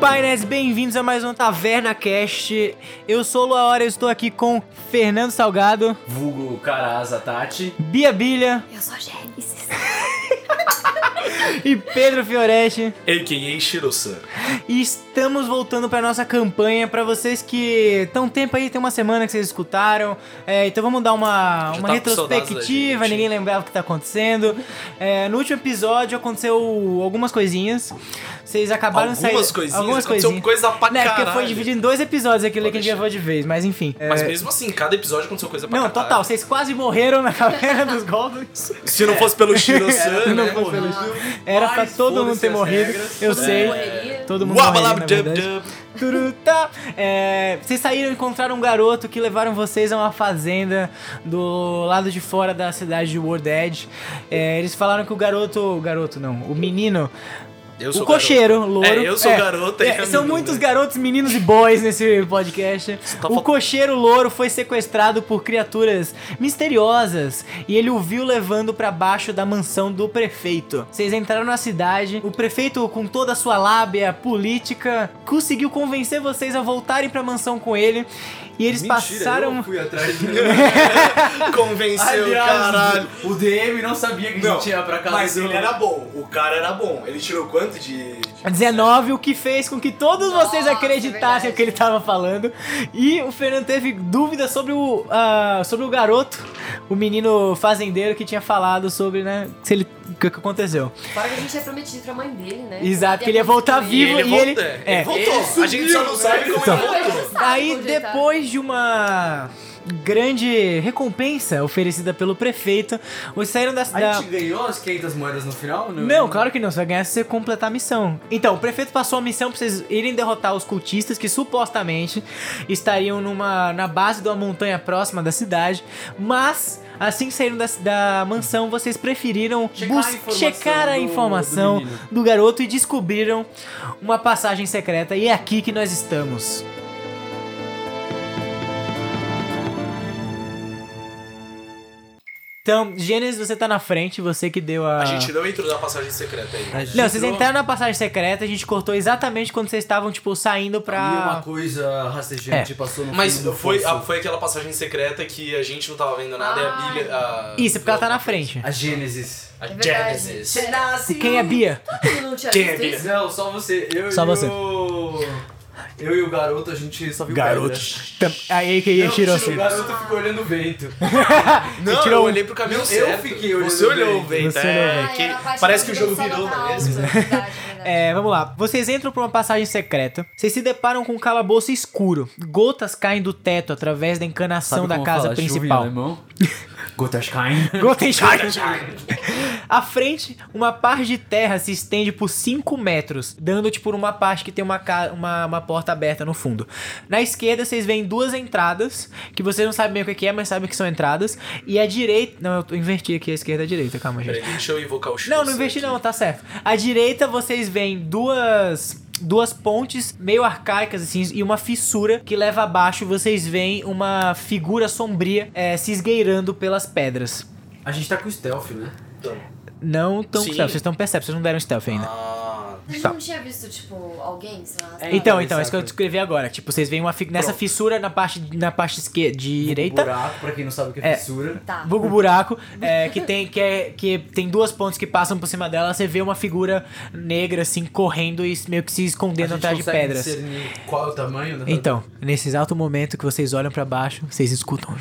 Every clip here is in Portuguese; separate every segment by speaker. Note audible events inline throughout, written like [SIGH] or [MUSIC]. Speaker 1: Tainers, bem-vindos a mais um Taverna Cast. Eu sou o Lua Hora, eu estou aqui com Fernando Salgado,
Speaker 2: Vulgo Caraza Tati.
Speaker 1: Bia Bilha
Speaker 3: Eu sou Gênesis.
Speaker 1: e Pedro Fioretti.
Speaker 2: A.K.A. Shiro-san.
Speaker 1: E estamos voltando para nossa campanha para vocês que estão tempo aí, tem uma semana que vocês escutaram. É, então vamos dar uma,
Speaker 2: Já
Speaker 1: uma
Speaker 2: tava com saudades da
Speaker 1: retrospectiva,
Speaker 2: gente.
Speaker 1: ninguém lembrava o que tá acontecendo. É, no último episódio aconteceu algumas coisinhas. Vocês acabaram de sair.
Speaker 2: Algumas coisinhas.
Speaker 1: Algumas
Speaker 2: aconteceu
Speaker 1: coisinhas.
Speaker 2: coisa pra
Speaker 1: Né,
Speaker 2: caralho.
Speaker 1: porque foi dividido em dois episódios aquilo
Speaker 2: Pode
Speaker 1: que a gente
Speaker 2: deixar.
Speaker 1: gravou de vez, mas enfim. É,
Speaker 2: Mas mesmo assim, cada episódio aconteceu coisa pra
Speaker 1: Não,
Speaker 2: caralho.
Speaker 1: total, vocês quase morreram na caverna dos goblins.
Speaker 2: Se não fosse pelo Shiro-san,
Speaker 1: não
Speaker 2: né?
Speaker 1: fosse pelo
Speaker 2: Shiro.
Speaker 1: Era pra
Speaker 2: Mas
Speaker 1: todo mundo
Speaker 2: foda-se
Speaker 1: ter
Speaker 2: as
Speaker 1: morrido.
Speaker 2: regras.
Speaker 1: Eu
Speaker 2: Todo mundo
Speaker 1: sei.
Speaker 3: morreria.
Speaker 1: Todo mundo morreria, na verdade.
Speaker 2: Wabalabdub-dub.
Speaker 1: Turuta. É, vocês saíram e encontraram um garoto que levaram vocês a uma fazenda do lado de fora da cidade de World Edge. É, eles falaram que o garoto. O garoto não, o menino.
Speaker 2: Eu
Speaker 1: o cocheiro, louro.
Speaker 2: É, eu sou garota e
Speaker 1: é,
Speaker 2: caminho,
Speaker 1: São muitos
Speaker 2: né?
Speaker 1: garotos, meninos e boys nesse podcast.
Speaker 2: tá
Speaker 1: o
Speaker 2: fal-
Speaker 1: cocheiro louro foi sequestrado por criaturas misteriosas e ele o viu levando pra baixo da mansão do prefeito. Vocês entraram na cidade, o prefeito, com toda a sua lábia política, conseguiu convencer vocês a voltarem pra mansão com ele e eles
Speaker 4: Mentira,
Speaker 1: passaram.
Speaker 4: Eu fui atrás dele.
Speaker 2: [LAUGHS] Convenceu,
Speaker 4: Aliás,
Speaker 2: caralho.
Speaker 4: O DM não sabia que a gente ia pra casa né?
Speaker 5: Mas
Speaker 1: assim,
Speaker 4: do-
Speaker 5: ele
Speaker 1: né?
Speaker 5: era bom, o cara era bom. Ele tirou quanto de. de-
Speaker 1: 19, o que fez com que todos vocês
Speaker 3: Nossa, é
Speaker 1: acreditassem
Speaker 3: verdade.
Speaker 1: o que ele tava falando. E o Fernando teve dúvidas sobre o, ah, sobre o garoto, o menino fazendeiro que tinha falado sobre, né, se ele, o que que aconteceu.
Speaker 3: Fora que a gente tinha prometido pra mãe dele, né?
Speaker 1: Exato, que ele ia voltar
Speaker 2: E
Speaker 1: vivo
Speaker 2: ele
Speaker 1: e ele...
Speaker 2: voltou.
Speaker 1: é.
Speaker 2: voltou. a gente só não sabe como é
Speaker 1: Então.
Speaker 2: ele voltou.
Speaker 1: Aí,
Speaker 3: tá?
Speaker 1: depois de uma grande recompensa oferecida pelo prefeito, vocês saíram da
Speaker 2: é.
Speaker 4: A
Speaker 1: cidade...
Speaker 4: gente ganhou as 500 moedas no final? Não,
Speaker 1: Não, é? claro que não. Você vai ganhar se você completar a missão. Então, o prefeito passou a missão pra vocês irem derrotar os cultistas que supostamente estariam numa, na base de uma montanha próxima da cidade. Mas, assim que saíram da, da mansão, vocês preferiram
Speaker 4: Checar a
Speaker 1: bus-
Speaker 4: informação
Speaker 1: checar a
Speaker 4: do-
Speaker 1: informação
Speaker 4: do menino.
Speaker 1: do garoto e descobriram uma passagem secreta. E é aqui que nós estamos. Então, Gênesis, você tá na frente, você que deu a.
Speaker 2: A gente não entrou na passagem secreta aí.
Speaker 4: A gente
Speaker 1: Não, vocês
Speaker 4: entrou-
Speaker 1: entraram na passagem secreta, a gente cortou exatamente quando vocês estavam, tipo, saindo
Speaker 4: E uma
Speaker 1: pra.
Speaker 4: coisa
Speaker 1: É,
Speaker 4: rastejante passou no
Speaker 2: Mas
Speaker 4: fundo do
Speaker 2: foi,
Speaker 4: fosso.
Speaker 2: a- foi aquela passagem secreta que a gente não tava vendo nada e a
Speaker 3: Ah.
Speaker 2: Bilha. a-
Speaker 1: Isso, porque ela tá na frente.
Speaker 4: A Gênesis.
Speaker 2: A
Speaker 3: É verdade.
Speaker 2: Genesis.
Speaker 1: Quem é Bia?
Speaker 3: Todo mundo não tinha
Speaker 2: Quem é
Speaker 3: visto
Speaker 2: Bia?
Speaker 3: isso.
Speaker 4: Não, só você. Eu
Speaker 1: Só
Speaker 4: e
Speaker 1: você.
Speaker 4: O... Eu e o garoto, a gente só tá viu
Speaker 2: Garoto.
Speaker 1: Aí que ia
Speaker 4: pedra.
Speaker 1: tirou
Speaker 4: Não,
Speaker 1: assim.
Speaker 4: O garoto ficou olhando o vento.
Speaker 2: Não,
Speaker 1: tirou
Speaker 2: eu
Speaker 1: um.
Speaker 2: olhei pro caminho
Speaker 4: Eu
Speaker 2: certo.
Speaker 4: fiquei olhando
Speaker 2: Você olhou o
Speaker 4: bem.
Speaker 2: vento.
Speaker 1: Você
Speaker 2: É,
Speaker 1: olhou.
Speaker 3: Ah,
Speaker 2: que-
Speaker 3: era a parte
Speaker 2: parece que o
Speaker 3: da
Speaker 2: jogo
Speaker 3: mansão
Speaker 2: virou,
Speaker 3: da
Speaker 2: não é
Speaker 3: alma,
Speaker 2: mesmo?
Speaker 1: [LAUGHS]
Speaker 3: verdade, verdade.
Speaker 1: É, vamos lá. Vocês entram por uma passagem secreta. Vocês se deparam com um calabouço escuro. Gotas caem do teto através da encanação da casa principal.
Speaker 4: né?
Speaker 1: [LAUGHS]
Speaker 4: Gotas caem.
Speaker 1: Gotenstein. À frente, uma parte de terra se estende por 5 metros, dando tipo uma parte que tem uma, ca- uma, uma porta aberta no fundo. Na esquerda, vocês veem duas entradas, que vocês não sabem bem o que que é, mas sabem que são entradas. E à direita. Não, eu inverti aqui a esquerda e a direita, calma, gente.
Speaker 2: Peraí, deixa eu invocar o Shiro.
Speaker 1: Não, não investi não, tá certo. À direita vocês veem duas duas pontes meio arcaicas assim e uma fissura que leva abaixo. Vocês veem uma figura sombria eh, se esgueirando pelas pedras.
Speaker 4: A gente tá com stealth, né?
Speaker 1: Não tão
Speaker 2: Sim.
Speaker 1: stealth, vocês estão percepção, vocês não deram stealth ainda.
Speaker 2: Ah,
Speaker 3: A gente
Speaker 1: Tá.
Speaker 3: não tinha visto, tipo, alguém, sei lá.
Speaker 4: É,
Speaker 1: então,
Speaker 4: é,
Speaker 1: então, é isso que eu
Speaker 4: exato.
Speaker 1: descrevi agora. Tipo, vocês veem uma fi- nessa fissura na parte na parte esquerda, direita.
Speaker 4: Buraco, pra quem não sabe o que é,
Speaker 1: É.
Speaker 4: fissura.
Speaker 3: Tá.
Speaker 1: Vulgo buraco, é, que, tem, que, é- que tem duas pontes que passam por cima dela, você vê uma figura negra assim correndo e meio que se escondendo
Speaker 4: a gente
Speaker 1: atrás de
Speaker 4: consegue
Speaker 1: pedras.
Speaker 4: discernir Qual é o tamanho da
Speaker 1: Então, nesse exato momento que vocês olham pra baixo, vocês escutam.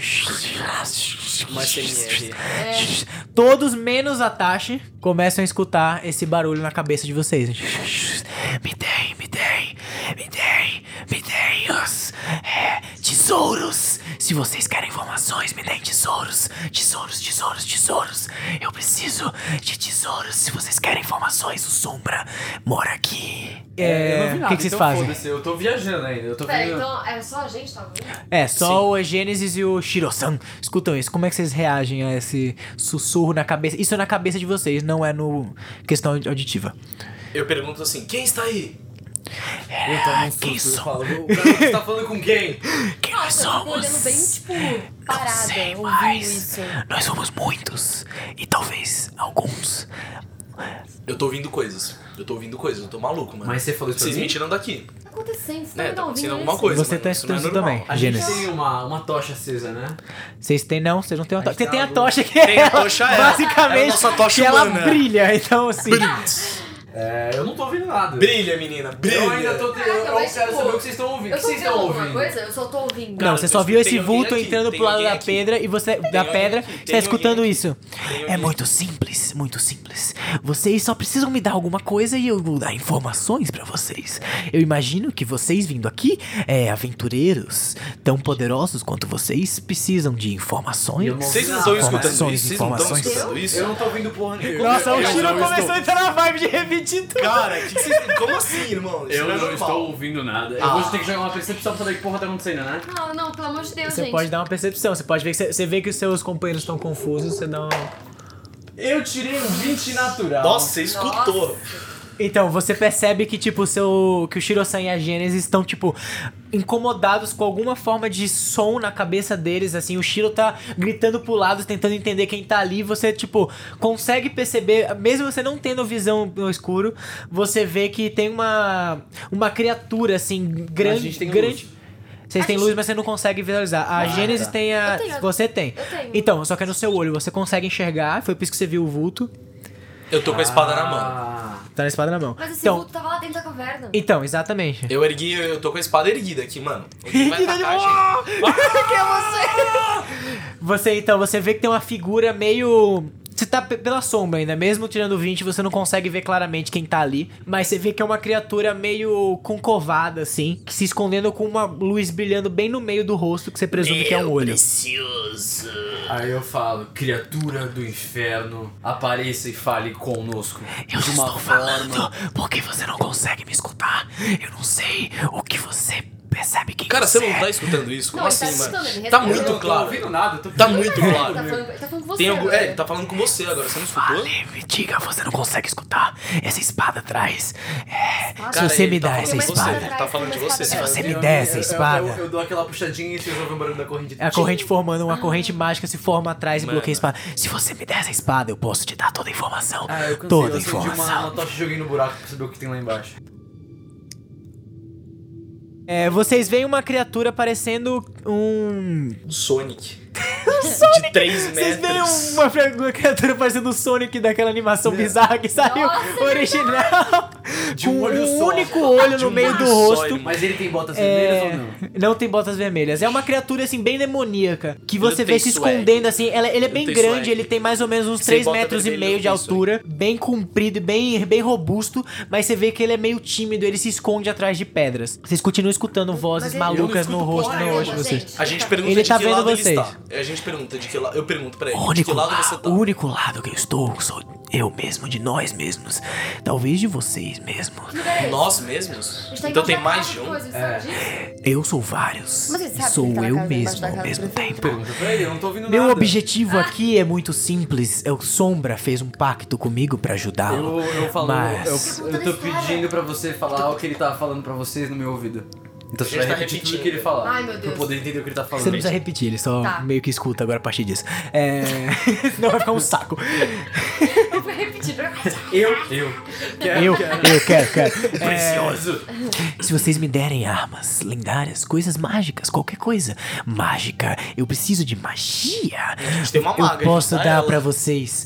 Speaker 2: mas sem R.
Speaker 1: [LAUGHS] Todos menos a Tashi começam a escutar esse barulho na cabeça de vocês. Me deem, me deem, me deem, me deem os é, tesouros. Se vocês querem informações, me deem tesouros, tesouros, tesouros, tesouros. Eu preciso de tesouros. Se vocês querem informações, o Sombra mora aqui.
Speaker 4: Eu não
Speaker 1: É,
Speaker 4: vi
Speaker 1: o
Speaker 4: nada,
Speaker 1: que, que vocês
Speaker 4: então
Speaker 1: fazem?
Speaker 4: foda-se, Eu tô viajando ainda, eu tô
Speaker 3: Pera,
Speaker 4: vendo-
Speaker 3: então é só a gente, tá vendo?
Speaker 1: É, só o Gênesis e o Shiro-san escutam isso. Como é que vocês reagem a esse sussurro na cabeça? Isso é na cabeça de vocês, não é no questão auditiva.
Speaker 2: Eu pergunto assim, quem está aí?
Speaker 1: É,
Speaker 4: Eu tomo um susto,
Speaker 1: quem
Speaker 4: eu
Speaker 1: sou?
Speaker 4: falo, "Ô, cara, você tá falando com quem?
Speaker 1: Quem nós
Speaker 3: Nossa, eu fico olhando
Speaker 1: somos?
Speaker 3: bem, tipo,
Speaker 1: não
Speaker 3: parada,
Speaker 1: sei
Speaker 3: ouvindo
Speaker 1: mais.
Speaker 3: isso.
Speaker 1: Nós somos muitos e talvez alguns
Speaker 2: Eu tô ouvindo coisas. Eu tô ouvindo coisas, eu tô maluco, mano.
Speaker 4: Mas você falou isso pra
Speaker 2: Vocês
Speaker 4: mim?
Speaker 2: me tiram daqui.
Speaker 3: Tá acontecendo, você
Speaker 2: É,
Speaker 3: não
Speaker 2: tá
Speaker 3: tá ouvindo
Speaker 2: acontecendo
Speaker 3: isso?
Speaker 2: alguma coisa.
Speaker 1: Você
Speaker 2: mano,
Speaker 1: tá
Speaker 2: isso não é
Speaker 1: escutando
Speaker 2: normal.
Speaker 1: também,
Speaker 4: A gente
Speaker 1: Gênesis.
Speaker 4: tem uma, uma tocha acesa, né?
Speaker 1: Vocês têm não, vocês não têm uma
Speaker 4: A
Speaker 1: tocha.
Speaker 4: gente
Speaker 1: Você
Speaker 4: tem
Speaker 1: tem a
Speaker 4: uma
Speaker 1: tocha que
Speaker 2: tá Tem
Speaker 1: é
Speaker 2: a tocha, é.
Speaker 1: basicamente
Speaker 2: É a nossa tocha
Speaker 1: que ela
Speaker 2: humana.
Speaker 1: brilha, então assim.
Speaker 4: É, eu não tô ouvindo nada.
Speaker 2: Brilha, menina, brilha.
Speaker 4: Eu ainda tô. Eu, eu
Speaker 3: Caraca, mas,
Speaker 4: quero
Speaker 3: tipo,
Speaker 4: saber o que vocês estão ouvindo. O
Speaker 3: Eu
Speaker 4: que
Speaker 3: tô
Speaker 4: vocês
Speaker 3: ouvindo
Speaker 4: estão
Speaker 3: alguma
Speaker 4: ouvindo?
Speaker 3: coisa? Eu só tô ouvindo.
Speaker 2: Cara,
Speaker 1: Não, você
Speaker 2: tem-
Speaker 1: só viu esse
Speaker 2: tem alguém
Speaker 1: vulto
Speaker 2: aqui,
Speaker 1: entrando
Speaker 2: tem
Speaker 1: pro lado
Speaker 2: alguém
Speaker 1: da
Speaker 2: aqui.
Speaker 1: pedra e você da
Speaker 2: alguém
Speaker 1: pedra,
Speaker 2: aqui,
Speaker 1: você tá
Speaker 2: tem
Speaker 1: escutando
Speaker 2: alguém aqui,
Speaker 1: isso.
Speaker 2: tem alguém
Speaker 1: É
Speaker 2: aqui.
Speaker 1: muito simples, muito simples. Vocês só precisam me dar alguma coisa e eu vou dar informações pra vocês. Eu imagino que vocês vindo aqui, é, aventureiros tão poderosos quanto vocês, precisam de informações.
Speaker 4: Eu não-
Speaker 2: Vocês não estão escutando
Speaker 1: Informações,
Speaker 2: isso? Vocês não estão
Speaker 1: informações.
Speaker 2: escutando isso?
Speaker 4: Eu não tô ouvindo porra nenhuma.
Speaker 1: Nossa, o
Speaker 2: Eu
Speaker 1: Shiro
Speaker 2: não
Speaker 1: começou
Speaker 2: estou.
Speaker 1: a entrar na vibe de repetir tudo.
Speaker 5: Cara, que que vocês- como assim, irmão? Isso
Speaker 4: Eu
Speaker 5: é
Speaker 4: não
Speaker 5: normal.
Speaker 4: estou ouvindo nada. Eu vou ter que jogar uma percepção pra saber que porra tá acontecendo, né?
Speaker 3: Não, não, pelo amor de Deus,
Speaker 1: Você
Speaker 3: gente.
Speaker 1: pode dar uma percepção, você pode ver que você, você vê que os seus companheiros estão confusos, você dá um...
Speaker 4: Eu tirei um 20 natural.
Speaker 5: Nossa, você escutou.
Speaker 3: Nossa.
Speaker 1: Então, você percebe que, tipo, o seu. que o Shiro-san e a Gênesis estão, tipo, incomodados com alguma forma de som na cabeça deles, assim, o Shiro tá gritando pro lado, tentando entender quem tá ali, você, tipo, consegue perceber, mesmo você não tendo visão no escuro, você vê que tem uma. uma criatura, assim, grande.
Speaker 4: gente tem
Speaker 1: grande.
Speaker 4: luz.
Speaker 1: Vocês
Speaker 3: A
Speaker 1: têm
Speaker 3: gente-
Speaker 1: luz, mas você não consegue visualizar. A
Speaker 4: Ah,
Speaker 1: Gênesis
Speaker 4: tá.
Speaker 1: tem a.
Speaker 3: Eu tenho.
Speaker 1: Você tem.
Speaker 3: Eu tenho.
Speaker 1: Então, só que é no seu olho, você consegue enxergar, foi por isso que você viu o vulto.
Speaker 2: Eu tô com a espada na mão.
Speaker 4: mão.
Speaker 1: Tá na espada na mão.
Speaker 3: Mas esse
Speaker 1: então,
Speaker 3: vulto tava lá dentro da caverna.
Speaker 1: então, exatamente.
Speaker 2: Eu ergui, eu tô com a espada erguida aqui, mano. Alguém
Speaker 1: [LAUGHS]
Speaker 2: vai
Speaker 1: Erguida de-
Speaker 2: atacar, gente.
Speaker 1: Você então, você vê que tem uma figura meio. Você tá pe- pela sombra ainda, mesmo tirando 20, você não consegue ver claramente quem tá ali. Mas você vê que é uma criatura meio concovada, assim, que se escondendo com uma luz brilhando bem no meio do rosto, que você presume que é um olho.
Speaker 4: Aí eu falo, criatura do inferno, apareça e fale conosco. de uma forma.
Speaker 1: porque você não consegue me escutar. Eu não sei o que você percebe que
Speaker 2: Cara, você não tá escutando isso? Como
Speaker 3: Não, ele tá
Speaker 2: assim, mano?
Speaker 3: escutando, ele
Speaker 2: Tá
Speaker 3: respondeu.
Speaker 4: Eu não
Speaker 2: muito
Speaker 4: tô
Speaker 2: claro.
Speaker 4: ouvindo nada, [LAUGHS] eu tô
Speaker 2: Tá muito
Speaker 3: Ele tá
Speaker 2: claro.
Speaker 3: falando, ele tá falando com você.
Speaker 2: Tem algum... É,
Speaker 3: agora.
Speaker 2: ele tá falando com você agora, você não escutou?
Speaker 1: me diga, você não consegue escutar. Essa espada traz.
Speaker 3: Nossa,
Speaker 1: Cara,
Speaker 3: Se
Speaker 1: você me
Speaker 2: ele tá
Speaker 1: dá
Speaker 2: falando
Speaker 1: essa
Speaker 2: com você,
Speaker 1: espada.
Speaker 2: Ele tá falando de você.
Speaker 3: Se
Speaker 1: você
Speaker 2: sabe?
Speaker 1: me
Speaker 4: Eu-
Speaker 1: der essa
Speaker 4: eu- eu-
Speaker 1: espada.
Speaker 4: Eu, eu dou aquela puxadinha e vocês ouvem o barulho da corrente.
Speaker 1: É A corrente formando uma
Speaker 4: Ah.
Speaker 1: corrente mágica se forma atrás e
Speaker 2: Mano.
Speaker 1: bloqueia a espada. Se você me der essa espada, eu posso te dar toda a informação.
Speaker 4: Ah, eu cansei,
Speaker 1: toda a
Speaker 4: eu acendi uma,
Speaker 1: informação.
Speaker 4: uma tocha e joguei no buraco pra saber o que tem lá embaixo.
Speaker 1: É, vocês veem uma criatura parecendo um.
Speaker 2: Um Sonic. Sonic. De 3 metros.
Speaker 1: Vocês veem um- uma, fra- uma criatura parecendo o Sonic daquela animação bizarra que saiu
Speaker 3: Nossa,
Speaker 1: original.
Speaker 4: De um
Speaker 1: com
Speaker 4: olho
Speaker 1: um
Speaker 4: só.
Speaker 1: único olho
Speaker 2: De
Speaker 1: no
Speaker 2: um
Speaker 1: meio do
Speaker 2: olho só,
Speaker 1: rosto.
Speaker 2: irmão.
Speaker 4: Mas ele tem botas
Speaker 1: É,
Speaker 4: vermelhas ou não?
Speaker 1: não tem botas vermelhas. É uma criatura assim bem demoníaca que você
Speaker 2: não
Speaker 1: vê
Speaker 2: tem
Speaker 1: se
Speaker 2: swag.
Speaker 1: escondendo assim. Ela- ele é bem
Speaker 2: tem
Speaker 1: grande,
Speaker 2: swag.
Speaker 1: ele tem mais ou menos uns
Speaker 2: Sem
Speaker 1: 3
Speaker 2: bota
Speaker 1: metros e
Speaker 2: vermelha,
Speaker 1: meio
Speaker 2: não
Speaker 1: de
Speaker 2: tem swag.
Speaker 1: altura, bem comprido, e bem bem robusto, mas você vê que ele é meio tímido, ele se esconde atrás de pedras. Vocês continuam escutando vozes
Speaker 3: ele-
Speaker 1: malucas
Speaker 4: eu
Speaker 1: no
Speaker 4: não escuto
Speaker 1: rosto,
Speaker 4: porra
Speaker 1: no
Speaker 4: nenhuma,
Speaker 1: rosto de vocês.
Speaker 3: gente.
Speaker 2: A gente pergunta
Speaker 1: Ele
Speaker 2: de
Speaker 1: tá
Speaker 2: que
Speaker 1: vendo
Speaker 2: lado
Speaker 1: vocês.
Speaker 2: ele está. A gente pergunta de que lado... Eu pergunto pra ele.
Speaker 1: O
Speaker 2: De
Speaker 1: único,
Speaker 2: que lado
Speaker 1: la-
Speaker 2: você tá?
Speaker 1: o único lado que eu estou sou eu mesmo, de nós mesmos. Talvez de vocês mesmo.
Speaker 2: Nós mesmos?
Speaker 3: A gente tá
Speaker 2: Então tem
Speaker 3: encontrando
Speaker 2: mais de um?
Speaker 3: coisas, sabe disso?
Speaker 1: Eu sou vários.
Speaker 3: Mas ele sabe
Speaker 1: e
Speaker 3: que
Speaker 1: sou
Speaker 3: ele tá na
Speaker 1: eu
Speaker 3: casa embaixo
Speaker 1: mesmo
Speaker 3: da
Speaker 1: ao
Speaker 3: casa
Speaker 1: mesmo
Speaker 3: do prefeito.
Speaker 1: tempo.
Speaker 4: Pergunta pra ele, eu não tô ouvindo
Speaker 1: Meu
Speaker 4: nada.
Speaker 1: objetivo aqui é muito simples. Eu, Sombra fez um pacto comigo pra ajudá-lo.
Speaker 4: Eu, eu falo,
Speaker 1: mas
Speaker 4: eu, eu tô pedindo pra você falar o que ele tá falando pra vocês no meu ouvido. Então você
Speaker 2: Ele
Speaker 4: vai
Speaker 2: tá
Speaker 4: repetir tudo
Speaker 2: repetindo.
Speaker 4: que ele falar.
Speaker 3: Ai, meu
Speaker 4: Pra eu
Speaker 3: Deus.
Speaker 4: poder entender o que ele tá falando.
Speaker 1: você não precisa repetir, ele só
Speaker 3: Tá.
Speaker 1: meio que escuta agora a partir disso. É... [LAUGHS] Senão vai ficar um saco.
Speaker 3: Eu vou repetir pra você.
Speaker 4: Eu, eu. Quero,
Speaker 1: Eu,
Speaker 4: quero.
Speaker 1: eu quero,
Speaker 2: [LAUGHS]
Speaker 1: quero. É,
Speaker 4: Precioso.
Speaker 1: Se vocês me derem armas lendárias, coisas mágicas, qualquer coisa mágica, eu preciso de magia.
Speaker 2: tem uma maga, a gente
Speaker 1: eu posso
Speaker 2: dá
Speaker 1: dar
Speaker 2: ela.
Speaker 1: pra vocês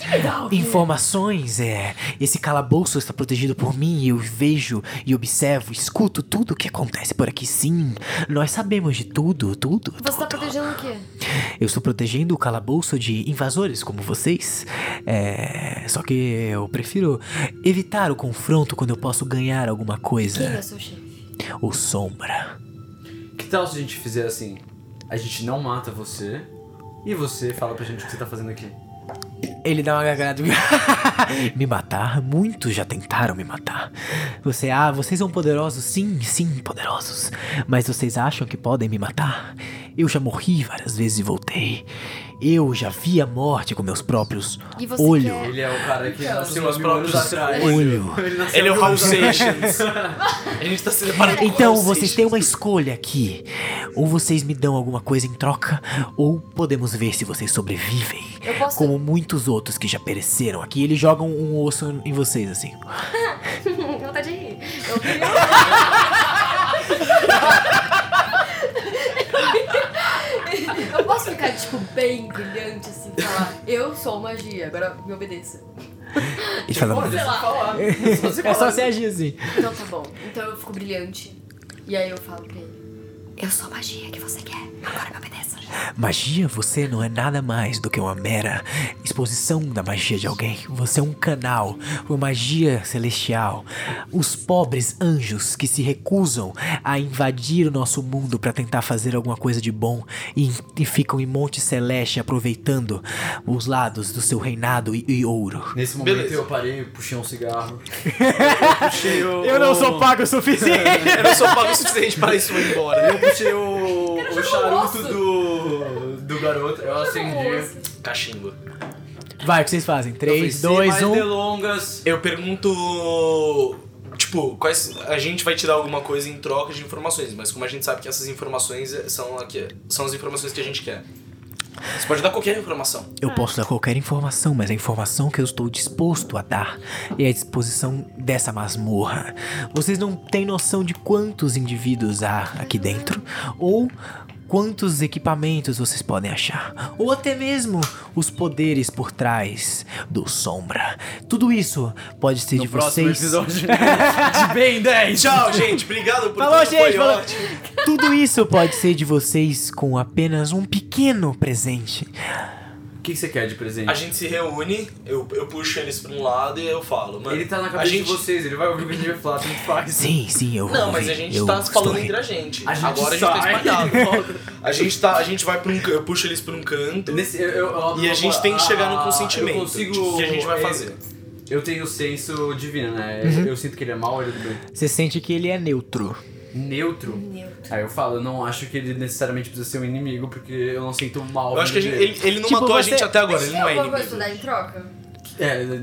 Speaker 1: informações. É, esse calabouço está protegido por mim. e Eu vejo e observo, escuto tudo o que acontece por aqui. Sim, nós sabemos de tudo, tudo.
Speaker 3: Você tá
Speaker 1: tudo.
Speaker 3: protegendo o quê?
Speaker 1: Eu estou protegendo o calabouço de invasores como vocês. É, só que eu prefiro evitar o confronto quando eu posso ganhar alguma
Speaker 3: Quem é
Speaker 1: coisa.
Speaker 3: seu chefe?
Speaker 1: Ou sombra.
Speaker 4: Que tal se a gente fizer assim? A gente não mata você e você fala pra gente o que você tá fazendo aqui.
Speaker 1: Ele dá uma gargalhada. [LAUGHS] me matar? Muitos já tentaram me matar. Você, ah, vocês são poderosos? Sim, sim, poderosos. Mas vocês acham que podem me matar? Eu já morri várias vezes e voltei. Eu já vi a morte com meus próprios
Speaker 3: E você
Speaker 1: olhos.
Speaker 3: quer-
Speaker 4: Ele é o cara que nasceu há
Speaker 2: meus
Speaker 4: mil anos
Speaker 2: próprios
Speaker 4: atrás.
Speaker 1: olho.
Speaker 4: Ele, nasceu
Speaker 2: Ele é
Speaker 4: há
Speaker 2: o
Speaker 4: mil
Speaker 2: Raul
Speaker 4: anos atrás.
Speaker 3: [LAUGHS]
Speaker 2: Seixas. A gente tá se deparando
Speaker 3: É
Speaker 2: com o
Speaker 1: Então
Speaker 2: Raul
Speaker 1: vocês
Speaker 2: Seixas.
Speaker 1: têm uma escolha aqui. Ou vocês me dão alguma coisa em troca, ou podemos ver se vocês sobrevivem
Speaker 3: Eu posso-
Speaker 1: como muitos outros que já pereceram aqui. Ele joga um, um osso em vocês, assim.
Speaker 3: vontade de rir. Eu queria. eu posso ficar, tipo, bem brilhante assim, falar, eu sou magia, agora me obedeça.
Speaker 1: Ele fala,
Speaker 3: Sei lá.
Speaker 1: é só você agir assim.
Speaker 3: Então tá bom. Então eu fico brilhante. E aí eu falo pra ele. Eu sou a magia que você quer. Agora me obedeça.
Speaker 1: Magia, você não é nada mais do que uma mera exposição da magia de alguém. Você é um canal, uma magia celestial. Os pobres anjos que se recusam a invadir o nosso mundo para tentar fazer alguma coisa de bom e, e ficam em Monte Celeste aproveitando os lados do seu reinado e, e ouro.
Speaker 4: Nesse momento
Speaker 2: Beleza.
Speaker 4: eu parei, puxei um [LAUGHS] cigarro.
Speaker 2: Puxei o-
Speaker 1: pago o suficiente.
Speaker 2: Eu não sou pago o suficiente para isso ir embora.
Speaker 4: Eu puxei o, o charuto
Speaker 3: osso.
Speaker 4: do, do garoto, eu
Speaker 2: assim,
Speaker 4: acendi.
Speaker 2: Cachimbo.
Speaker 1: Vai, o que vocês fazem? um. 3, 2,
Speaker 4: Sem mais
Speaker 1: 1.
Speaker 4: delongas.
Speaker 2: Eu pergunto. Tipo, quais. A gente vai tirar alguma coisa em troca de informações, mas como a gente sabe que essas informações são aqui, são as informações que a gente quer. Você pode dar qualquer informação.
Speaker 1: Eu posso dar qualquer informação, mas a informação que eu estou disposto a dar é a disposição dessa masmorra. Vocês não têm noção de quantos indivíduos há aqui dentro ou quantos equipamentos vocês podem achar, ou até mesmo os poderes por trás do sombra. Tudo isso pode ser de vocês.
Speaker 4: [LAUGHS] de bem né? 10.
Speaker 2: Tchau, gente. Obrigado por
Speaker 1: Falou,
Speaker 2: tudo.
Speaker 1: gente,
Speaker 2: Foi
Speaker 1: falou.
Speaker 2: ótimo.
Speaker 1: Tudo isso pode ser de vocês com apenas um pequeno presente.
Speaker 4: O que que você quer de presente?
Speaker 2: A gente se reúne, eu, eu puxo eles pra um lado e eu falo, mano.
Speaker 4: Ele tá na
Speaker 2: a
Speaker 4: cabeça
Speaker 2: gente...
Speaker 4: de vocês, ele vai ouvir o que a gente vai falar, tanto faz.
Speaker 1: Sim, sim, eu vou
Speaker 2: Não, mas
Speaker 1: ouvir,
Speaker 2: a gente
Speaker 1: eu
Speaker 2: tá
Speaker 1: estou
Speaker 2: falando
Speaker 1: indo.
Speaker 2: entre a gente.
Speaker 4: A gente
Speaker 2: Agora a
Speaker 4: sai.
Speaker 2: gente tá [LAUGHS] espalhado. a gente tá. A gente vai pra um can- Eu puxo eles pra um canto.
Speaker 4: Nesse- eu- eu- eu-
Speaker 2: E a gente tem que chegar num
Speaker 4: ah,
Speaker 2: consentimento.
Speaker 4: Eu consigo.
Speaker 2: de que a gente vai
Speaker 4: é,
Speaker 2: fazer.
Speaker 4: Eu tenho senso divino, né? Eu sinto que ele é mau, ele é do bem.
Speaker 1: Você sente que ele é neutro.
Speaker 4: Neutro.
Speaker 3: Neutro.
Speaker 4: Aí eu falo, eu não acho que ele necessariamente precisa ser um inimigo, porque eu não sinto mal.
Speaker 2: Eu acho que a
Speaker 4: vindo
Speaker 2: gente,
Speaker 4: dele.
Speaker 2: ele, ele não
Speaker 1: Tipo,
Speaker 2: matou a
Speaker 1: você-
Speaker 2: gente até agora,
Speaker 3: Mas
Speaker 2: ele
Speaker 3: tem
Speaker 2: não é
Speaker 3: alguma coisa
Speaker 2: inimigo.
Speaker 3: pra dar em troca?
Speaker 4: É,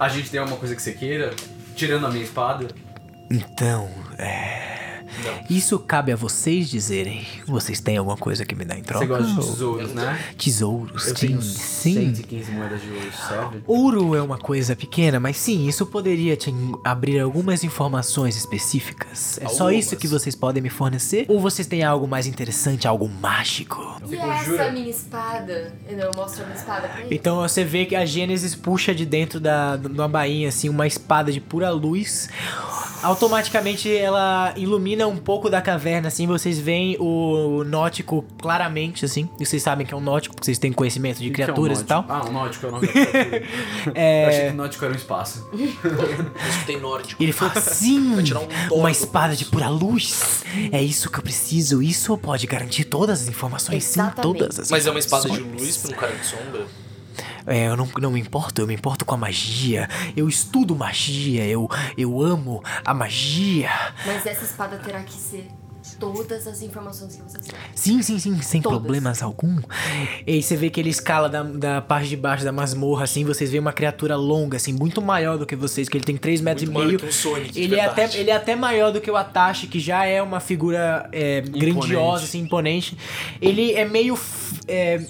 Speaker 4: a gente tem alguma coisa que você queira? Tirando a minha espada?
Speaker 1: Então, é. Isso cabe a vocês dizerem. Vocês têm alguma coisa que me dá em troca?
Speaker 4: Você gosta de
Speaker 1: Ou-
Speaker 4: tesouros, né?
Speaker 1: Tesouros,
Speaker 4: Eu
Speaker 1: sim,
Speaker 4: tenho
Speaker 1: sim.
Speaker 4: 115 moedas de ouro, serve?
Speaker 1: Ouro é uma coisa pequena, mas sim, isso poderia te en- abrir algumas informações específicas.
Speaker 4: Ah,
Speaker 1: É só
Speaker 2: Algumas.
Speaker 1: isso que vocês podem me fornecer? Ou vocês têm algo mais interessante, algo mágico?
Speaker 3: E
Speaker 4: conjura?
Speaker 3: essa minha espada? Eu não mostro a minha espada pra ele.
Speaker 1: Então você vê que a Gênesis puxa de dentro da de uma bainha assim uma espada de pura luz. Automaticamente ela ilumina um pouco da caverna assim, vocês veem o nótico claramente assim. E vocês sabem que é um nótico porque vocês têm conhecimento de
Speaker 4: Que que é um
Speaker 1: criaturas e tal. É,
Speaker 4: nótico? Ah, um nótico é o nome da
Speaker 1: [LAUGHS]
Speaker 4: criatura. Eu achei que o nótico era um espaço.
Speaker 2: Isso tem nórdico.
Speaker 1: E ele
Speaker 2: [LAUGHS]
Speaker 1: fala assim,
Speaker 2: tirar um touro
Speaker 1: uma
Speaker 2: do
Speaker 1: espada de pura luz. É isso que eu preciso. Isso pode garantir todas as informações,
Speaker 3: Exatamente.
Speaker 1: sim, todas as
Speaker 2: Mas é uma espada de
Speaker 1: informações.
Speaker 2: luz pra um cara de sombra?
Speaker 1: É, eu não, não me importo, eu me importo com a magia. Eu estudo magia, eu, eu amo a magia.
Speaker 3: Mas essa espada terá que ser todas as informações que você sabe.
Speaker 1: Sim, sim, sim, sem
Speaker 3: Todas.
Speaker 1: problemas algum. E aí você vê que ele escala da, da parte de baixo da masmorra, assim, vocês veem uma criatura longa, assim, muito maior do que vocês, que ele tem 3 metros
Speaker 2: Muito
Speaker 1: e
Speaker 2: maior
Speaker 1: meio.
Speaker 2: que um Sonic, de
Speaker 1: ele, é até,
Speaker 2: verdade.
Speaker 1: ele é até maior do que o Atashi, que já é uma figura é, grandiosa, assim, imponente. Ele é meio. f- é,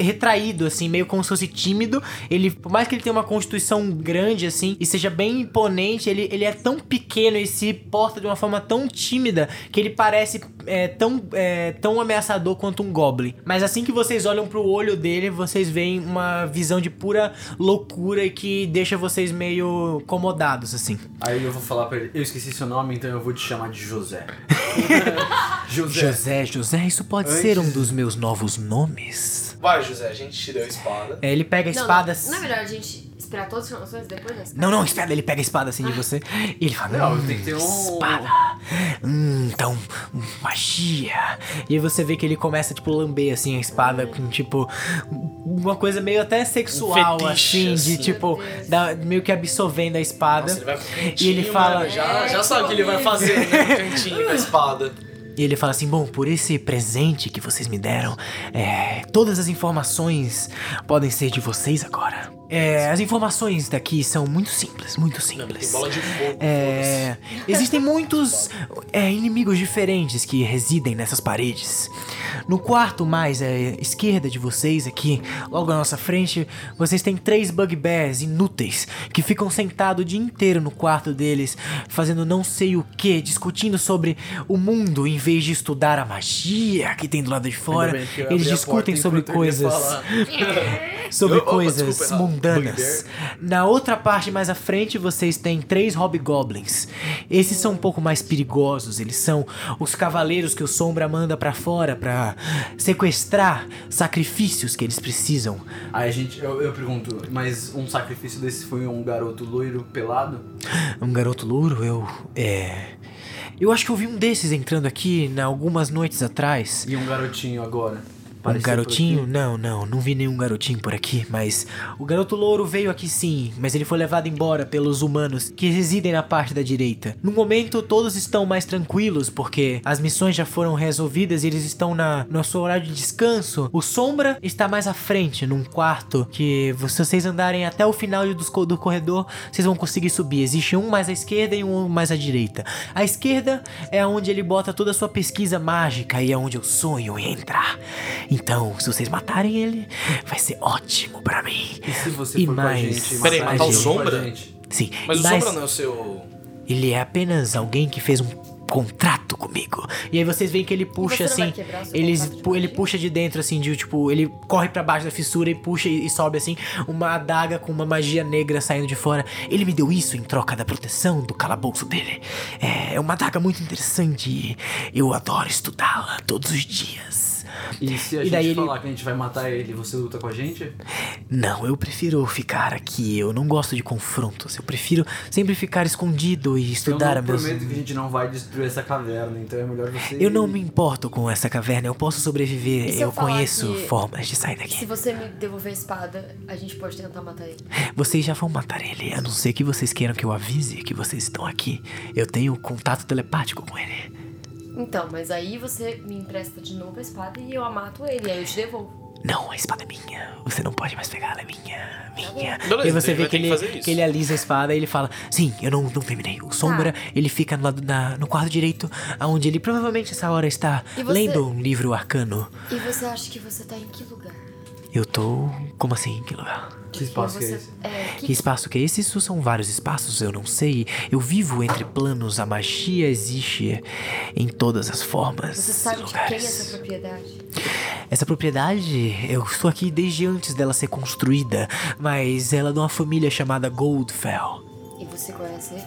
Speaker 1: retraído, assim, meio como se fosse tímido. Ele, por mais que ele tenha uma constituição grande, assim, e seja bem imponente, ele, ele é tão pequeno e se porta de uma forma tão tímida que ele parece é, tão, é, tão ameaçador quanto um goblin. Mas assim que vocês olham pro olho dele, vocês veem uma visão de pura loucura e que deixa vocês meio incomodados, assim.
Speaker 4: Aí eu vou falar pra ele, eu esqueci seu nome, então eu vou te chamar
Speaker 1: [LAUGHS]
Speaker 4: de José. José.
Speaker 1: José, José, isso pode
Speaker 4: Antes-
Speaker 1: ser um dos meus novos nomes.
Speaker 2: Vai, José, a gente tirou a espada.
Speaker 1: É, ele pega espadas.
Speaker 3: Não, não é melhor a gente esperar todas as informações depois da espada?
Speaker 1: Não, não, espera, ele pega a espada assim de você e ele fala:
Speaker 4: Não,
Speaker 1: "Hum,
Speaker 4: tem que ter um-
Speaker 1: Espada. Hum, então, hum, magia. E aí você vê que ele começa, tipo, lamber assim a espada com, tipo, uma coisa meio até
Speaker 4: Um
Speaker 1: sexual,
Speaker 2: fetiche,
Speaker 1: assim,
Speaker 2: assim.
Speaker 1: de tipo,
Speaker 3: Meu Deus.
Speaker 1: da- meio que absorvendo a espada.
Speaker 2: Nossa, ele vai pro
Speaker 1: e
Speaker 2: cantinho,
Speaker 1: ele fala.
Speaker 2: mano, já,
Speaker 3: É,
Speaker 2: já
Speaker 3: que
Speaker 2: sabe o que ele vai
Speaker 3: horrível.
Speaker 2: fazer, né?
Speaker 1: [LAUGHS]
Speaker 2: No cantinho com a espada.
Speaker 1: E ele fala assim: Bom, por esse presente que vocês me deram, é, todas as informações podem ser de vocês agora. É, as informações daqui são muito simples, muito
Speaker 2: Não, tem
Speaker 1: simples.
Speaker 2: bola de fogo.
Speaker 1: É, existem muitos é, inimigos diferentes que residem nessas paredes. No quarto mais à esquerda de vocês, aqui, logo à nossa frente, vocês têm três bugbears inúteis que ficam sentados o dia inteiro no quarto deles, fazendo não sei o que, discutindo sobre o mundo em vez de estudar a magia que tem do lado de fora.
Speaker 4: bem que eu
Speaker 1: Eles
Speaker 4: abri a
Speaker 1: discutem
Speaker 4: porta
Speaker 1: sobre
Speaker 4: enquanto ele ia
Speaker 1: coisas
Speaker 4: falar.
Speaker 1: sobre
Speaker 2: Eu- opa,
Speaker 1: coisas
Speaker 2: desculpa, errado.
Speaker 1: mundanas. Na outra parte mais à frente, vocês têm três hobgoblins. Esses são um pouco mais perigosos, eles são os cavaleiros que o Sombra manda pra fora pra sequestrar sacrifícios que eles precisam.
Speaker 4: Aí a gente, eu, eu pergunto, mas um sacrifício desse foi um garoto loiro pelado?
Speaker 1: Um garoto louro, eu é eu acho que eu vi um desses entrando aqui na algumas noites atrás.
Speaker 4: E um garotinho agora?
Speaker 1: Um
Speaker 4: Apareceu por
Speaker 1: garotinho?
Speaker 4: aqui?
Speaker 1: Não, não, não vi nenhum garotinho por aqui, mas o garoto louro veio aqui sim, mas ele foi levado embora pelos humanos que residem na parte da direita. No momento, todos estão mais tranquilos porque as missões já foram resolvidas e eles estão na no seu horário de descanso. O Sombra está mais à frente, num um quarto que se vocês andarem até o final dos co- do corredor, vocês vão conseguir subir. Existe um mais à esquerda e um mais à direita. A esquerda é onde ele bota toda a sua pesquisa mágica e é onde eu sonho em entrar. Então, se vocês matarem ele, vai ser ótimo pra mim.
Speaker 4: E se você
Speaker 1: E
Speaker 4: for
Speaker 1: mais-
Speaker 4: com a gente?
Speaker 1: Peraí,
Speaker 4: a
Speaker 1: matar o
Speaker 4: gente,
Speaker 2: Sombra?
Speaker 4: com a gente?
Speaker 1: Sim,
Speaker 2: Mas o
Speaker 1: mas
Speaker 2: Sombra não é o seu.
Speaker 1: ele é apenas alguém que fez um contrato comigo. E aí vocês veem que ele puxa
Speaker 3: você não vai
Speaker 1: assim,
Speaker 3: quebrar o seu
Speaker 1: eles
Speaker 3: contrato de
Speaker 1: pu- ele
Speaker 3: magia?
Speaker 1: puxa de dentro assim, de tipo, ele corre pra baixo da fissura e puxa e, e sobe assim uma adaga com uma magia negra saindo de fora. Ele me deu isso em troca da proteção do calabouço dele. É, é uma adaga muito interessante e eu adoro estudá-la todos os dias.
Speaker 4: E se a
Speaker 1: E daí
Speaker 4: gente
Speaker 1: ele-
Speaker 4: falar que a gente vai matar ele, você luta com a gente?
Speaker 1: Não, eu prefiro ficar aqui. Eu não gosto de confrontos. Eu prefiro sempre ficar escondido e estudar
Speaker 4: eu
Speaker 1: a
Speaker 4: não
Speaker 1: meus
Speaker 4: prometo que a gente não vai destruir essa caverna, então é melhor você...
Speaker 1: Eu não me importo com essa caverna, eu posso sobreviver,
Speaker 3: E se
Speaker 1: eu,
Speaker 3: eu falar
Speaker 1: conheço
Speaker 3: que-
Speaker 1: formas de sair daqui.
Speaker 3: Se você me devolver a espada, a gente pode tentar matar ele.
Speaker 1: Vocês já vão matar ele, a não ser que vocês queiram que eu avise que vocês estão aqui. Eu tenho contato telepático com ele.
Speaker 3: Então, mas aí você me empresta de novo a espada e eu a mato ele, aí eu te devolvo.
Speaker 1: Não, a espada é minha. Você não pode mais pegar, ela é minha. Minha.
Speaker 3: Tá
Speaker 2: Beleza,
Speaker 1: e você vê que
Speaker 2: ele vai ter que
Speaker 1: ele,
Speaker 2: fazer isso.
Speaker 1: que ele alisa a espada e ele fala: Sim, eu não, não terminei. O
Speaker 3: Tá.
Speaker 1: Sombra, ele fica no, lado da- no quarto direito, onde ele provavelmente essa hora está
Speaker 3: E você-
Speaker 1: lendo um livro arcano.
Speaker 3: E você acha que você tá em que lugar?
Speaker 1: Eu tô. Como assim? Em que lugar?
Speaker 4: Que espaço que
Speaker 3: você...
Speaker 4: é esse?
Speaker 3: É,
Speaker 1: Que
Speaker 3: que...
Speaker 1: espaço que é esse? Isso são vários espaços, eu não sei. Eu vivo entre planos, a magia existe em todas as formas.
Speaker 3: Você sabe de quem é
Speaker 1: lugares.
Speaker 3: essa propriedade?
Speaker 1: Essa propriedade, eu estou aqui desde antes dela ser construída, mas ela é de uma família chamada Goldfell.
Speaker 3: E você conhece eles?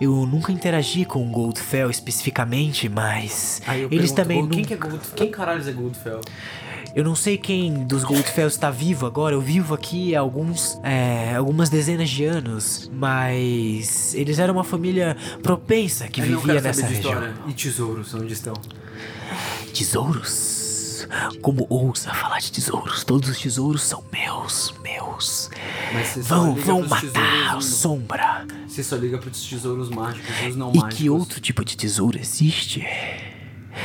Speaker 1: Eu nunca interagi com Goldfell especificamente, mas
Speaker 4: Aí eu
Speaker 1: eles
Speaker 4: pergunto,
Speaker 1: também
Speaker 4: "Bom,
Speaker 1: nunca.
Speaker 4: quem, que é Gold... quem caralho é Goldfell?
Speaker 1: Eu não sei quem dos Goldfells está vivo agora, eu vivo aqui há alguns, é, algumas dezenas de anos, mas eles eram uma família propensa que
Speaker 4: Eu não
Speaker 1: vivia
Speaker 4: quero
Speaker 1: nessa
Speaker 4: saber de
Speaker 1: região.
Speaker 4: história. E tesouros, onde estão?
Speaker 1: Tesouros? Como ousa falar de tesouros? Todos os tesouros são meus, meus.
Speaker 4: Mas você só
Speaker 1: Vão,
Speaker 4: liga
Speaker 1: vão
Speaker 4: pros
Speaker 1: matar o
Speaker 4: tesouros-
Speaker 1: Sombra.
Speaker 4: Você só liga pros tesouros mágicos, os não
Speaker 1: E
Speaker 4: mágicos.
Speaker 1: que outro tipo de tesouro existe?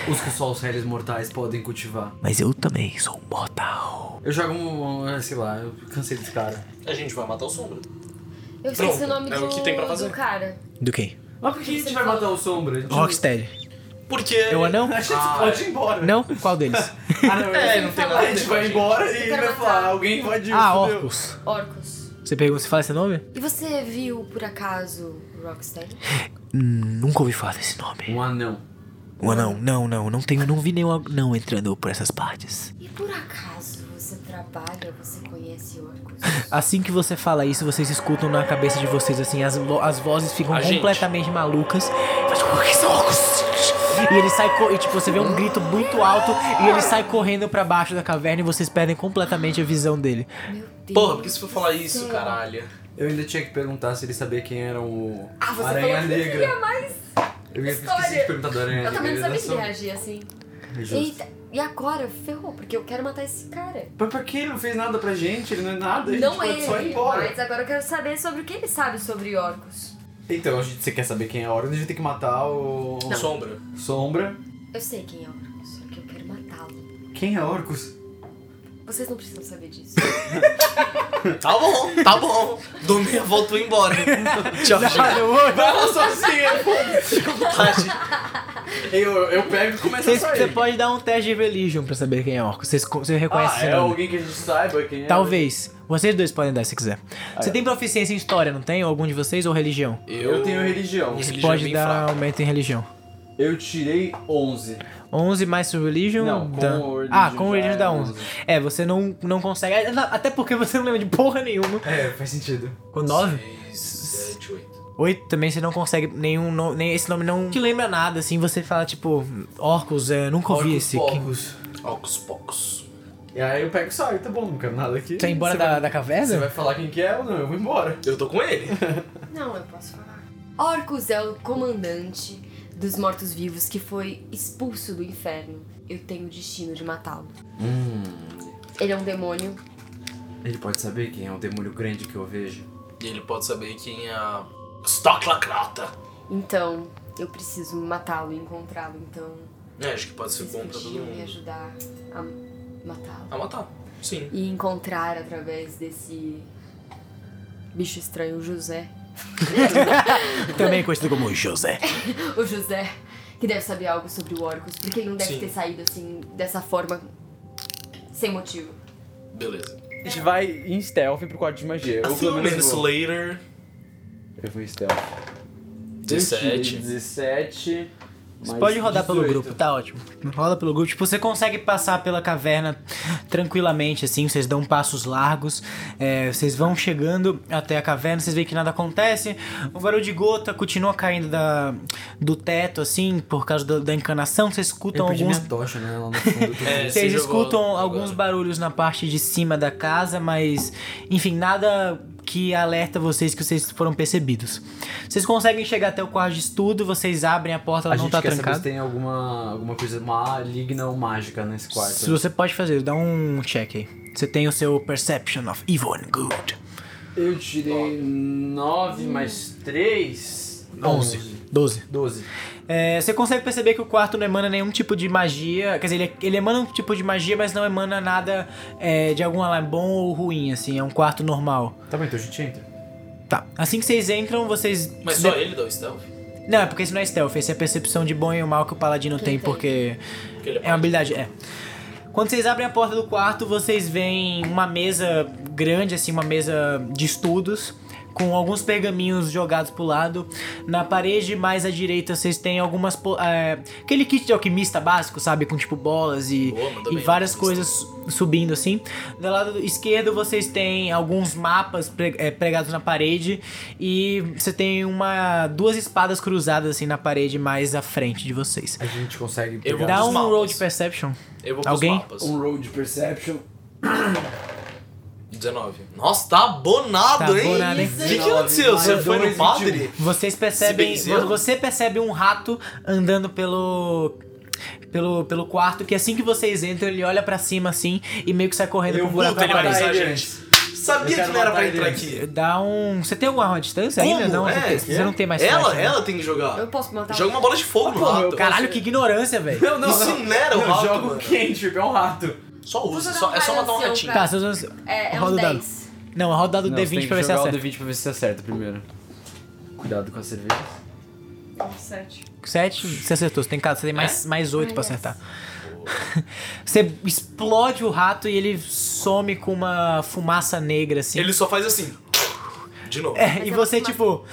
Speaker 4: Os que só os réis mortais podem cultivar.
Speaker 1: Mas eu também sou um mortal.
Speaker 4: Eu jogo um, um- sei lá, eu cansei desse cara.
Speaker 2: A gente vai matar o Sombra.
Speaker 3: Eu esqueci
Speaker 2: Pronto,
Speaker 3: o nome
Speaker 2: é
Speaker 3: do,
Speaker 2: o que tem pra fazer.
Speaker 3: do cara.
Speaker 1: Do quem?
Speaker 4: Mas por que a gente vai matar o Sombra? A gente não-
Speaker 1: Rocksteady.
Speaker 2: Porque.
Speaker 1: É o
Speaker 4: [LAUGHS]
Speaker 1: anão?
Speaker 4: A gente pode ir embora.
Speaker 1: Não? Qual
Speaker 4: [LAUGHS]
Speaker 1: deles?
Speaker 4: Ah, não,
Speaker 2: É, não tem nada
Speaker 4: Ah, é. A
Speaker 2: a
Speaker 4: gente
Speaker 2: ver.
Speaker 4: vai embora e
Speaker 3: quero
Speaker 4: vai
Speaker 3: matar.
Speaker 4: falar, alguém invadiu.
Speaker 1: ah,
Speaker 4: fudeu.
Speaker 1: Orcus.
Speaker 3: Orcos.
Speaker 1: Você pergunta, você fala esse nome?
Speaker 3: E você viu, por acaso, Rocksteady?
Speaker 1: Hum, Nunca ouvi falar desse nome.
Speaker 4: Um anão.
Speaker 1: Um anão? Não, não, não tenho, não vi nenhum anão entrando por essas partes.
Speaker 3: E por acaso você trabalha, você
Speaker 2: [LAUGHS]
Speaker 3: conhece orcos?
Speaker 1: Assim que você fala isso, vocês escutam na cabeça de vocês assim, as, vo- as vozes ficam
Speaker 2: A gente.
Speaker 1: completamente malucas. Faz, "O que são orcos?" E ele sai co- e tipo, você vê um grito muito alto e ele sai correndo pra baixo da caverna e vocês perdem completamente a visão dele.
Speaker 3: Meu Deus.
Speaker 2: Porra, por que você foi falar isso,
Speaker 3: Sei lá.
Speaker 2: caralho?
Speaker 4: Eu ainda tinha que perguntar se ele sabia quem era o
Speaker 3: Ah, você
Speaker 4: Aranha
Speaker 3: falou que você
Speaker 4: Negra.
Speaker 3: queria mais.
Speaker 4: Eu ia esqueci
Speaker 3: História.
Speaker 4: de perguntar do Aranha
Speaker 3: Eu
Speaker 4: Negra.
Speaker 3: também não sabia
Speaker 4: ele é
Speaker 3: que ele reagir assim.
Speaker 4: só- um
Speaker 3: Eita, e agora? Ferrou, porque eu quero matar esse cara.
Speaker 4: Mas por que ele não fez nada pra gente? Ele não é nada, a gente
Speaker 3: não
Speaker 4: pode
Speaker 3: ele,
Speaker 4: só ir embora.
Speaker 3: mas agora eu quero saber sobre o que ele sabe sobre orcos.
Speaker 4: Então, a gente, você quer saber quem é a Horda, a gente tem que matar o...
Speaker 2: O Sombra.
Speaker 4: Sombra.
Speaker 3: Eu sei quem é orcos, só que eu quero matá-lo. [LAUGHS]
Speaker 4: Quem é Orcus?
Speaker 3: Você Vocês não precisam saber disso.
Speaker 2: Tá bom, tá bom. Dou meia volta e vou
Speaker 1: [LAUGHS]
Speaker 2: embora. Tchau, Tá, tchau.
Speaker 4: Vai sozinha,
Speaker 2: Tati.
Speaker 4: Eu, eu pego e começo a
Speaker 1: Vocês- Você
Speaker 4: sair.
Speaker 1: pode dar um teste de religion pra saber quem é orco. Vocês, co- você reconhece
Speaker 4: Ah,
Speaker 1: esse
Speaker 4: é
Speaker 1: nome.
Speaker 4: alguém que a gente saiba quem é.
Speaker 1: né?
Speaker 4: Ah,
Speaker 1: Talvez. Vocês dois podem dar se quiser. Você tem proficiência em história, não tem? Ou algum de vocês ou religião?
Speaker 4: Eu, tenho religião.
Speaker 1: Você
Speaker 2: Religião é
Speaker 1: pode
Speaker 2: bem
Speaker 1: dar
Speaker 2: fraca.
Speaker 1: aumento em religião.
Speaker 4: Eu tirei 11.
Speaker 1: 11 mais sua religion?
Speaker 4: Não, com
Speaker 1: dá...
Speaker 4: o religion
Speaker 1: Ah, com o
Speaker 4: já
Speaker 1: religion dá
Speaker 4: é
Speaker 1: 11.
Speaker 4: 11.
Speaker 1: É, você não, não consegue. é, não, Até porque você não lembra de porra nenhuma.
Speaker 4: É, faz sentido.
Speaker 1: Com 9?
Speaker 2: 6, 7, 8.
Speaker 1: 8 também você não consegue nenhum. no- nem esse nome não te lembra nada, assim. Você fala tipo, orcos, é, nunca ouvi esse. Que...
Speaker 4: Poucos.
Speaker 2: Ocos pocos.
Speaker 4: E aí eu pego e saio, tá bom, não quero nada aqui.
Speaker 1: Tá embora
Speaker 4: Você
Speaker 1: da,
Speaker 4: vai-
Speaker 1: da
Speaker 4: Você
Speaker 1: caverna?
Speaker 4: vai falar quem que é ou não? Eu vou embora.
Speaker 2: Eu tô com ele.
Speaker 3: [LAUGHS] Não, eu posso falar. Orcus é o comandante dos mortos-vivos que foi expulso do inferno. Eu tenho o destino de matá-lo.
Speaker 1: Hum.
Speaker 3: Ele é um demônio.
Speaker 4: Ele pode saber quem é o demônio grande que eu vejo.
Speaker 2: E ele pode saber quem é a. Stocklacrata.
Speaker 3: Então, eu preciso matá-lo e encontrá-lo. Então,
Speaker 2: É, acho que pode ser
Speaker 3: vocês
Speaker 2: bom pra todo
Speaker 3: podiam me
Speaker 2: mundo.
Speaker 3: ajudar a matá-lo.
Speaker 2: A matar. Sim.
Speaker 3: E encontrar através desse bicho estranho, o José.
Speaker 1: Também é conhecido como José.
Speaker 3: O José, que deve saber algo sobre o Orcus, porque ele não deve
Speaker 2: Sim.
Speaker 3: ter saído assim, dessa forma, sem motivo.
Speaker 2: Beleza.
Speaker 4: A gente vai em stealth pro quarto de magia.
Speaker 1: Ah,
Speaker 2: A
Speaker 4: Eu
Speaker 1: Assim
Speaker 2: few
Speaker 4: pelo menos
Speaker 2: minutes
Speaker 4: vou.
Speaker 2: later.
Speaker 4: Eu vou em stealth. Eu tirei
Speaker 2: 17.
Speaker 4: 17.
Speaker 1: Você
Speaker 4: mais
Speaker 1: pode rodar pelo
Speaker 4: 18.
Speaker 1: grupo, tá ótimo. Roda pelo grupo. Tipo, você consegue passar pela caverna tranquilamente, assim. Vocês dão passos largos. é, vocês vão chegando até a caverna. Vocês veem que nada acontece. O barulho de gota continua caindo da, do teto, assim, por causa da, da encanação. Vocês escutam Então, alguns.
Speaker 4: tocha, né? Lá no fundo.
Speaker 2: É, você
Speaker 1: Vocês
Speaker 2: jogou
Speaker 1: escutam
Speaker 2: agora.
Speaker 1: alguns barulhos na parte de cima da casa, mas enfim, nada que alerta vocês que vocês foram percebidos. Vocês conseguem chegar até o quarto de estudo, vocês abrem a porta, ela
Speaker 4: A
Speaker 1: não
Speaker 4: gente
Speaker 1: tá
Speaker 4: quer saber se
Speaker 1: trancada.
Speaker 4: tem alguma, alguma coisa maligna ou mágica nesse quarto.
Speaker 1: Se você pode fazer, dá um check aí. Você tem o seu Perception of Evil and Good.
Speaker 4: Eu tirei 9 mais 3.
Speaker 1: 11. 12.
Speaker 4: 12.
Speaker 1: É, você consegue perceber que o quarto não emana nenhum tipo de magia. Quer dizer, ele, ele emana um tipo de magia, mas não emana nada é, de algum alarme bom ou ruim, assim. É um quarto normal.
Speaker 4: Tá bom, então a gente entra.
Speaker 1: Tá. Assim que vocês entram, vocês.
Speaker 2: Mas só ele então? dá o stealth?
Speaker 1: Não, é porque isso não é stealth, essa é a percepção de bom e o mal que o paladino tem,
Speaker 3: tem.
Speaker 1: porque
Speaker 2: Porque ele é
Speaker 1: é uma habilidade, é. Quando vocês abrem a porta do quarto, vocês veem uma mesa grande, assim, uma mesa de estudos, com alguns pergaminhos jogados pro lado. Na parede mais à direita, vocês têm algumas. po- é, aquele kit de alquimista básico, sabe? Com tipo bolas e,
Speaker 2: Boa, mandou
Speaker 1: e
Speaker 2: bem,
Speaker 1: várias
Speaker 2: alquimista.
Speaker 1: coisas su- subindo assim. Do lado esquerdo, vocês têm alguns mapas pre- é, pregados na parede. E você tem uma duas espadas cruzadas assim na parede mais à frente de vocês.
Speaker 4: A gente consegue
Speaker 2: Eu vou
Speaker 4: pegar
Speaker 1: Dá
Speaker 2: pros
Speaker 1: um
Speaker 2: mapas.
Speaker 1: road perception.
Speaker 2: Eu vou
Speaker 1: Alguém?
Speaker 2: pros mapas.
Speaker 4: um road perception.
Speaker 2: 19. Nossa, tá abonado,
Speaker 1: Tá
Speaker 2: hein?
Speaker 1: abonado, hein?
Speaker 2: O que, que aconteceu? Você
Speaker 4: Mais
Speaker 2: foi
Speaker 4: dois,
Speaker 2: no padre?
Speaker 4: 21.
Speaker 1: Vocês percebem,
Speaker 2: Se benzeu.
Speaker 1: você percebe um rato andando pelo pelo, pelo quarto que assim que vocês entram, ele olha pra cima assim e meio que sai correndo pro
Speaker 4: Eu vou
Speaker 1: buraco
Speaker 2: Puta,
Speaker 1: da
Speaker 2: ele vai
Speaker 4: matar
Speaker 1: parede.
Speaker 2: avisar a
Speaker 4: ele
Speaker 2: gente. Sabia
Speaker 4: Eu quero
Speaker 2: que não era pra
Speaker 4: matar
Speaker 2: entrar
Speaker 4: ele
Speaker 2: aqui.
Speaker 1: Dá um, você tem algum arma à distância ainda? Tá Não,
Speaker 2: É,
Speaker 1: você, tem- você não tem mais
Speaker 2: Ela,
Speaker 1: flash, né?
Speaker 2: ela tem que
Speaker 4: Ah,
Speaker 2: jogar.
Speaker 3: Eu posso um matar
Speaker 2: Joga uma bola de fogo no
Speaker 4: Porra,
Speaker 2: rato.
Speaker 4: eu-
Speaker 1: Caralho, que ignorância, velho.
Speaker 4: Não, não,
Speaker 2: Incinera o
Speaker 4: não.
Speaker 2: rato,
Speaker 4: Joga
Speaker 2: mano.
Speaker 4: o cantrip, é um rato.
Speaker 2: Só usa,
Speaker 3: Vou jogar
Speaker 2: só-
Speaker 3: um
Speaker 2: é só matar um
Speaker 3: palhação
Speaker 2: ratinho.
Speaker 3: pra-
Speaker 1: Tá, seus, seus,
Speaker 3: É, é
Speaker 1: roda
Speaker 3: um
Speaker 1: o dado.
Speaker 3: 10.
Speaker 1: Não, roda o dado
Speaker 4: Não, você tem
Speaker 1: D20
Speaker 4: que
Speaker 1: pra ver se é
Speaker 4: jogar o
Speaker 1: acerta.
Speaker 4: D20 pra ver se acerta primeiro. Cuidado com a cerveja.
Speaker 3: 7.
Speaker 1: 7, você acertou. Você tem, cara, você tem mais, mais 8 pra
Speaker 3: Ah, yes.
Speaker 1: acertar. [LAUGHS] você explode o rato e ele some com uma fumaça negra, assim.
Speaker 2: Ele só faz assim. De novo.
Speaker 1: É,
Speaker 3: Mas
Speaker 1: e
Speaker 3: é
Speaker 1: você,
Speaker 3: uma
Speaker 1: tipo.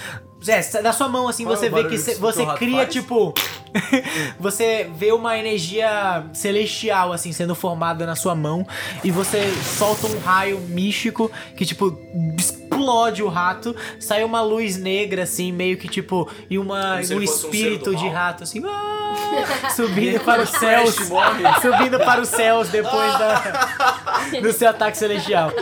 Speaker 1: É, da sua mão, assim,
Speaker 4: Qual é
Speaker 1: você
Speaker 4: o
Speaker 1: vê que
Speaker 4: barulho
Speaker 1: cê-
Speaker 4: que o
Speaker 1: você
Speaker 4: rato
Speaker 1: cria,
Speaker 4: faz?
Speaker 1: tipo. [LAUGHS] você vê uma energia celestial, assim, sendo formada na sua mão. E você solta um raio místico que, tipo, explode o rato. Sai uma luz negra, assim, meio que, tipo. E uma,
Speaker 2: Como se
Speaker 1: um
Speaker 2: ele fosse um ser
Speaker 1: espírito
Speaker 2: do
Speaker 1: de
Speaker 2: mal.
Speaker 1: rato, assim. "Ah",
Speaker 3: [LAUGHS]
Speaker 1: subindo
Speaker 4: [LAUGHS]
Speaker 1: para os céus.
Speaker 4: morre.
Speaker 1: Subindo para os céus depois da, do seu ataque celestial.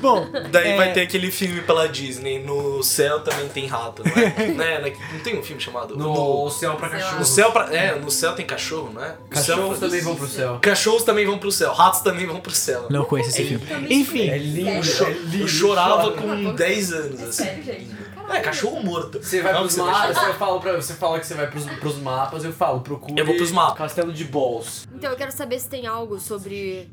Speaker 1: Bom,
Speaker 2: Daí
Speaker 1: é,
Speaker 2: vai ter aquele filme pela Disney. No céu também tem rato, não é? né? na- Não tem um filme chamado.
Speaker 4: No céu pra cachorro.
Speaker 2: no céu pra, É, no céu tem cachorro, não é? O céu-
Speaker 4: Cachorros também vão pro céu.
Speaker 2: Cachorros também vão pro céu, ratos também vão pro céu.
Speaker 1: Não conheço esse filme. Enfim.
Speaker 4: lindo,
Speaker 3: Sério?
Speaker 4: é lindo.
Speaker 2: Eu chorava
Speaker 4: Chora.
Speaker 2: com 10 anos,
Speaker 3: É
Speaker 2: assim.
Speaker 3: sério, gente. Caralho.
Speaker 2: É, cachorro morto.
Speaker 4: Você vai
Speaker 2: Não,
Speaker 4: pros
Speaker 2: você
Speaker 4: mapas,
Speaker 2: vai-
Speaker 4: eu falo pra, você fala que você vai pros, pros mapas, eu falo, procura.
Speaker 2: Eu vou pros mapas.
Speaker 4: Castelo de Balls.
Speaker 3: Então eu quero saber se tem algo sobre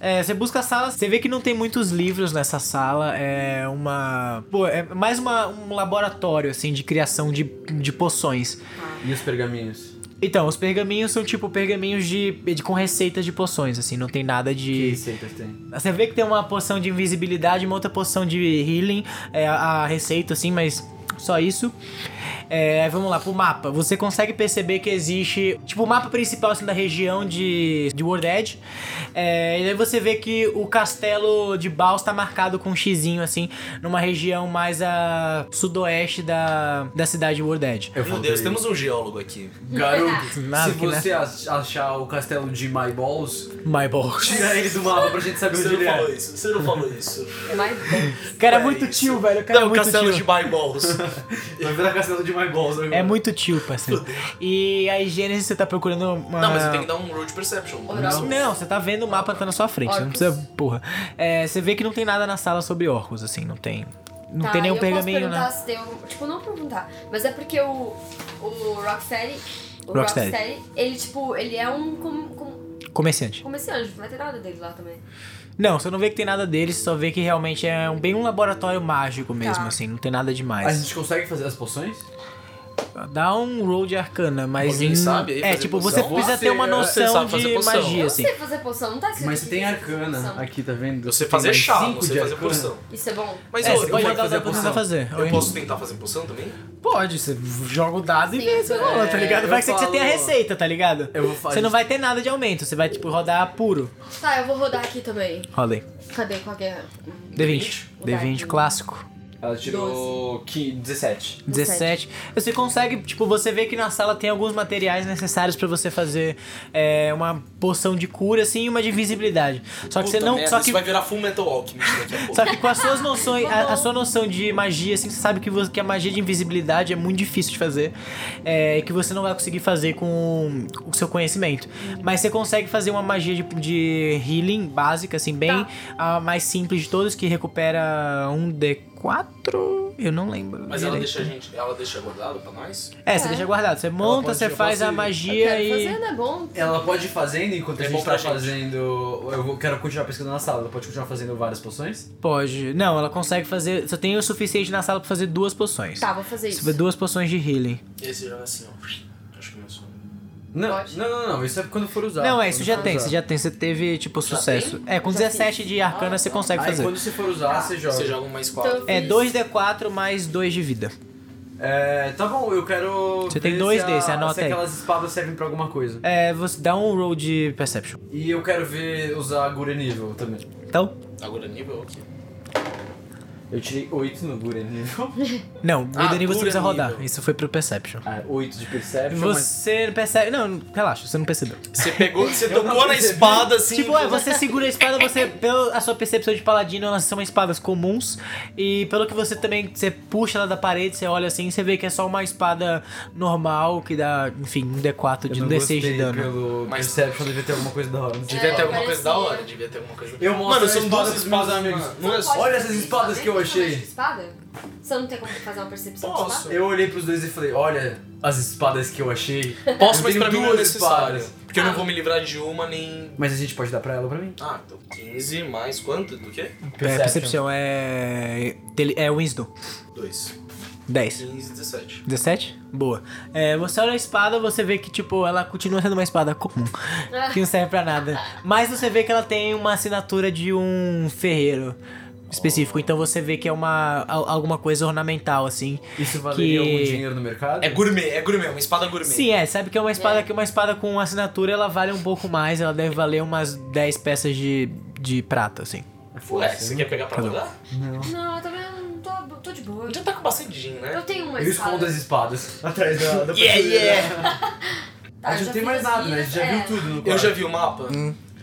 Speaker 1: É, você busca a sala, você vê que não tem muitos livros nessa sala. É uma. Pô, é mais uma, um laboratório, assim, de criação de, de poções.
Speaker 4: E os pergaminhos?
Speaker 1: Então, os pergaminhos são tipo pergaminhos de, de- com receitas de poções, assim, não tem nada
Speaker 4: Que
Speaker 1: de.
Speaker 4: receitas tem?
Speaker 1: Você vê que tem uma poção de invisibilidade, uma outra poção de healing, é, a a receita, assim, mas só isso. É, vamos lá, pro mapa. Você consegue perceber que existe, tipo, o mapa principal, assim, da região de, de World Edge. É, e aí você vê que o castelo de Baus tá marcado com um xizinho, assim, numa região mais a sudoeste da, da cidade de World Edge.
Speaker 4: Eu
Speaker 2: Meu
Speaker 4: falei.
Speaker 2: Deus, temos um geólogo aqui.
Speaker 4: Garoto,
Speaker 1: Nada
Speaker 4: [LAUGHS] se
Speaker 1: que, né?
Speaker 4: você ach- achar o castelo de My Balls,
Speaker 1: My balls.
Speaker 4: tira ele do mapa pra gente saber
Speaker 2: Você
Speaker 4: onde
Speaker 2: não
Speaker 4: ele
Speaker 2: falou
Speaker 4: é.
Speaker 2: isso, você não falou isso.
Speaker 3: Mais bom.
Speaker 1: [LAUGHS] Cara, é
Speaker 2: É
Speaker 1: muito
Speaker 2: isso.
Speaker 1: tio, velho. O cara é
Speaker 2: Não, o
Speaker 1: muito
Speaker 2: castelo
Speaker 1: tio.
Speaker 2: de
Speaker 1: [LAUGHS]
Speaker 2: Byballs.
Speaker 4: Vai virar castelo de My Balls agora.
Speaker 1: É muito tio, parceiro. E aí, Gênesis, você tá procurando uma...
Speaker 2: Não, mas você tem que dar um road perception.
Speaker 3: Oral.
Speaker 1: Não, você tá vendo o mapa, tá na sua frente. Você não
Speaker 3: Orcus.
Speaker 1: precisa... Porra. É, você vê que não tem nada na sala sobre orcos, assim. Não tem... Não
Speaker 3: tá,
Speaker 1: tem nenhum
Speaker 3: eu
Speaker 1: pergaminho,
Speaker 3: posso perguntar
Speaker 1: né?
Speaker 3: se tem algum... Tipo, não perguntar, mas é porque o, o Rocksteady... O
Speaker 1: Rocksteady.
Speaker 3: Rocksteady. ele, tipo, ele é um com, com,
Speaker 1: né? Comerciante.
Speaker 3: comerciante, não vai ter nada dele lá também.
Speaker 1: Não, você não vê que tem nada deles. Só vê que realmente é um, bem um laboratório mágico mesmo,
Speaker 3: Tá.
Speaker 1: assim. Não tem nada
Speaker 4: A
Speaker 1: demais.
Speaker 4: gente consegue fazer as poções?
Speaker 1: Dá um roll de arcana, mas...
Speaker 2: Alguém
Speaker 1: hum,
Speaker 2: sabe aí
Speaker 1: É,
Speaker 2: fazer
Speaker 1: tipo, você
Speaker 2: poção?
Speaker 1: precisa
Speaker 4: Você-
Speaker 1: ter uma
Speaker 3: é,
Speaker 4: você
Speaker 1: noção
Speaker 2: sabe fazer
Speaker 1: de
Speaker 2: poção.
Speaker 1: magia,
Speaker 3: Eu
Speaker 1: assim.
Speaker 3: sei fazer poção, não tá escrito
Speaker 4: Mas
Speaker 3: aqui
Speaker 4: tem
Speaker 3: que fazer poção.
Speaker 4: arcana aqui, tá vendo?
Speaker 2: Eu sei
Speaker 4: Tem
Speaker 2: fazer
Speaker 4: mais
Speaker 2: chá,
Speaker 4: cinco
Speaker 2: não sei
Speaker 4: de
Speaker 2: fazer
Speaker 4: arcana.
Speaker 2: poção.
Speaker 3: Isso é bom?
Speaker 2: Mas
Speaker 1: né? É,
Speaker 2: ô,
Speaker 1: você pode
Speaker 2: eu vou
Speaker 1: jogar os
Speaker 2: fazer
Speaker 1: dados pra
Speaker 2: poção.
Speaker 1: tentar fazer.
Speaker 2: Eu posso tentar fazer poção também?
Speaker 1: Pode, você joga o dado e
Speaker 3: Sim,
Speaker 1: vê se
Speaker 3: é,
Speaker 1: rola, tá ligado?
Speaker 4: eu
Speaker 1: Vai ser que você
Speaker 4: falo-
Speaker 1: tem a receita, tá ligado?
Speaker 4: Eu vou fazer.
Speaker 1: Você não vai ter nada de aumento, você vai, tipo, rodar puro.
Speaker 3: Tá, eu vou rodar aqui também.
Speaker 1: Rola aí.
Speaker 3: Cadê? Qual que é?
Speaker 1: D20. D20
Speaker 3: D20
Speaker 1: clássico.
Speaker 4: Ela tirou 15, 17.
Speaker 1: 17. Você consegue, tipo, você vê que na sala tem alguns materiais necessários pra você fazer é, uma poção de cura, assim, e uma de visibilidade. Só que você
Speaker 2: Puta
Speaker 1: não.
Speaker 2: merda,
Speaker 1: só
Speaker 2: isso
Speaker 1: que
Speaker 2: vai virar Full Metal Alchemist [LAUGHS] daqui a pouco.
Speaker 1: Só que com as
Speaker 3: [LAUGHS]
Speaker 1: suas noções, a,
Speaker 3: Tá
Speaker 1: a
Speaker 3: bom.
Speaker 1: sua noção de magia, assim, você sabe que, você- que a magia de invisibilidade é muito difícil de fazer. É, e que você não vai conseguir fazer com o seu conhecimento. Mas você consegue fazer uma magia de, de healing básica, assim, bem
Speaker 3: Tá.
Speaker 1: a mais simples de todos, que recupera um D4. Eu não lembro.
Speaker 2: Mas ela
Speaker 1: direito.
Speaker 2: deixa a gente. Ela deixa guardado pra nós?
Speaker 1: É, você
Speaker 3: É.
Speaker 1: deixa guardado. Você monta,
Speaker 2: pode-
Speaker 1: você
Speaker 2: eu
Speaker 1: faz a
Speaker 2: posso ir.
Speaker 1: magia
Speaker 3: Quero
Speaker 1: e.
Speaker 3: fazer, né? Bom.
Speaker 4: Ela pode ir fazendo enquanto
Speaker 2: É
Speaker 4: a
Speaker 2: bom
Speaker 4: gente
Speaker 2: pra
Speaker 4: tá
Speaker 2: gente.
Speaker 4: fazendo. Eu vou- quero continuar pesquisando na sala. Ela pode continuar fazendo várias poções?
Speaker 1: Pode. Não, ela consegue fazer. Só tem o suficiente na sala pra fazer duas poções.
Speaker 3: Tá, vou fazer
Speaker 1: Você
Speaker 3: isso.
Speaker 1: faz duas poções de healing.
Speaker 2: E aí você joga assim, ó. Acho que é meu sonho.
Speaker 4: Não,
Speaker 3: Pode.
Speaker 4: não, não, não. Isso é quando for usar.
Speaker 1: Não, é, isso
Speaker 4: Quando
Speaker 1: já
Speaker 4: for
Speaker 1: tem,
Speaker 4: usar.
Speaker 1: você já tem, você teve, tipo, sucesso. É, com
Speaker 3: Já
Speaker 1: 17
Speaker 3: fiz.
Speaker 1: de arcana
Speaker 3: Ah,
Speaker 1: você
Speaker 3: tá.
Speaker 1: consegue
Speaker 4: Aí
Speaker 1: fazer.
Speaker 4: quando você for usar, você joga.
Speaker 2: Você joga um mais
Speaker 3: Então,
Speaker 2: quatro.
Speaker 1: É
Speaker 3: fiz-
Speaker 1: 2d4 mais 2 de vida.
Speaker 4: É, tá bom, eu quero.
Speaker 1: Você tem
Speaker 4: ver
Speaker 1: dois
Speaker 4: se
Speaker 1: desses,
Speaker 4: a-
Speaker 1: anota
Speaker 4: se
Speaker 1: aí.
Speaker 4: aquelas espadas servem pra alguma coisa.
Speaker 1: É, você dá um roll de perception.
Speaker 4: E eu quero ver usar Gure Nível também.
Speaker 1: Então?
Speaker 2: Agora é nível aqui.
Speaker 4: Eu tirei 8 no Gure Nível.
Speaker 1: [LAUGHS] Não, o
Speaker 2: Ah,
Speaker 1: ah, nível você
Speaker 2: dura
Speaker 1: precisa rodar.
Speaker 2: nível.
Speaker 1: Isso foi pro perception.
Speaker 4: Ah, 8 de Perception. mas-
Speaker 1: Você não percebe. Não, relaxa, você não percebeu. [LAUGHS]
Speaker 2: Você pegou, você
Speaker 4: Eu não
Speaker 2: tocou na
Speaker 4: percebi.
Speaker 2: espada assim.
Speaker 1: Tipo, é, você segura a espada, você, pela a sua percepção de paladino, elas são espadas comuns. E pelo que você também, você puxa ela da parede, você olha assim, você vê que é só uma espada normal, que dá, enfim, um D4, de,
Speaker 4: Eu
Speaker 1: um
Speaker 4: não
Speaker 1: D6 de
Speaker 4: gostei
Speaker 1: dano.
Speaker 4: Pelo
Speaker 2: Mas-
Speaker 4: Perception devia ter alguma coisa da hora.
Speaker 2: Devia ter alguma
Speaker 3: É,
Speaker 2: coisa
Speaker 3: parecia.
Speaker 2: da hora, devia ter alguma coisa.
Speaker 4: Eu mostro
Speaker 2: Mano,
Speaker 4: as
Speaker 2: são
Speaker 4: espadas
Speaker 2: duas
Speaker 4: pros meus
Speaker 2: espadas,
Speaker 4: amigos.
Speaker 2: mano. Não
Speaker 3: Você
Speaker 2: é
Speaker 3: não
Speaker 2: só.
Speaker 4: Olha
Speaker 3: pode
Speaker 4: essas
Speaker 3: fazer
Speaker 4: espadas
Speaker 3: isso,
Speaker 4: que eu
Speaker 3: né? Você não
Speaker 4: achei.
Speaker 3: mexe com Espada? Você não tem como fazer uma percepção de
Speaker 2: Posso.
Speaker 3: espada?
Speaker 4: Eu olhei pros dois e falei, olha as espadas que eu achei.
Speaker 2: [LAUGHS] Posso,
Speaker 4: Eu
Speaker 2: mas
Speaker 4: tenho
Speaker 2: pra mim não é
Speaker 4: duas
Speaker 2: necessário.
Speaker 4: espadas.
Speaker 2: Porque eu não vou me livrar de uma nem.
Speaker 4: Mas a gente pode dar pra ela pra mim?
Speaker 2: Ah, então 15 mais quanto? Do quê?
Speaker 1: É, percepção é. tele- É Wisdom.
Speaker 2: 2.
Speaker 1: 10.
Speaker 2: 15, 17.
Speaker 1: 17? Boa. É, você olha a espada, você vê que, tipo, ela continua sendo uma espada comum. Que não serve pra nada. Mas você vê que ela tem uma assinatura de um ferreiro específico. Então você vê que é uma. al- alguma coisa ornamental, assim.
Speaker 4: Isso valeria
Speaker 1: Que-
Speaker 4: algum dinheiro no mercado?
Speaker 2: É gourmet, é gourmet, uma espada gourmet.
Speaker 1: Sim, é, sabe que é uma espada
Speaker 3: É.
Speaker 1: que uma espada com assinatura ela vale um pouco mais, ela deve valer umas 10 peças de, de prata, assim.
Speaker 2: Ué, é, você quer pegar pra
Speaker 1: Cadê?
Speaker 2: rodar?
Speaker 3: Não, eu também não tô, tô de boa.
Speaker 2: Já tá com bastante gin, né?
Speaker 3: Eu tenho uma
Speaker 4: Eu escondo
Speaker 3: espada.
Speaker 4: Então, as espadas [LAUGHS] atrás da, da
Speaker 2: Yeah,
Speaker 4: prateleira.
Speaker 2: yeah!
Speaker 3: Tá,
Speaker 4: A gente
Speaker 3: eu
Speaker 4: não
Speaker 3: já
Speaker 4: tem
Speaker 3: fiz
Speaker 4: mais
Speaker 3: as
Speaker 4: nada, né? A
Speaker 3: minhas,
Speaker 4: gente já
Speaker 3: é.
Speaker 4: viu tudo no quarto.
Speaker 2: Eu já vi o mapa.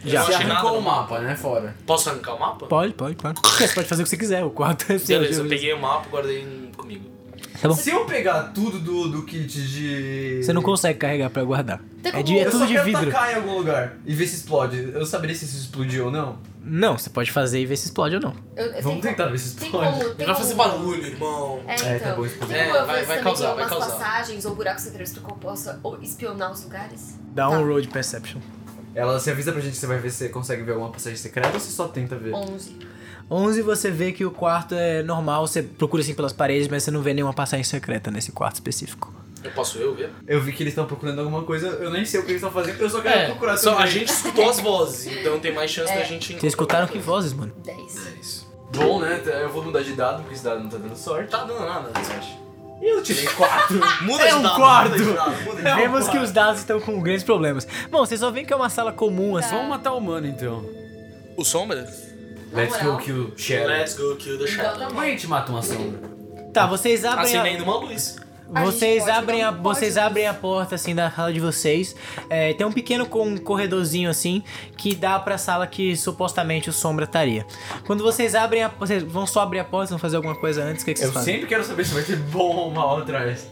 Speaker 1: Já.
Speaker 2: Não
Speaker 4: Você
Speaker 2: achei nada
Speaker 4: arrancou
Speaker 2: no
Speaker 4: o mapa, né? Fora.
Speaker 2: Posso arrancar o mapa?
Speaker 1: Pode, pode, pode. Você pode fazer o que você quiser, o quarto é seu.
Speaker 2: Beleza, eu peguei o mapa, guardei em- comigo.
Speaker 1: Tá bom.
Speaker 4: Se eu pegar tudo do, do kit de...
Speaker 1: Você não consegue carregar pra guardar.
Speaker 3: Tem
Speaker 1: É,
Speaker 3: como-
Speaker 1: de, é
Speaker 4: Eu só
Speaker 1: tudo de
Speaker 4: quero
Speaker 1: vidro.
Speaker 4: tacar em algum lugar e ver se explode. Eu saberia se isso explodiu ou não.
Speaker 1: Não, você pode fazer e ver se explode ou não.
Speaker 3: Eu- eu
Speaker 4: Vamos
Speaker 3: tenho-
Speaker 4: tentar ver se
Speaker 3: Tem
Speaker 4: explode.
Speaker 3: como, tem
Speaker 2: Vai fazer
Speaker 3: como-
Speaker 2: barulho, irmão.
Speaker 3: É,
Speaker 4: É, tá
Speaker 3: então.
Speaker 4: bom,
Speaker 3: tem como
Speaker 4: explodiu.
Speaker 2: É,
Speaker 3: eu
Speaker 2: vai-
Speaker 3: ver
Speaker 2: vai
Speaker 3: se também
Speaker 2: causar,
Speaker 3: tem
Speaker 2: vai
Speaker 3: umas
Speaker 2: causar.
Speaker 3: passagens ou buracos secretos pra que eu possa ou espionar os lugares?
Speaker 1: Dá um
Speaker 3: Tá.
Speaker 1: roll de perception.
Speaker 6: Ela se avisa pra gente se você vai ver se você consegue ver alguma passagem secreta ou você só tenta
Speaker 4: É.
Speaker 6: ver?
Speaker 3: 11.
Speaker 1: 11 você vê que o quarto é normal, você procura assim pelas paredes, mas você não vê nenhuma passagem secreta nesse quarto específico.
Speaker 2: Eu posso eu ver?
Speaker 6: Eu vi que eles estão procurando alguma coisa, eu nem sei o que eles estão fazendo, eu só quero
Speaker 2: É,
Speaker 6: procurar
Speaker 2: só,
Speaker 6: sobre
Speaker 2: a gente escutou as vozes, então tem mais chance da gente encontrar
Speaker 1: Vocês escutaram que
Speaker 2: alguma
Speaker 1: vozes, mano?
Speaker 3: 10.
Speaker 4: É,
Speaker 6: Bom, né? Eu vou mudar de dado, porque esse dado não tá dando sorte. É
Speaker 2: coisa. Tá dando nada, eu
Speaker 6: Eu tirei quatro.
Speaker 2: acho. [LAUGHS] Muda de
Speaker 1: um
Speaker 2: dado,
Speaker 1: quarto.
Speaker 2: muda de dado, muda de
Speaker 6: É um
Speaker 2: dado.
Speaker 1: Vemos que os dados estão com grandes problemas. Bom, vocês só veem que é uma sala comum, assim.
Speaker 4: Vamos matar o mano então.
Speaker 2: O Sombra?
Speaker 4: Let's
Speaker 3: moral.
Speaker 4: go kill Shadow.
Speaker 2: Let's go kill the shadow.
Speaker 4: Como a gente mata uma sombra?
Speaker 1: Tá, vocês
Speaker 6: Ah,
Speaker 1: abrem a...
Speaker 2: Acendendo uma luz.
Speaker 3: A gente
Speaker 1: Vocês
Speaker 3: pode,
Speaker 1: abrem,
Speaker 3: não
Speaker 1: a,
Speaker 3: pode.
Speaker 1: vocês abrem a porta assim da sala de vocês. É, tem um pequeno co- um corredorzinho assim que dá pra sala que supostamente o sombra estaria. Quando vocês abrem a vocês vão só abrir a porta, vão fazer alguma coisa antes, o que, que vocês
Speaker 6: Eu
Speaker 1: fazem?
Speaker 6: sempre quero saber se vai ter bom ou mal atrás.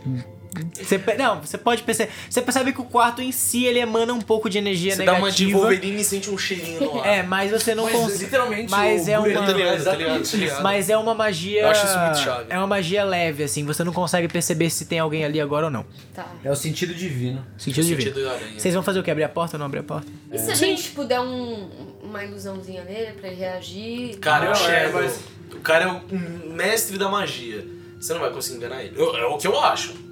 Speaker 1: Você pe- não, você pode perceber, você percebe que o quarto em si ele emana um pouco de energia
Speaker 6: é
Speaker 2: Você dá
Speaker 1: negativa.
Speaker 2: uma de Wolverine e sente um cheirinho no ar.
Speaker 1: É, mas você não consegue
Speaker 6: literalmente,
Speaker 1: mas é
Speaker 6: o
Speaker 1: uma-
Speaker 2: Tá ligado, tá
Speaker 6: Exatamente
Speaker 2: ligado, tá ligado.
Speaker 1: Mas é uma magia.
Speaker 2: Eu acho isso muito chave.
Speaker 1: É uma magia leve, assim. Você não consegue perceber se tem alguém ali agora ou não.
Speaker 3: Tá.
Speaker 4: É o sentido divino.
Speaker 1: Sentido de vida.
Speaker 2: Sentido da aranha.
Speaker 1: Vocês vão fazer o que? Abrir a porta ou não abrir a porta?
Speaker 3: E se a gente puder um, uma ilusãozinha nele pra ele reagir?
Speaker 2: Cara, é o
Speaker 6: Não, é,
Speaker 2: Shadow. O cara é um mestre da magia. Você não vai conseguir enganar ele. Eu- é o que eu acho.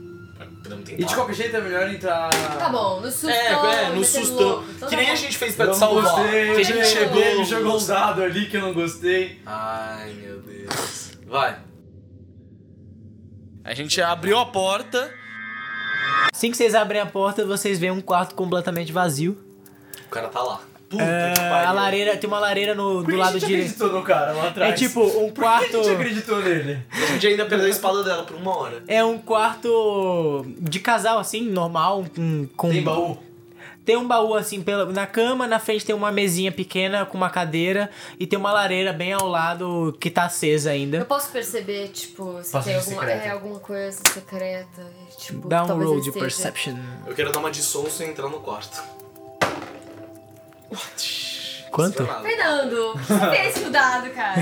Speaker 2: Podemos tentar.
Speaker 6: E de qualquer jeito é melhor entrar.
Speaker 3: Tá bom, no susto.
Speaker 2: É, é,
Speaker 3: um
Speaker 2: no susto.
Speaker 3: Então tá
Speaker 2: Que nem a gente fez pra te salvar.
Speaker 6: Gostei,
Speaker 2: que a gente
Speaker 6: né?
Speaker 2: chegou.
Speaker 6: Ele jogou um dado ali que eu não gostei.
Speaker 2: Ai, meu Deus. Vai. A gente abriu a porta.
Speaker 1: Assim que vocês abrem a porta, vocês veem um quarto completamente vazio.
Speaker 2: O cara tá lá. Puta que
Speaker 1: É,
Speaker 2: pariu.
Speaker 1: a lareira, tem uma lareira no,
Speaker 6: Por
Speaker 1: do
Speaker 6: que
Speaker 1: lado
Speaker 6: a gente
Speaker 1: direito.
Speaker 6: acreditou no cara lá atrás?
Speaker 1: É tipo um
Speaker 6: Por que
Speaker 1: quarto.
Speaker 6: a gente acreditou nele?
Speaker 2: A gente ainda perdeu a espada dela por uma hora.
Speaker 1: É um quarto de casal, assim, normal. Com, com-
Speaker 6: Tem baú.
Speaker 1: Tem um baú, assim, pela, na cama. Na frente tem uma mesinha pequena com uma cadeira. E tem uma lareira bem ao lado que tá acesa
Speaker 3: Eu
Speaker 1: ainda.
Speaker 3: posso perceber, tipo, se tem
Speaker 4: Passagem
Speaker 3: alguma,
Speaker 4: secreta.
Speaker 3: é, alguma coisa secreta. e, Tipo,
Speaker 1: Dá um
Speaker 3: talvez
Speaker 1: roll
Speaker 3: ele
Speaker 1: de
Speaker 3: esteja.
Speaker 1: perception.
Speaker 2: Eu quero dar uma de som sem entrar no quarto.
Speaker 1: Quanto?
Speaker 2: Não é nada.
Speaker 3: Fernando, o que você fez com o
Speaker 1: [LAUGHS]
Speaker 3: dado, cara?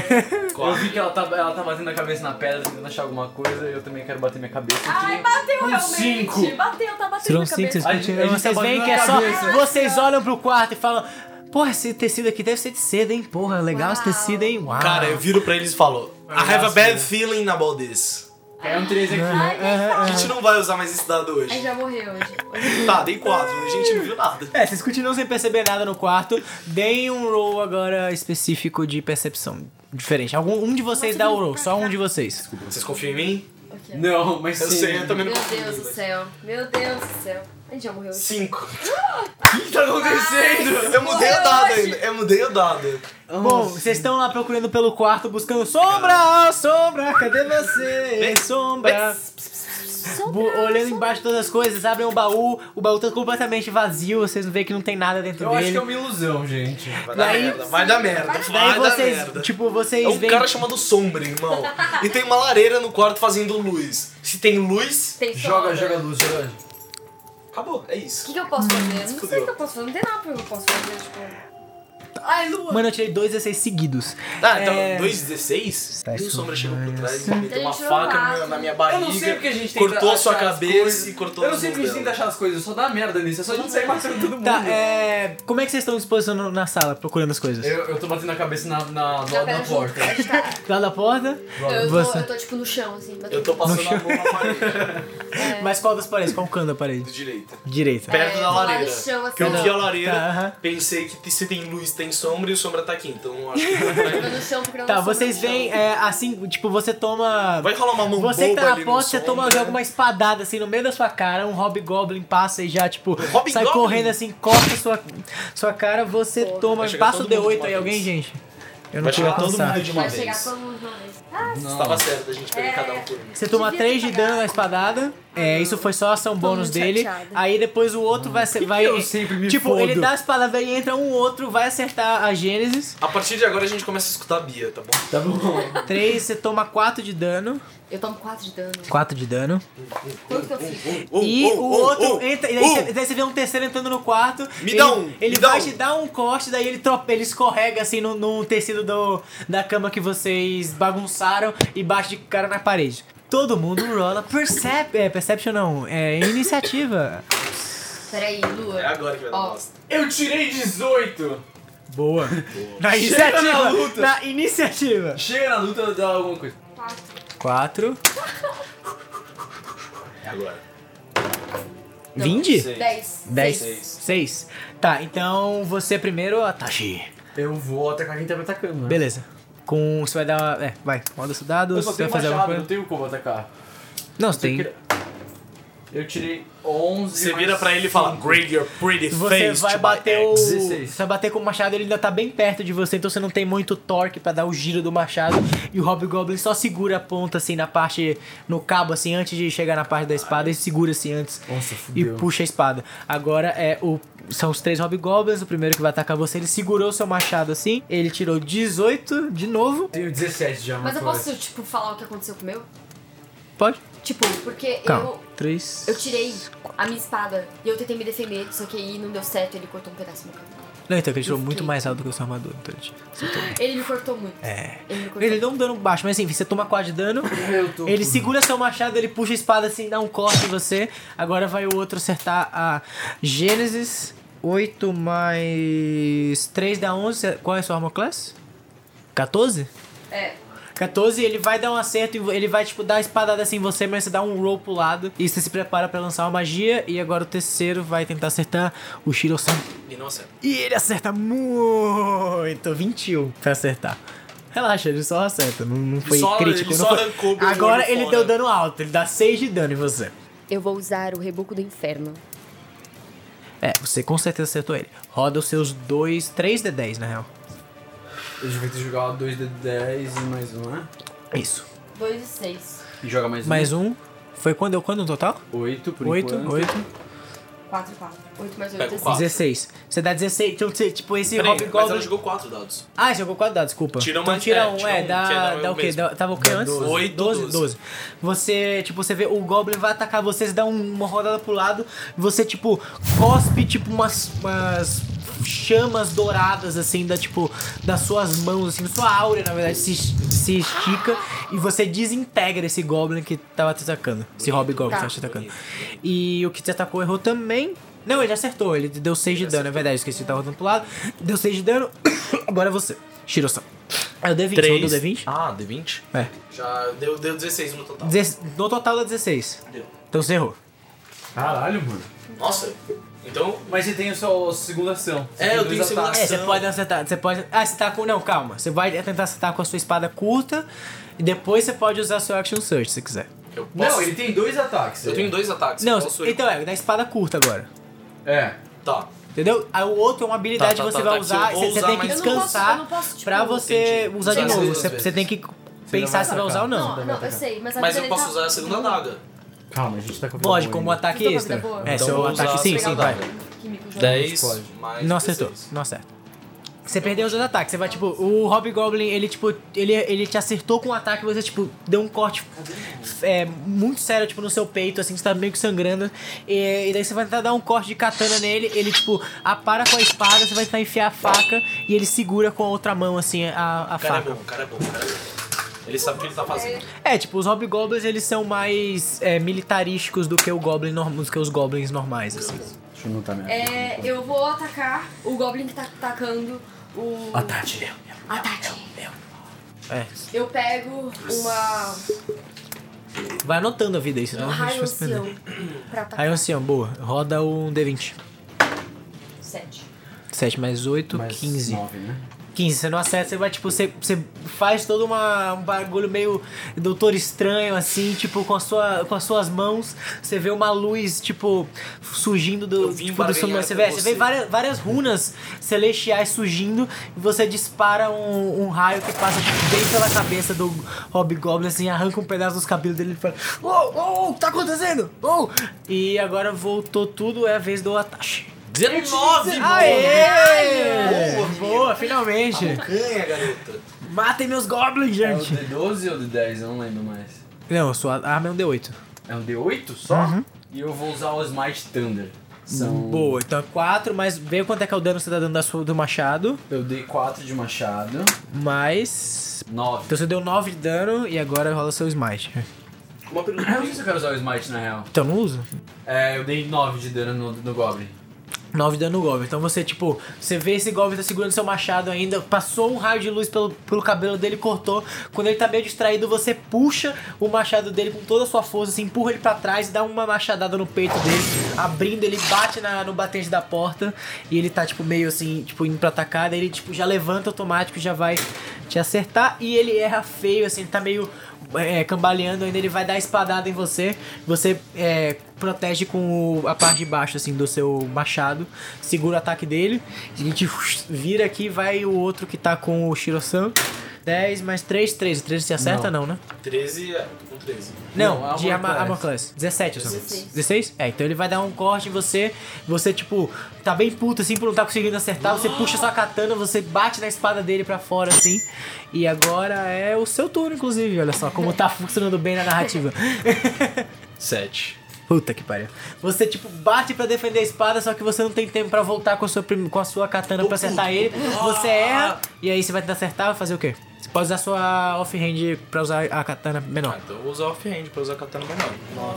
Speaker 6: Eu vi que ela tá, ela tá batendo a cabeça na pedra, tentando achar alguma coisa, eu também quero bater minha cabeça. Eu
Speaker 3: Ai,
Speaker 6: tirei-
Speaker 3: bateu
Speaker 6: Um
Speaker 3: realmente.
Speaker 6: cinco.
Speaker 3: Bateu, tá batendo
Speaker 1: Tiram
Speaker 3: na
Speaker 1: um cinco,
Speaker 3: cabeça.
Speaker 1: vocês
Speaker 6: A gente-
Speaker 1: continuam.
Speaker 6: a gente tá
Speaker 1: Vocês veem
Speaker 6: batendo
Speaker 1: que é
Speaker 6: na
Speaker 1: só.
Speaker 6: cabeça.
Speaker 1: Vocês olham pro quarto e falam. Porra, esse tecido aqui deve ser de seda, hein? Porra, legal esse
Speaker 3: Uau.
Speaker 1: tecido, hein? Uau.
Speaker 2: Ah. Cara, eu viro pra eles e falo: I have a
Speaker 6: Nossa.
Speaker 2: bad feeling about this.
Speaker 6: É um 3 aqui.
Speaker 3: Ai, nem
Speaker 2: A
Speaker 3: fala.
Speaker 2: gente não vai usar mais esse dado
Speaker 3: A gente
Speaker 2: hoje.
Speaker 3: já morreu hoje. hoje.
Speaker 2: Tá, dei quatro, a gente não viu nada.
Speaker 1: É, vocês continuam sem perceber nada no quarto. Deem um roll agora específico de percepção. Diferente. Algum, um de vocês
Speaker 3: Mas
Speaker 1: dá o
Speaker 3: eu vou
Speaker 1: roll,
Speaker 3: pra
Speaker 1: só
Speaker 3: cá.
Speaker 1: um de vocês.
Speaker 2: Vocês confiam em mim?
Speaker 3: Aqui, ó.
Speaker 6: Não, mas
Speaker 2: Eu
Speaker 6: sim.
Speaker 2: sei, eu também não
Speaker 3: Meu
Speaker 2: confio.
Speaker 3: Deus do céu. Meu Deus do céu. A gente já morreu hoje. [LAUGHS]
Speaker 2: Cinco.
Speaker 6: O que tá acontecendo?
Speaker 2: Eu mudei o
Speaker 3: Morreu
Speaker 2: dado
Speaker 3: hoje.
Speaker 2: ainda. Eu mudei o dado.
Speaker 1: Bom, vocês estão lá procurando pelo quarto, buscando sombra, oh, sombra, cadê você? Sombra. Bu- Olhando embaixo de todas as coisas, abrem um baú, o baú tá completamente vazio, vocês não veem que não tem nada dentro
Speaker 6: Eu
Speaker 1: dele.
Speaker 4: um
Speaker 6: acho que é uma ilusão, gente.
Speaker 1: dar
Speaker 2: Vai dar
Speaker 1: Daí- merda,
Speaker 2: merda, vai dar merda,
Speaker 1: Daí
Speaker 2: vai dar
Speaker 1: vocês,
Speaker 2: merda.
Speaker 1: tipo, vocês
Speaker 2: É um
Speaker 1: veem-
Speaker 2: cara chamado Sombra, irmão. E tem uma lareira no quarto fazendo luz. Se tem luz,
Speaker 3: Tem
Speaker 6: Joga,
Speaker 3: sombra.
Speaker 6: joga a luz, joga.
Speaker 2: acabou, é
Speaker 3: O
Speaker 2: isso.
Speaker 3: que, que eu posso fazer? Não sei
Speaker 2: fudeu.
Speaker 3: o que eu posso fazer. Não tem nada que eu posso fazer, tipo. Ai, Lua!
Speaker 1: Mano, eu tirei dois D6 seguidos.
Speaker 2: Ah, então,
Speaker 1: É.
Speaker 2: 2,16?
Speaker 1: Tá,
Speaker 2: E o
Speaker 1: isso
Speaker 2: Sombra
Speaker 1: não
Speaker 2: chegou por trás e
Speaker 1: é
Speaker 2: meteu uma
Speaker 3: Ele tirou
Speaker 2: faca na
Speaker 3: nada.
Speaker 2: minha- na minha
Speaker 6: Eu não sei
Speaker 2: barriga.
Speaker 6: porque a gente tenta
Speaker 2: Cortou a sua
Speaker 6: achar as
Speaker 2: cabeça
Speaker 6: coisas.
Speaker 2: e cortou
Speaker 6: Eu não
Speaker 2: as
Speaker 6: sei porque a gente
Speaker 2: mãos
Speaker 6: tenta achar as coisas, só dá merda nisso. É só a gente sair matando todo mundo.
Speaker 1: Tá, é. Como é que vocês estão se posicionando na sala, procurando as coisas?
Speaker 6: Eu, eu tô batendo a cabeça na, na,
Speaker 3: Não,
Speaker 6: na,
Speaker 3: pera,
Speaker 6: na porta.
Speaker 3: junto. Tá.
Speaker 1: Lá da porta?
Speaker 3: Eu, tô,
Speaker 1: Você.
Speaker 3: eu tô tipo no chão, assim. batendo.
Speaker 2: Eu tô passando a mão na parede
Speaker 3: É,
Speaker 1: Mas qual das paredes? Qual canto da parede?
Speaker 2: do direita.
Speaker 1: Direita.
Speaker 2: perto
Speaker 3: é,
Speaker 2: da
Speaker 3: tô lá
Speaker 2: lareira.
Speaker 3: no chão, assim.
Speaker 2: Que eu vi a lareira,
Speaker 1: Tá, aham.
Speaker 2: pensei que se tem luz tem sombra e o sombra tá aqui, então eu acho que
Speaker 3: Tô no chão procurando
Speaker 1: Tá,
Speaker 3: sombra
Speaker 1: vocês
Speaker 3: no chão.
Speaker 1: veem, é, assim, tipo, você toma.
Speaker 2: vai rolar uma mão
Speaker 1: Você que
Speaker 2: boba
Speaker 1: tá na
Speaker 2: ali no né?
Speaker 1: porta, você
Speaker 2: sombra.
Speaker 1: toma joga uma espadada assim no meio da sua cara, um hobgoblin passa e já, tipo,
Speaker 2: Um Hobgoblin?
Speaker 1: sai correndo assim, corta sua, sua cara, você
Speaker 3: Porra.
Speaker 1: toma.
Speaker 2: Vai chegar
Speaker 1: Passa o
Speaker 2: todo mundo de
Speaker 1: D8
Speaker 2: uma
Speaker 1: aí,
Speaker 2: vez.
Speaker 1: alguém, gente. Eu não
Speaker 2: Vai
Speaker 1: tive a
Speaker 2: chegar todo
Speaker 1: pensar.
Speaker 2: mundo de uma
Speaker 3: Vai chegar
Speaker 2: vez.
Speaker 3: todo É. mundo de uma vez. Ah,
Speaker 2: Você tava certo, a gente pegou cada um por um.
Speaker 1: Você toma
Speaker 3: Devia
Speaker 1: 3 de
Speaker 3: ter pagado.
Speaker 1: dano na espadada. É, isso foi só a ação bônus
Speaker 3: muito
Speaker 1: dele.
Speaker 3: chateada.
Speaker 1: Aí depois o outro vai. ser- vai
Speaker 6: eu sempre me
Speaker 1: tipo,
Speaker 6: fodo?
Speaker 1: ele dá a espadada e entra um outro, vai acertar a
Speaker 3: [LAUGHS]
Speaker 1: Gênesis.
Speaker 2: A partir de agora a gente começa a escutar a Bia, tá bom?
Speaker 6: Tá bom.
Speaker 1: 3, você toma 4 de dano.
Speaker 3: eu tomo 4 de dano.
Speaker 1: 4 de dano.
Speaker 3: Quanto que eu fico?
Speaker 1: E
Speaker 2: Oh, oh,
Speaker 1: o
Speaker 2: oh,
Speaker 1: outro
Speaker 2: oh,
Speaker 1: entra. E
Speaker 2: oh.
Speaker 1: daí, você- daí você vê um terceiro entrando no quarto.
Speaker 2: Me
Speaker 1: ele,
Speaker 2: dá um,
Speaker 1: Ele
Speaker 2: me dá
Speaker 1: vai
Speaker 2: um.
Speaker 1: te dar um corte, daí ele, trope, ele escorrega assim no, no tecido do, da cama que vocês bagunçaram e bate de cara na parede. Todo mundo rola percep é, Perception não, é iniciativa.
Speaker 3: Peraí, Lua.
Speaker 2: É agora que vai dar
Speaker 3: Ó.
Speaker 2: bosta.
Speaker 4: Eu tirei 18!
Speaker 1: Boa. [LAUGHS] Na iniciativa. Na iniciativa.
Speaker 4: Chega na luta, dá alguma coisa.
Speaker 1: Quatro.
Speaker 2: É agora.
Speaker 1: Vinte?
Speaker 2: Seis.
Speaker 3: Dez.
Speaker 1: Dez.
Speaker 3: Seis.
Speaker 1: Seis. Tá, então você primeiro, Atashi.
Speaker 6: Eu vou atacar quem tá me atacando, né?
Speaker 1: Beleza. Com. Você vai dar. É, vai. Roda seu dado.
Speaker 6: Eu só
Speaker 1: Você
Speaker 6: tenho
Speaker 1: vai fazer alguma
Speaker 6: machado,
Speaker 1: coisa.
Speaker 6: não tenho como atacar.
Speaker 1: Não, você tem.
Speaker 6: queira- Eu tirei 11
Speaker 2: Você
Speaker 6: mais
Speaker 2: vira pra ele e fala, Grade your pretty
Speaker 1: Você
Speaker 2: face
Speaker 1: vai
Speaker 2: to my
Speaker 1: bater o.
Speaker 2: ex."
Speaker 6: 16.
Speaker 1: Você vai bater com o machado, ele ainda tá bem perto de você, então você não tem muito torque pra dar o giro do machado. E o Hobgoblin só segura a ponta assim na parte. no cabo, assim, antes de chegar na parte da espada, ele segura assim antes.
Speaker 4: Nossa,
Speaker 1: e
Speaker 4: fudeu.
Speaker 1: puxa a espada. Agora é o. São os três Hobgoblins, o primeiro que vai atacar você, ele segurou seu machado assim, ele tirou 18 de novo.
Speaker 4: Tenho 17 já,
Speaker 3: Mas eu
Speaker 4: Matheus.
Speaker 3: posso, tipo, falar o que aconteceu com o meu?
Speaker 1: Pode?
Speaker 3: Tipo, porque
Speaker 1: Calma.
Speaker 3: eu...
Speaker 1: Três.
Speaker 3: Eu tirei a minha espada e eu tentei me defender, só que aí não deu certo, ele cortou um pedaço do meu cabelo.
Speaker 1: Não, então, que ele tirou
Speaker 3: Eu
Speaker 1: muito
Speaker 3: fiquei-
Speaker 1: mais alto do que o seu armadura. Então, ele tirou-
Speaker 3: Ele me cortou muito. É. Ele me cortou
Speaker 1: ele deu um dano baixo, mas assim, você toma 4 de dano.
Speaker 4: Eu tô...
Speaker 1: Ele segura seu machado, ele puxa a espada assim, dá um corte em você. Agora vai o outro acertar a Gênesis. 8 mais 3 dá 11. Qual é a sua armor class? 14?
Speaker 3: muito. É.
Speaker 1: 14, ele vai dar um acerto, e ele vai, tipo, dar uma espadada assim em você, mas você dá um roll pro lado. E você se prepara pra lançar uma magia. E agora o terceiro vai tentar acertar o Shiro-san.
Speaker 2: E não acerta.
Speaker 1: E ele acerta muito! 21 pra acertar. Relaxa, ele só acerta, não, não foi
Speaker 2: só-
Speaker 1: crítico.
Speaker 2: ele
Speaker 1: não
Speaker 2: só
Speaker 1: foi-
Speaker 2: arrancou meu
Speaker 1: Agora
Speaker 2: olho
Speaker 1: ele
Speaker 2: fora.
Speaker 1: deu dano alto, ele dá 6 de dano em você.
Speaker 3: Eu vou usar o reboco do inferno.
Speaker 1: É, você com certeza acertou ele. Roda os seus 2, 3 D10 na real.
Speaker 4: Eu já vou ter que jogar 2 de 10 e mais um, né?
Speaker 1: Isso.
Speaker 3: Dois e seis.
Speaker 4: E joga mais um.
Speaker 1: Mais um. Foi quando? Quando no total?
Speaker 4: 8 por
Speaker 1: 8,
Speaker 4: enquanto.
Speaker 1: 8,
Speaker 3: Quatro e quatro. Oito mais oito,
Speaker 2: Pega o
Speaker 3: dezesseis.
Speaker 2: quatro.
Speaker 1: 16. Você dá 16. Então, você, tipo, esse
Speaker 2: Peraí,
Speaker 1: Robin
Speaker 2: mas ela
Speaker 1: Goblin.
Speaker 2: jogou quatro dados.
Speaker 1: Ah, você jogou 4 dados, desculpa.
Speaker 2: Tira
Speaker 1: então,
Speaker 2: uma-
Speaker 1: tira
Speaker 2: é,
Speaker 1: um,
Speaker 2: tira
Speaker 1: é,
Speaker 2: um,
Speaker 1: dá,
Speaker 2: que é, não,
Speaker 1: dá
Speaker 2: eu
Speaker 1: o quê?
Speaker 2: mesmo.
Speaker 1: Dá- tava o quê antes?
Speaker 2: Doze. Oito,
Speaker 1: 12,
Speaker 2: doze.
Speaker 1: 12. Você, tipo, você vê o Goblin vai atacar você, você dá um- uma rodada pro lado, você, tipo, cospe, tipo, umas, umas chamas douradas, assim, da, tipo, das suas mãos, assim, sua áurea, na verdade, se, se estica e você desintegra esse Goblin que tava te atacando. Esse Hobgoblin que
Speaker 3: Tá.
Speaker 1: tava te atacando. E o que te atacou errou também. Não, ele acertou, ele deu 6 de dano, é verdade, esqueci que tava rodando pro lado. Deu 6 de dano, [COUGHS] agora é você. Shiro-san. É o D20, você rodou o D20?
Speaker 2: Ah, D20?
Speaker 1: É.
Speaker 2: Já deu, deu 16 no total.
Speaker 1: Deze- No total dá 16.
Speaker 2: Deu.
Speaker 1: Então você errou.
Speaker 4: Caralho, mano.
Speaker 2: Nossa. Então,
Speaker 6: Mas você tem a sua segunda ação. Você
Speaker 2: É,
Speaker 6: tem
Speaker 2: eu
Speaker 6: dois
Speaker 2: tenho segunda
Speaker 6: ataques.
Speaker 1: É, você
Speaker 2: Ação.
Speaker 1: pode acertar, você pode... Ah, você tá com... Não, calma. Você vai tentar acertar com a sua espada curta e depois você pode usar seu Action Search, se quiser.
Speaker 2: eu posso...
Speaker 4: Não, ele tem dois ataques.
Speaker 2: Eu
Speaker 4: é.
Speaker 2: tenho dois ataques.
Speaker 1: não,
Speaker 2: eu posso...
Speaker 1: então é, da espada curta agora.
Speaker 4: É.
Speaker 2: Tá.
Speaker 1: Entendeu? Aí o outro é uma habilidade
Speaker 2: Tá, tá,
Speaker 1: que você
Speaker 2: tá,
Speaker 1: vai
Speaker 2: tá,
Speaker 1: usar,
Speaker 2: que
Speaker 1: você,
Speaker 2: eu vou
Speaker 1: você
Speaker 2: usar,
Speaker 1: tem que
Speaker 2: mas-
Speaker 3: Eu não posso-
Speaker 1: descansar
Speaker 3: eu não posso, tipo,
Speaker 1: pra você
Speaker 2: entendi.
Speaker 1: usar de
Speaker 2: Usar
Speaker 1: novo.
Speaker 2: duas
Speaker 1: Você,
Speaker 2: vezes.
Speaker 1: você tem que
Speaker 4: não
Speaker 1: pensar
Speaker 4: vai
Speaker 1: se você vai usar
Speaker 4: atacar.
Speaker 1: ou não.
Speaker 3: Não, não, eu sei, mas a
Speaker 2: Mas
Speaker 3: vida
Speaker 2: eu
Speaker 3: dele
Speaker 2: posso
Speaker 3: tá-
Speaker 2: usar a segunda
Speaker 3: Não.
Speaker 2: adaga.
Speaker 4: Calma, a gente tá com vida
Speaker 1: Pode,
Speaker 4: boa
Speaker 1: como
Speaker 4: ainda.
Speaker 1: ataque
Speaker 3: Vocês estão
Speaker 1: extra.
Speaker 3: com vida boa?
Speaker 1: É,
Speaker 2: Então eu
Speaker 1: seu
Speaker 2: vou
Speaker 1: ataque,
Speaker 2: usar
Speaker 1: sim,
Speaker 2: pegar
Speaker 1: sim,
Speaker 2: o
Speaker 1: vai.
Speaker 2: dado.
Speaker 3: Químico, já.
Speaker 2: 10
Speaker 4: Pode.
Speaker 2: mais
Speaker 1: Não acertou,
Speaker 2: 16.
Speaker 1: não acerta. Você perdeu os dois ataques, você vai tipo, o Hobgoblin, ele tipo, ele, ele te acertou com um ataque, você tipo, deu um corte é, muito sério, tipo, no seu peito, assim, você tá meio que sangrando. E, e daí você vai tentar dar um corte de katana nele, ele tipo, apara com a espada, você vai tentar enfiar a faca e ele segura com a outra mão, assim, a, a
Speaker 2: O cara é
Speaker 1: faca.
Speaker 2: bom, o cara é bom, o cara é bom. Ele sabe o que ele tá fazendo.
Speaker 1: É, tipo, os Hobgoblins, eles são mais é, militarísticos do que o Goblin norm- do que os Goblins normais, assim.
Speaker 4: Deixa eu notar minha.
Speaker 3: É, eu vou atacar o Goblin que tá atacando o.
Speaker 4: Ataque.
Speaker 3: Ataque.
Speaker 1: É.
Speaker 3: Eu pego uma.
Speaker 1: É, Vai anotando a vida aí, senão
Speaker 3: Um
Speaker 1: a gente
Speaker 3: raio
Speaker 1: vai se perder.
Speaker 3: ancião pra atacar.
Speaker 1: Raio ancião, assim, boa. Roda um D20.
Speaker 3: Sete.
Speaker 1: 7 mais 8,
Speaker 4: Mais
Speaker 1: 15.
Speaker 4: 9, né?
Speaker 1: 15, você não acerta, você vai, tipo, você, você faz todo uma, um bagulho meio doutor estranho, assim, tipo, com, a sua, com as suas mãos, você vê uma luz, tipo, surgindo do,
Speaker 2: Eu vim
Speaker 1: tipo, do seu
Speaker 2: barganhar
Speaker 1: Você
Speaker 2: com
Speaker 1: vê, você vê
Speaker 2: você.
Speaker 1: várias, várias runas celestiais surgindo e você dispara um, um raio que passa tipo, bem pela cabeça do Hobgoblin, assim, arranca um pedaço dos cabelos dele e fala: Uou, uou, uou, tá acontecendo? Uou! E agora voltou tudo, é a vez do Atashi.
Speaker 2: 19!
Speaker 1: Aê! Boa, finalmente!
Speaker 2: Ganha, garota.
Speaker 1: Matem meus goblins,
Speaker 4: É o
Speaker 1: gente!
Speaker 4: D12 ou D10? Eu não lembro mais.
Speaker 1: Não, sua arma é um D8.
Speaker 4: É um D8 só? E eu vou usar o Smite Thunder. São...
Speaker 1: Boa, então é 4, mas vê quanto é que é o dano que você tá dando da sua, do machado.
Speaker 4: Eu dei 4 de machado.
Speaker 1: Mais.
Speaker 4: 9.
Speaker 1: Então você deu 9 de dano e agora rola seu smite.
Speaker 2: Uma pergunta.
Speaker 4: Eu não sei se eu quero usar o smite na real.
Speaker 1: Então não usa.
Speaker 4: É, eu dei 9 de dano no, no Goblin.
Speaker 1: 9 dano no Goblin. Então você, tipo, você vê esse Goblin tá segurando seu machado ainda, passou um raio de luz pelo, pelo cabelo dele, cortou. Quando ele tá meio distraído, você puxa o machado dele com toda a sua força, assim, empurra ele pra trás, dá uma machadada no peito dele, abrindo, ele bate na, no batente da porta e ele tá, tipo, meio assim, tipo, indo pra atacar. Daí ele, tipo, já levanta automático, já vai te acertar e ele erra feio, assim, ele tá meio é, cambaleando ainda, ele vai dar espadada em você. Você é, protege com o- a parte de baixo, assim, do seu machado. Segura o ataque dele. A gente ux, vira aqui, vai o outro que tá com o Shiro-san. 10 mais 3, 13. 13 você acerta, não, né?
Speaker 2: 13, é, tô com 13.
Speaker 1: Não,
Speaker 4: Não,
Speaker 1: de
Speaker 4: armor
Speaker 1: arma,
Speaker 4: class.
Speaker 1: armor class. 17, eu sou.
Speaker 3: 16.
Speaker 1: 16? É, então ele vai dar um corte em você. Você, tipo, tá bem puto assim por não tá conseguindo acertar. Você puxa sua katana, você bate na espada dele pra fora assim. E agora é o seu turno, inclusive. Olha só como tá funcionando bem na narrativa. [LAUGHS]
Speaker 2: 7.
Speaker 1: Puta que pariu. Você, tipo, bate pra defender a espada, só que você não tem tempo pra voltar com a sua, prim- com a sua katana pra acertar ele. Você erra, e aí você vai tentar acertar, vai fazer o quê? Você pode usar sua offhand pra usar a katana menor.
Speaker 2: Ah, então eu vou usar offhand pra usar katana menor.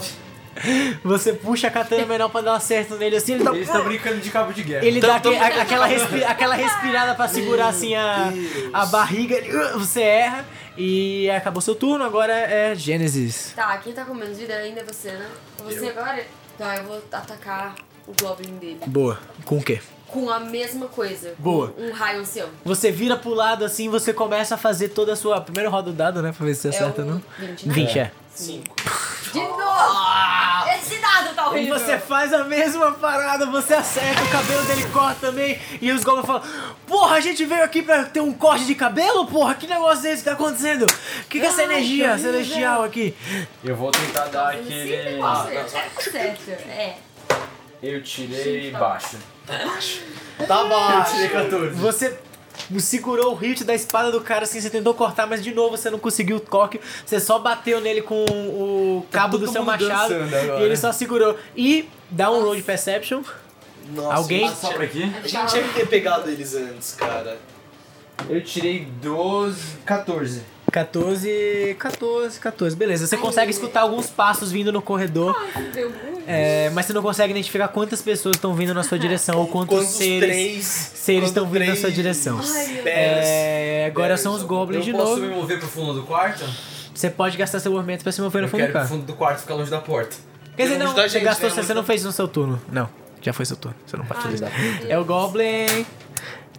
Speaker 1: Você puxa a katana menor pra dar um acerto nele assim, ele dá,
Speaker 4: Eles estão brincando de cabo de guerra.
Speaker 1: ele dá aque- a- aquela, respi- aquela respirada pra segurar assim a, a barriga, ele- uh, você erra e acabou seu turno, agora é Gênesis.
Speaker 3: Tá, quem tá com menos vida ainda é você, né? Você agora? Tá, eu vou atacar o Goblin dele.
Speaker 1: Boa. Com o quê?
Speaker 3: Com a mesma coisa.
Speaker 1: Boa.
Speaker 3: Um raio ancião.
Speaker 1: Você vira pro lado assim, você começa a fazer toda a sua. Primeiro roda o dado, né? Pra ver se você acerta ou
Speaker 3: um
Speaker 1: não.
Speaker 3: 20, né?
Speaker 1: 20, é.
Speaker 3: De novo! Esse dado tá
Speaker 1: E
Speaker 3: horrível.
Speaker 1: você é faz a mesma parada, você acerta, o cabelo dele corta também. E os goblins falam: Porra, a gente veio aqui pra ter um corte de cabelo? Porra, que negócio é esse que tá acontecendo? O que, que é essa
Speaker 3: Ai,
Speaker 1: energia
Speaker 3: que horrível.
Speaker 1: celestial aqui?
Speaker 6: Eu vou tentar dar aquele.
Speaker 3: Sempre você. é Certo, é.
Speaker 6: Eu tirei baixo.
Speaker 1: Tá bom.
Speaker 4: Tirei 14.
Speaker 1: Você segurou o hit da espada do cara assim, você tentou cortar, mas de novo você não conseguiu o coque. Você só bateu nele com o cabo do
Speaker 4: todo
Speaker 1: seu
Speaker 4: mundo
Speaker 1: machado.
Speaker 4: dançando agora.
Speaker 1: E ele só segurou. E dá um roll de perception.
Speaker 5: Nossa,
Speaker 1: Alguém?
Speaker 5: A
Speaker 6: Só pra
Speaker 5: gente,
Speaker 6: aqui.
Speaker 5: a gente tinha que ter pegado eles antes, cara.
Speaker 6: Eu tirei 12. 14.
Speaker 1: 14, 14, 14. Beleza, você consegue escutar alguns passos vindo no corredor,
Speaker 3: Ai, deu muito.
Speaker 1: é, mas você não consegue identificar quantas pessoas estão vindo na
Speaker 4: [LAUGHS]
Speaker 1: sua direção ou quantos,
Speaker 5: Quantos
Speaker 1: seres,
Speaker 5: três?
Speaker 1: seres estão
Speaker 5: quando
Speaker 1: vindo na sua
Speaker 5: três
Speaker 1: direção.
Speaker 3: Ai, meu
Speaker 5: Bears.
Speaker 1: É, agora
Speaker 5: Bears,
Speaker 1: são os
Speaker 5: eu
Speaker 1: goblins de
Speaker 4: eu posso
Speaker 1: novo.
Speaker 4: me mover pro fundo do quarto?
Speaker 1: Você pode gastar seu movimento pra se mover no
Speaker 4: Eu
Speaker 1: fundo do
Speaker 4: quero pro
Speaker 1: carro.
Speaker 4: fundo do quarto ficar longe da porta.
Speaker 1: Quer dizer,
Speaker 5: Longe
Speaker 1: não,
Speaker 5: da
Speaker 1: você
Speaker 5: gente,
Speaker 1: gastou,
Speaker 5: né?
Speaker 1: você não fez no seu turno. Não, já foi seu turno, você não pode fazer isso. É o Goblin.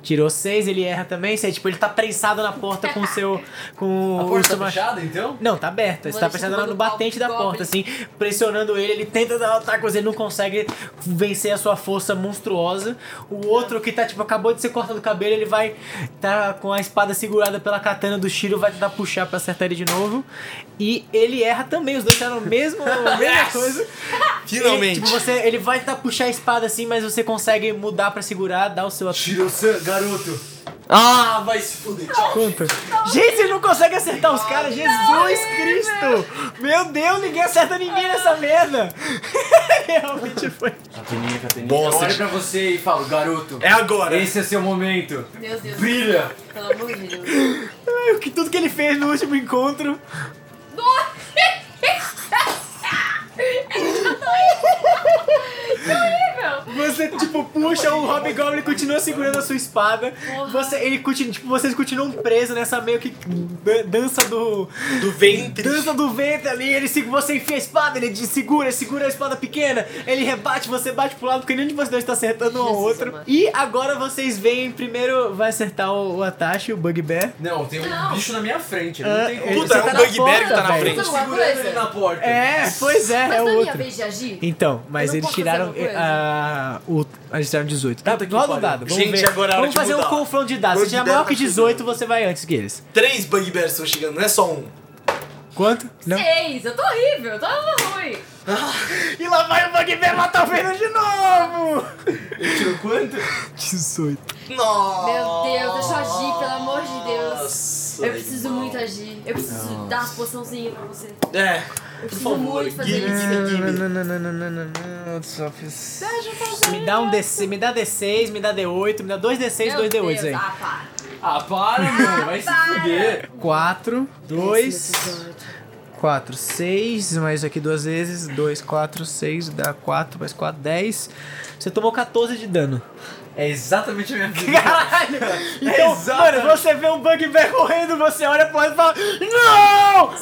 Speaker 1: Tirou seis, ele erra também. Você, tipo, ele tá prensado na porta com o seu. Com
Speaker 4: A
Speaker 1: o
Speaker 4: porta
Speaker 1: seu
Speaker 4: tá
Speaker 1: mach-
Speaker 4: fechada então?
Speaker 1: Não, tá aberta. Você
Speaker 3: Mano,
Speaker 1: tá
Speaker 3: isso
Speaker 1: prestando
Speaker 3: tá
Speaker 1: lá no
Speaker 3: dando pau
Speaker 1: batente
Speaker 3: pro
Speaker 1: da
Speaker 3: Goblin.
Speaker 1: porta, assim, pressionando ele. Ele tenta dar um ataque, mas ele não consegue vencer a sua força monstruosa. O outro que tá, tipo, acabou de ser cortado o cabelo, ele vai tá com a espada segurada pela katana do Shiro, vai tentar puxar pra acertar ele de novo. E ele erra também, os dois fizeram a mesma, a mesma coisa. Ele,
Speaker 5: Finalmente.
Speaker 1: tipo, você, ele vai tentar puxar a espada assim, mas você consegue mudar pra segurar, dar o seu ataque.
Speaker 4: Shiro-san, garoto!
Speaker 5: Ah, vai se fuder. Tchau.
Speaker 1: Conta. Gente, ele não consegue acertar os caras. Jesus Cristo! Meu Deus, ninguém acerta ninguém nessa merda. [LAUGHS] Realmente foi.
Speaker 6: Capeninha, capeninha.
Speaker 4: Eu olho pra você e falo, garoto,
Speaker 5: É agora.
Speaker 4: esse é seu momento.
Speaker 3: Meu Deus.
Speaker 4: Brilha!
Speaker 3: Pelo amor de Deus.
Speaker 1: Ai, o que- Tudo que ele fez no último encontro. Você, tipo, puxa, o Hobgoblin continua segurando a sua espada. Você, ele continua, tipo, vocês continuam presos nessa meio que dan- dança do.
Speaker 5: Do ventre.
Speaker 1: Dança do ventre ali, ele, se- você enfia a espada, ele te segura, segura a espada pequena, ele rebate, você bate pro lado, porque nenhum de vocês dois tá acertando um ao
Speaker 3: Jesus
Speaker 1: outro.
Speaker 3: amado.
Speaker 1: E agora vocês veem, primeiro vai acertar o, o Atashi, o Bugbear.
Speaker 4: Não, tem um bicho na minha frente,
Speaker 1: Ah,
Speaker 4: não tem
Speaker 1: ele-
Speaker 4: como.
Speaker 5: Puta,
Speaker 1: você
Speaker 5: é
Speaker 1: tá
Speaker 5: o
Speaker 1: na
Speaker 5: Bugbear que tá
Speaker 1: porta,
Speaker 5: na
Speaker 1: velho.
Speaker 5: frente.
Speaker 3: Não, uma
Speaker 4: Segurando ele
Speaker 3: coisa.
Speaker 4: na porta.
Speaker 1: É, pois é,
Speaker 3: Mas
Speaker 1: é
Speaker 3: não
Speaker 1: o
Speaker 3: é minha
Speaker 1: outro.
Speaker 3: vez de agir?
Speaker 1: Então,
Speaker 3: Eu
Speaker 1: mas
Speaker 3: não
Speaker 1: eles
Speaker 3: posso
Speaker 1: tiraram.
Speaker 3: fazer alguma
Speaker 1: A, o, eles tiraram 18. Tá,
Speaker 4: que
Speaker 1: roda o
Speaker 4: pariu.
Speaker 1: dado. Vamos
Speaker 5: Gente,
Speaker 1: ver.
Speaker 5: agora é hora
Speaker 1: Vamos
Speaker 5: de
Speaker 1: fazer um
Speaker 5: mudar.
Speaker 1: confronto de dados. Se
Speaker 5: Bug
Speaker 1: tirar
Speaker 5: Bear
Speaker 1: maior
Speaker 5: tá
Speaker 1: que 18,
Speaker 5: chegando.
Speaker 1: você vai antes que eles.
Speaker 5: Três bugbears estão chegando, não é só um.
Speaker 1: Quanto? Não.
Speaker 3: Seis, eu tô horrível, eu tô ruim.
Speaker 1: E lá vai o Bugbear matar o Fernando de novo!
Speaker 4: Ele tirou quanto?
Speaker 1: 18.
Speaker 5: Nossa.
Speaker 3: Meu Deus, deixa eu agir, pelo amor de Deus.
Speaker 5: Nossa,
Speaker 3: Eu preciso
Speaker 5: irmão.
Speaker 3: muito agir. Eu preciso dar as poçãozinhas pra você.
Speaker 5: É.
Speaker 3: Eu preciso
Speaker 5: favor,
Speaker 3: muito fazer
Speaker 5: guia,
Speaker 3: isso.
Speaker 5: guia.
Speaker 1: Me dá um D6, me dá D6, me dá D8, me dá dois D6,
Speaker 3: Meu
Speaker 1: dois
Speaker 3: Deus,
Speaker 1: D8 aí.
Speaker 3: Ah, para.
Speaker 4: Ah, para, mano, vai se fuder.
Speaker 1: 4, 2,
Speaker 3: Esse episódio.
Speaker 1: 4, 6, mais aqui duas vezes. 2, 4, 6, dá 4, mais 4, 10. Você tomou 14 de dano.
Speaker 4: É exatamente a minha vida.
Speaker 1: [LAUGHS] Caralho! Então,
Speaker 4: Exatamente.
Speaker 1: mano, você vê um bugbear correndo, você olha pro lado e fala: Não!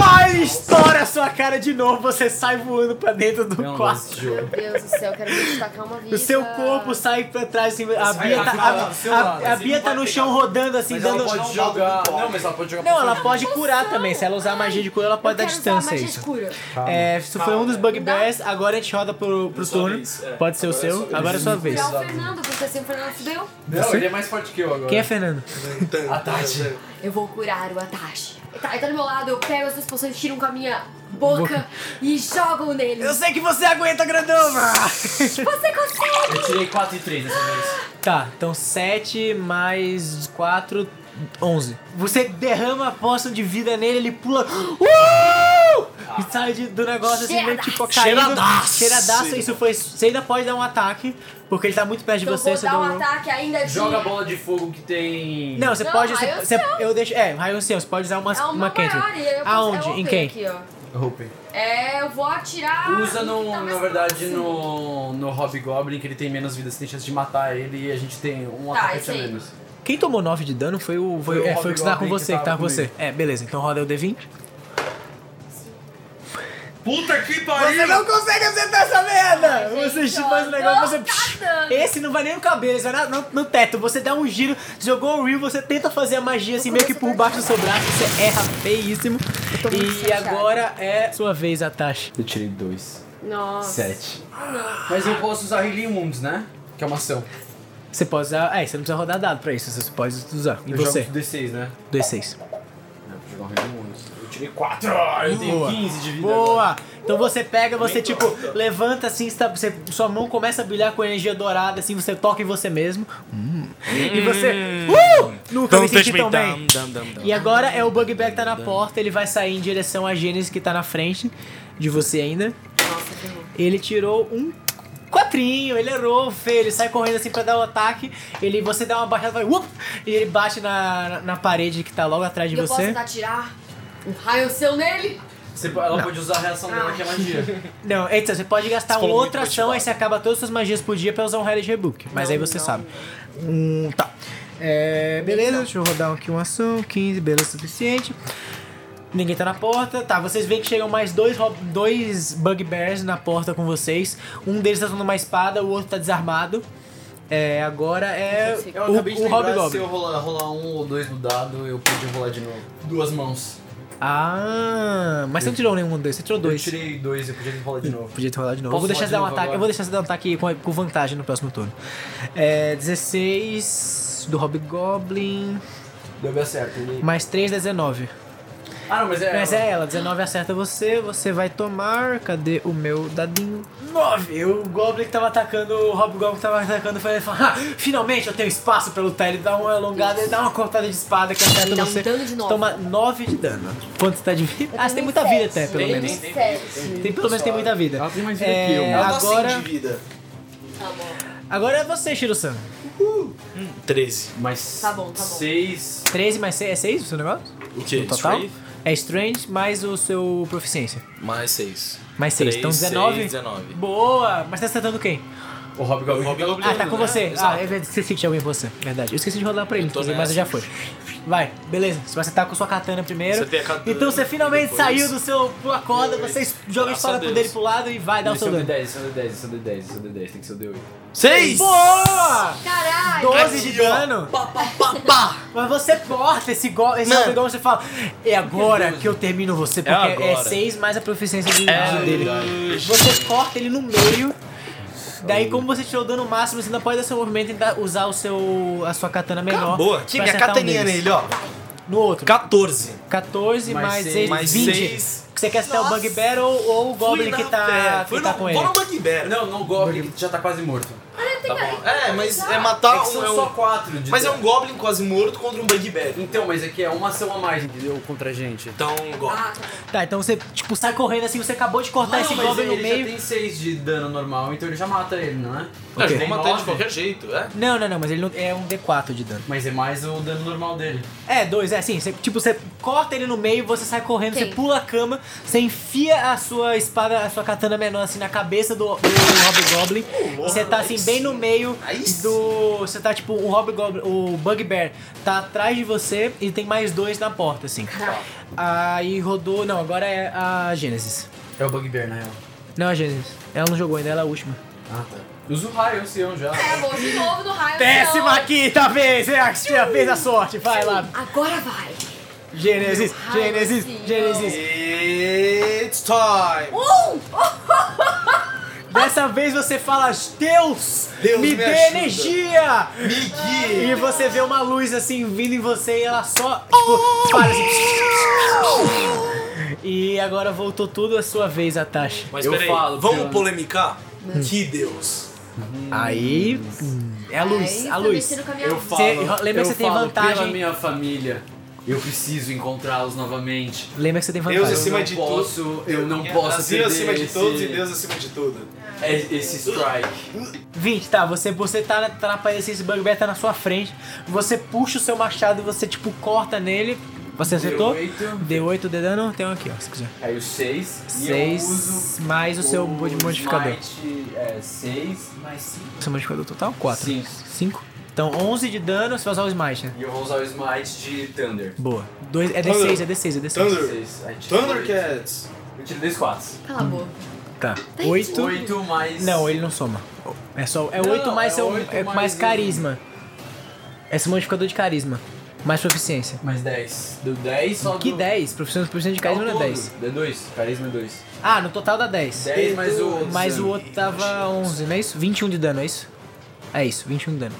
Speaker 1: Pai, estoura a sua cara de novo, você sai voando pra dentro do
Speaker 4: Não,
Speaker 1: quarto.
Speaker 4: esse um jogo.
Speaker 3: Meu Deus do céu, eu quero me destacar uma vida.
Speaker 1: O seu corpo sai pra trás, assim, a Bia
Speaker 4: ela
Speaker 1: tá,
Speaker 4: fica lá do seu
Speaker 1: a, a-
Speaker 4: lado,
Speaker 1: a
Speaker 4: assim,
Speaker 1: Bia tá no chão rodando assim,
Speaker 4: Mas
Speaker 1: dando.
Speaker 4: ela pode
Speaker 5: dá um
Speaker 4: jogar.
Speaker 5: golpe.
Speaker 4: Não, mas ela pode jogar
Speaker 1: Não,
Speaker 4: por
Speaker 1: ela
Speaker 4: cima.
Speaker 1: pode curar também. Se ela usar magia de cura, ela pode
Speaker 3: tá Eu
Speaker 1: dar
Speaker 3: quero usar
Speaker 1: distância.
Speaker 3: magia
Speaker 1: isso.
Speaker 3: de cura.
Speaker 1: É, isso foi um dos bugbears. Agora a gente roda pro, pro
Speaker 2: Sua
Speaker 1: turno.
Speaker 2: vez, é.
Speaker 1: Pode ser o
Speaker 2: Agora é sua
Speaker 1: seu.
Speaker 2: vez.
Speaker 1: Agora é sua vez.
Speaker 3: Tirar o Fernando, porque assim o Fernando fudeu.
Speaker 4: Não, ele é mais forte que eu agora.
Speaker 1: Quem é Fernando?
Speaker 4: A
Speaker 1: tá.
Speaker 4: Tati.
Speaker 3: Eu vou curar o Atashi. Ele tá, ele tá do meu lado, eu pego as duas poções, tiro um com a minha boca e jogo nele.
Speaker 1: Eu sei que você aguenta, grandoma!
Speaker 3: Você consegue!
Speaker 4: Eu tirei 4 e 3 dessa vez.
Speaker 1: [LAUGHS] Tá, então 7 mais 4, 11. Você derrama a poção de vida nele, ele pula. Uh! E sai de- do negócio assim, meio que, tipo caindo.
Speaker 2: Cheiradaço!
Speaker 1: Cheiradaço, isso foi. Você ainda pode dar um ataque, porque ele tá muito perto de
Speaker 3: Então eu
Speaker 1: você,
Speaker 3: vou
Speaker 1: você
Speaker 3: dar
Speaker 1: dá
Speaker 3: um
Speaker 1: um roll.
Speaker 3: ataque ainda de.
Speaker 4: Joga a bola de fogo que tem.
Speaker 1: Não, você
Speaker 3: Não,
Speaker 1: pode. Você,
Speaker 3: raio
Speaker 1: você-
Speaker 3: ancião.
Speaker 1: eu deixo. É, raio ancião, você pode usar uma,
Speaker 3: É uma,
Speaker 1: uma cantrip.
Speaker 3: maior e eu posso-
Speaker 1: Aonde?
Speaker 3: é
Speaker 1: em
Speaker 3: OP
Speaker 1: quem?
Speaker 3: Aqui, ó.
Speaker 4: Open.
Speaker 3: É, eu vou atirar.
Speaker 4: Usa no,
Speaker 3: Tá mais
Speaker 4: na verdade
Speaker 3: próximo.
Speaker 4: no, no Hobgoblin que ele tem menos vida, você tem chance de matar ele e a gente tem um
Speaker 3: Tá,
Speaker 4: atacante
Speaker 3: esse
Speaker 4: a
Speaker 3: aí.
Speaker 4: menos.
Speaker 1: Quem tomou 9 de dano foi o. Foi,
Speaker 4: Foi o
Speaker 1: é, foi o que
Speaker 4: Hobgoblin
Speaker 1: tá com
Speaker 4: que
Speaker 1: você, que tá
Speaker 4: tava
Speaker 1: com você.
Speaker 4: comigo.
Speaker 1: É, beleza, então roda o D20.
Speaker 2: Puta que pariu!
Speaker 1: consegue acertar essa merda!
Speaker 3: Ai,
Speaker 1: você
Speaker 3: gente,
Speaker 1: faz
Speaker 3: ó,
Speaker 1: um negócio,
Speaker 3: não
Speaker 1: você.
Speaker 3: tá dando.
Speaker 1: Esse não vai nem no cabelo, esse vai na- no, no teto. Você dá um giro, jogou o Reel, você tenta fazer a magia assim, meio que por baixo do seu braço, você erra feíssimo.
Speaker 3: tô muito
Speaker 1: E
Speaker 3: chateada.
Speaker 1: agora é sua vez, Atashi.
Speaker 4: Eu tirei 2.
Speaker 3: Nossa.
Speaker 4: 7. Mas eu posso usar Healing Wounds, né? Que é uma ação.
Speaker 1: Você pode usar. É, você não precisa rodar dado pra isso, você pode usar. E
Speaker 4: eu
Speaker 1: você?
Speaker 4: jogo D6, né?
Speaker 1: 2,6.
Speaker 4: É, vou jogar um Healing Wounds. Eu tirei 4. Eu tenho
Speaker 1: Boa.
Speaker 4: 15 de vida. agora.
Speaker 1: Boa! Então você pega, você tipo, levanta assim, está- você- sua mão começa a brilhar com energia dourada, assim, você toca em você mesmo. E você.
Speaker 2: Hum.
Speaker 1: Uh!
Speaker 2: Então
Speaker 1: Nunca me senti tão bem. E agora é o Bugbear que tá na porta, ele vai sair em direção a Gênesis que tá na frente de você ainda.
Speaker 3: Nossa, que horror.
Speaker 1: Ele tirou um quatrinho, ele errou, feio, ele sai correndo assim pra dar o ataque, ele, você dá uma baixada, vai, up, e ele bate na, na, na parede que tá logo atrás de
Speaker 3: E eu posso
Speaker 1: você.
Speaker 3: tentar tirar um raio seu nele?
Speaker 4: Você, po- ela pode usar a reação dela que é magia.
Speaker 1: Não, então você pode gastar uma
Speaker 2: Escolou muito
Speaker 1: outra ação,
Speaker 2: motivado.
Speaker 1: aí você acaba todas as suas magias por dia pra usar um Hellish Rebook. Mas
Speaker 3: Não,
Speaker 1: aí você
Speaker 3: não.
Speaker 1: sabe. Hum, tá. É, beleza,
Speaker 4: Então.
Speaker 1: deixa eu rodar aqui uma ação, 15, beleza, suficiente. Ninguém tá na porta. Tá, vocês veem que chegam mais dois, rob- dois bugbears na porta com vocês. Um deles tá usando uma espada, o outro tá desarmado. É, agora é
Speaker 4: Eu
Speaker 1: o,
Speaker 4: acabei de
Speaker 1: o
Speaker 4: lembrar, se
Speaker 1: Hobgoblin.
Speaker 4: eu rolar, rolar um ou dois no dado, eu podia rolar de novo. Duas mãos.
Speaker 1: Ah, mas você não tirou nenhum deles, você tirou dois.
Speaker 4: Eu tirei dois, eu podia rolar de novo.
Speaker 1: Podia ter rolado de novo.
Speaker 4: Posso
Speaker 1: Eu vou deixar você
Speaker 4: rolar de
Speaker 1: dar um
Speaker 4: novo
Speaker 1: ataque.
Speaker 4: agora?
Speaker 1: Eu vou deixar você dar um ataque com, com vantagem no próximo turno. É, 16 do Hobgoblin.
Speaker 4: Deu certo. Ele...
Speaker 1: Mais 3 dá 19.
Speaker 4: Ah, não, mas é.
Speaker 1: Mas é ela, 19 acerta você, você vai tomar. Cadê o meu dadinho? 9! O Goblin que tava atacando, o Hobgoblin que tava atacando, foi ele fala: ah, finalmente eu tenho espaço pra lutar. Ele dá uma alongada, ele dá uma cortada de espada que acerta
Speaker 3: Ele dá um
Speaker 1: você.
Speaker 3: dano de nove.
Speaker 1: Toma 9 de dano. Quanto você tá de vida? Ah, você tem muita vida até, pelo menos.
Speaker 3: Tem sete.
Speaker 1: Tem, pelo menos tem muita vida.
Speaker 4: Ela tem mais vida
Speaker 1: É,
Speaker 4: que eu, mano.
Speaker 5: Ela tá
Speaker 1: agora...
Speaker 5: sem de vida.
Speaker 3: Tá bom.
Speaker 1: Agora é você, Shiro-san.
Speaker 2: 13.
Speaker 4: Mas.
Speaker 3: Tá bom, tá bom.
Speaker 4: Seis.
Speaker 1: 13 mais 6 é 6 o seu negócio?
Speaker 2: O quê?
Speaker 1: No total?
Speaker 2: Strength?
Speaker 1: É Strange mais o seu proficiência.
Speaker 2: Mais 6.
Speaker 1: Mais 6. Então 19?
Speaker 2: 19.
Speaker 1: Boa! Mas tá acertando quem?
Speaker 4: O Hobgoblin.
Speaker 2: Hobgoblin.
Speaker 1: Ah, tá com
Speaker 2: né?
Speaker 1: você.
Speaker 2: Exato.
Speaker 1: Ah, eu esqueci que tinha alguém com você. Verdade. Eu esqueci de rodar pra ele,
Speaker 2: Eu tô
Speaker 1: inclusive, mas
Speaker 2: nessa.
Speaker 1: já foi. Vai, beleza. Você vai acertar com sua katana primeiro.
Speaker 2: Você tem a katana,
Speaker 1: então você finalmente
Speaker 2: depois-
Speaker 1: saiu do seu pula corda, você joga a
Speaker 2: Graças
Speaker 1: espada
Speaker 2: a
Speaker 1: pro
Speaker 2: Deus.
Speaker 1: dele pro lado e vai dar o
Speaker 4: Esse é
Speaker 1: seu
Speaker 4: o
Speaker 1: dano.
Speaker 4: D10, esse é o D10, esse é o D10, esse é o D10, tem que ser o D8.
Speaker 2: 6!
Speaker 1: Boa!
Speaker 3: Caralho!
Speaker 1: 12 de dano. Mas você corta esse gol, esse
Speaker 2: Mano.
Speaker 1: Hobgoblin, você fala, é agora que eu termino você, porque é
Speaker 2: agora.
Speaker 1: 6 mais a proficiência de
Speaker 2: É
Speaker 1: de dele.
Speaker 2: verdade.
Speaker 1: Você corta ele no meio, daí como você tirou o dano máximo, você ainda pode dar seu movimento e ainda usar o seu, a sua katana menor.
Speaker 2: Boa,
Speaker 1: pra
Speaker 2: tive a
Speaker 1: acertar um
Speaker 2: cataninha
Speaker 1: deles.
Speaker 2: nele, ó.
Speaker 1: No outro.
Speaker 2: 14.
Speaker 1: 14
Speaker 4: Mais
Speaker 1: mais
Speaker 4: seis,
Speaker 1: 6,
Speaker 2: mais
Speaker 1: 20.
Speaker 2: seis.
Speaker 1: Você quer acertar o
Speaker 2: Nossa.
Speaker 1: Bugbear ou, ou o Goblin que tá, que tá com ele?
Speaker 2: Vou no Bugbear.
Speaker 4: é Não, não, o Goblin que já tá quase morto.
Speaker 3: tem
Speaker 2: Tá
Speaker 3: a-
Speaker 2: bom. É, mas é
Speaker 4: É
Speaker 2: matar
Speaker 4: que
Speaker 2: um.
Speaker 4: são
Speaker 2: é
Speaker 4: só
Speaker 2: um-
Speaker 4: quatro de
Speaker 2: Mas é
Speaker 4: dano.
Speaker 2: um Goblin quase morto contra um Bugbear.
Speaker 4: Então, mas é que é uma ação a mais, entendeu? Contra a gente.
Speaker 2: Então, um Goblin.
Speaker 3: Ah, tá bom.
Speaker 1: Tá, então você, tipo, sai correndo assim, você acabou de cortar esse
Speaker 4: mas
Speaker 1: Goblin
Speaker 4: ele
Speaker 1: no meio.
Speaker 4: já tem 6 de dano normal, então ele já mata ele, não é?
Speaker 2: Eu acho que
Speaker 1: Ok.
Speaker 2: vou matar ele de
Speaker 4: Nove.
Speaker 2: qualquer jeito, é?
Speaker 1: Não, não, não, mas ele não, é um D4 de dano.
Speaker 4: Mas é mais o dano normal dele.
Speaker 1: É, dois, é assim, você, tipo, você corta ele no meio, você sai correndo,
Speaker 3: Quem?
Speaker 1: você pula a cama, você enfia a sua espada, a sua katana menor assim na cabeça do, do Hobgoblin, e você tá assim bem no meio do... Você tá tipo, o Hobgoblin, o Bugbear tá atrás de você e tem mais dois na porta, assim. Aí rodou, não, agora é a Gênesis.
Speaker 4: É o Bugbear, na real.
Speaker 1: Não, é a Gênesis, ela não jogou ainda, ela é a última.
Speaker 4: Ah, tá. Usa o raio, Sião, já.
Speaker 3: É, vou de novo no raio.
Speaker 1: Décima
Speaker 3: então.
Speaker 1: quinta vez, é a sua vez a sorte, vai lá.
Speaker 3: Agora vai.
Speaker 1: Gênesis,
Speaker 3: Meu raio,
Speaker 1: Gênesis,
Speaker 3: filho.
Speaker 1: Gênesis.
Speaker 2: It's time!
Speaker 3: Um!
Speaker 1: Dessa vez você fala, Deus,
Speaker 2: Deus,
Speaker 1: me,
Speaker 2: me
Speaker 1: dê
Speaker 2: ajuda."
Speaker 1: energia!
Speaker 2: Miki!
Speaker 1: E você vê uma luz assim vindo em você e ela só, tipo, para assim. [LAUGHS] E agora voltou tudo a sua vez, a taxa.
Speaker 2: Mas
Speaker 4: Eu
Speaker 2: peraí,
Speaker 4: falo,
Speaker 2: vamos
Speaker 4: Fernando.
Speaker 2: polemicar? Que Deus!
Speaker 1: Aí. É a luz,
Speaker 3: Aí
Speaker 1: a
Speaker 3: tá
Speaker 1: luz.
Speaker 3: mexendo com a minha
Speaker 4: Eu
Speaker 3: vida.
Speaker 4: falo.
Speaker 1: Você- lembra que
Speaker 4: eu
Speaker 1: você tem
Speaker 4: falo
Speaker 1: vantagem.
Speaker 4: Pela minha família, eu preciso encontrá-los novamente.
Speaker 1: Lembra que você tem
Speaker 2: Deus
Speaker 1: vantagem.
Speaker 2: acima
Speaker 4: não
Speaker 2: de
Speaker 4: posso,
Speaker 2: tudo.
Speaker 4: eu não
Speaker 2: É,
Speaker 4: posso
Speaker 2: Brasil
Speaker 4: perder
Speaker 2: acima de
Speaker 4: esse-
Speaker 2: todos e Deus acima de tudo.
Speaker 4: É esse strike. 20.
Speaker 1: 20, tá, você, você tá na, tá na parede, assim, esse bugbear tá na sua frente. Você puxa o seu machado e você, tipo, corta nele. Você acertou?
Speaker 4: oito.
Speaker 1: Deu 8 de dano, tem um aqui, ó, se quiser.
Speaker 6: Aí o 6.
Speaker 1: 6 mais o seu modificador.
Speaker 6: Smite, é 6 mais 5.
Speaker 1: Seu modificador total? 4.
Speaker 6: Cinco.
Speaker 1: 5. Então 11 de dano, você vai usar o smite, né?
Speaker 6: E eu vou usar o Smite de Thunder.
Speaker 1: Boa. Dois, é D6, é D6, é D6.
Speaker 2: Thunder.
Speaker 6: 6. Aí tiro
Speaker 4: é-
Speaker 6: oito.
Speaker 2: Thundercats!
Speaker 6: Eu tiro 2 4.
Speaker 3: Cala a boca.
Speaker 1: Tá. 8.
Speaker 6: 8 mais.
Speaker 1: Não, ele não soma. É só. É
Speaker 6: Não,
Speaker 1: 8 mais
Speaker 6: é
Speaker 1: seu.
Speaker 6: oito
Speaker 1: é
Speaker 6: mais
Speaker 1: mais
Speaker 6: um.
Speaker 1: carisma. É seu modificador de carisma. Mais proficiência.
Speaker 6: Mais 10. Deu 10 só
Speaker 1: Que
Speaker 6: do...
Speaker 1: 10? Proficiência proficiência de carisma não é 10.
Speaker 6: É 2. Carisma é 2.
Speaker 1: Ah, no total dá 10.
Speaker 2: É,
Speaker 6: 10 mais o outro.
Speaker 1: Mas o
Speaker 6: sangue.
Speaker 1: outro tava 11, não é isso? 21 de dano, é isso? É isso, 21 de dano.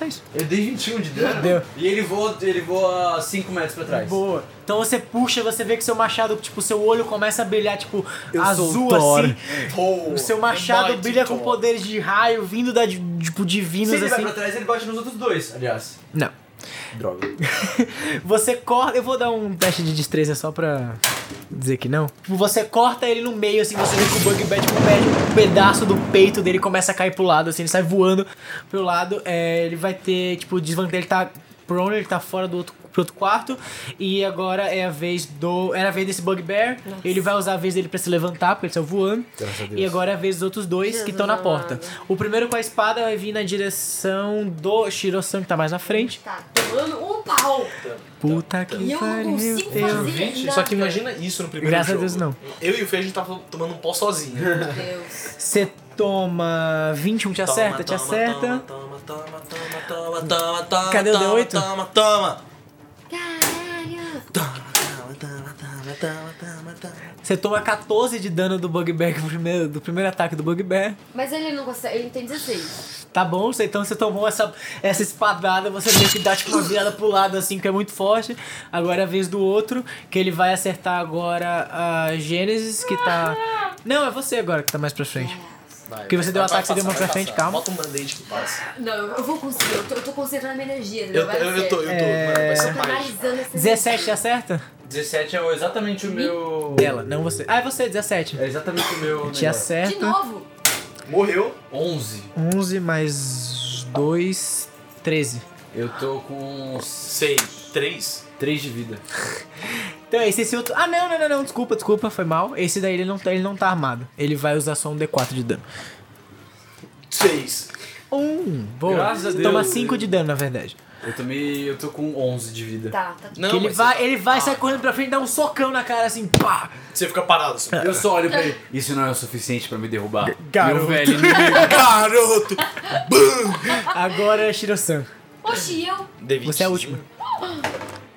Speaker 1: É isso.
Speaker 6: Eu dei 21 de dano.
Speaker 1: Deu.
Speaker 6: E ele voa, ele voa 5 metros pra trás.
Speaker 1: Boa. Então você puxa, você vê que seu machado, tipo, seu olho começa a brilhar, tipo, azul
Speaker 4: sou o Thor.
Speaker 1: assim.
Speaker 2: Oh,
Speaker 1: O seu machado
Speaker 2: mighty
Speaker 1: brilha com
Speaker 2: Thor.
Speaker 1: poderes de raio vindo da, de- tipo,
Speaker 6: Se
Speaker 1: divinos
Speaker 6: ele vai
Speaker 1: assim.
Speaker 6: pra trás, ele bate nos outros dois, aliás.
Speaker 1: Não.
Speaker 6: Droga.
Speaker 1: [LAUGHS] Você corta. Eu vou dar um teste de destreza só pra dizer que não. Tipo, Você corta ele no meio, assim, você vê que o Bugbear, tipo, perde um pedaço do peito dele começa a cair pro lado, assim, ele sai voando pro lado. É, ele vai ter, tipo, desvantagem. Ele tá prone, ele tá fora do outro. Pro outro quarto, e agora é a vez do. Era a vez desse Bugbear. Ele vai usar a vez dele pra se levantar, porque ele saiu voando. E agora é a vez dos outros dois que estão na
Speaker 3: Jesus
Speaker 1: porta.
Speaker 3: amado.
Speaker 1: O primeiro com a espada vai vir na direção do Shiro-san, que tá mais na frente.
Speaker 3: Tá tomando um pau.
Speaker 1: Puta que
Speaker 3: E eu não
Speaker 1: pariu.
Speaker 3: consigo
Speaker 1: eu-
Speaker 3: fazer nada.
Speaker 2: Só que imagina isso no primeiro
Speaker 1: Graças a
Speaker 2: jogo.
Speaker 1: Deus, não. Tá
Speaker 2: Eu e o Fê, a gente tava tomando um pó sozinho.
Speaker 3: Meu Deus.
Speaker 1: Você toma 21, te acerta, te acerta.
Speaker 2: Toma, toma, toma, toma, toma, toma,
Speaker 1: Cadê o
Speaker 2: toma,
Speaker 1: D8?
Speaker 2: Toma, toma.
Speaker 3: Caralho.
Speaker 1: Você toma 14 de dano do Bugbear, do primeiro, do primeiro ataque do Bugbear.
Speaker 3: Mas ele não consegue. Ele tem 16.
Speaker 1: Tá bom, você- então você tomou essa, essa espadada, você meio que dá tipo uma virada pro lado assim, que é muito forte. Agora é a vez do outro, que ele vai acertar agora a Gênesis, que tá. Não, é você agora que tá mais pra frente. Porque você deu um ataque, você deu uma pra frente, calma.
Speaker 2: Bota um band-aid que passa.
Speaker 3: Não, eu vou conseguir. Eu tô, eu tô concentrando a minha energia.
Speaker 2: Eu,
Speaker 3: vai
Speaker 2: eu,
Speaker 3: ser.
Speaker 2: eu tô, eu tô, mano, vai ser
Speaker 3: Eu tô
Speaker 2: mágico.
Speaker 3: analisando essa
Speaker 1: 17 te acerta?
Speaker 6: 17 é o- exatamente o meu.
Speaker 1: Dela, não você. Ah, é você, 17.
Speaker 6: É exatamente o meu. negócio.
Speaker 1: Te
Speaker 3: energia. De
Speaker 1: acerta.
Speaker 3: novo.
Speaker 2: Morreu.
Speaker 6: 11.
Speaker 1: 11 mais 2, 13.
Speaker 6: Eu tô com
Speaker 2: Sei, três.
Speaker 6: 3 de vida.
Speaker 1: Então é esse, esse outro. Ah, não, não, não, não, desculpa, desculpa, foi mal. Esse daí ele não, tá- ele não tá armado. Ele vai usar só um D4 de dano.
Speaker 2: Seis.
Speaker 1: Um, boa.
Speaker 6: Graças a Deus.
Speaker 1: Toma 5 de dano, na verdade.
Speaker 6: Eu tomei. Eu tô com 11 de vida.
Speaker 3: Tá, tá.
Speaker 2: Não,
Speaker 1: Que ele
Speaker 2: mas
Speaker 1: vai, ele vai
Speaker 6: Ah.
Speaker 1: sair correndo pra frente, dá um socão na cara assim, pá!
Speaker 2: Você fica
Speaker 1: [LAUGHS]
Speaker 2: parado assim.
Speaker 4: Eu só olho pra ele. Isso não é o suficiente pra me derrubar.
Speaker 1: garoto.
Speaker 4: Meu velho inimigo.
Speaker 2: Garoto!
Speaker 1: Agora é Shiro-san.
Speaker 3: Oxi, eu.
Speaker 2: D20.
Speaker 1: Você é a [GASPS] última.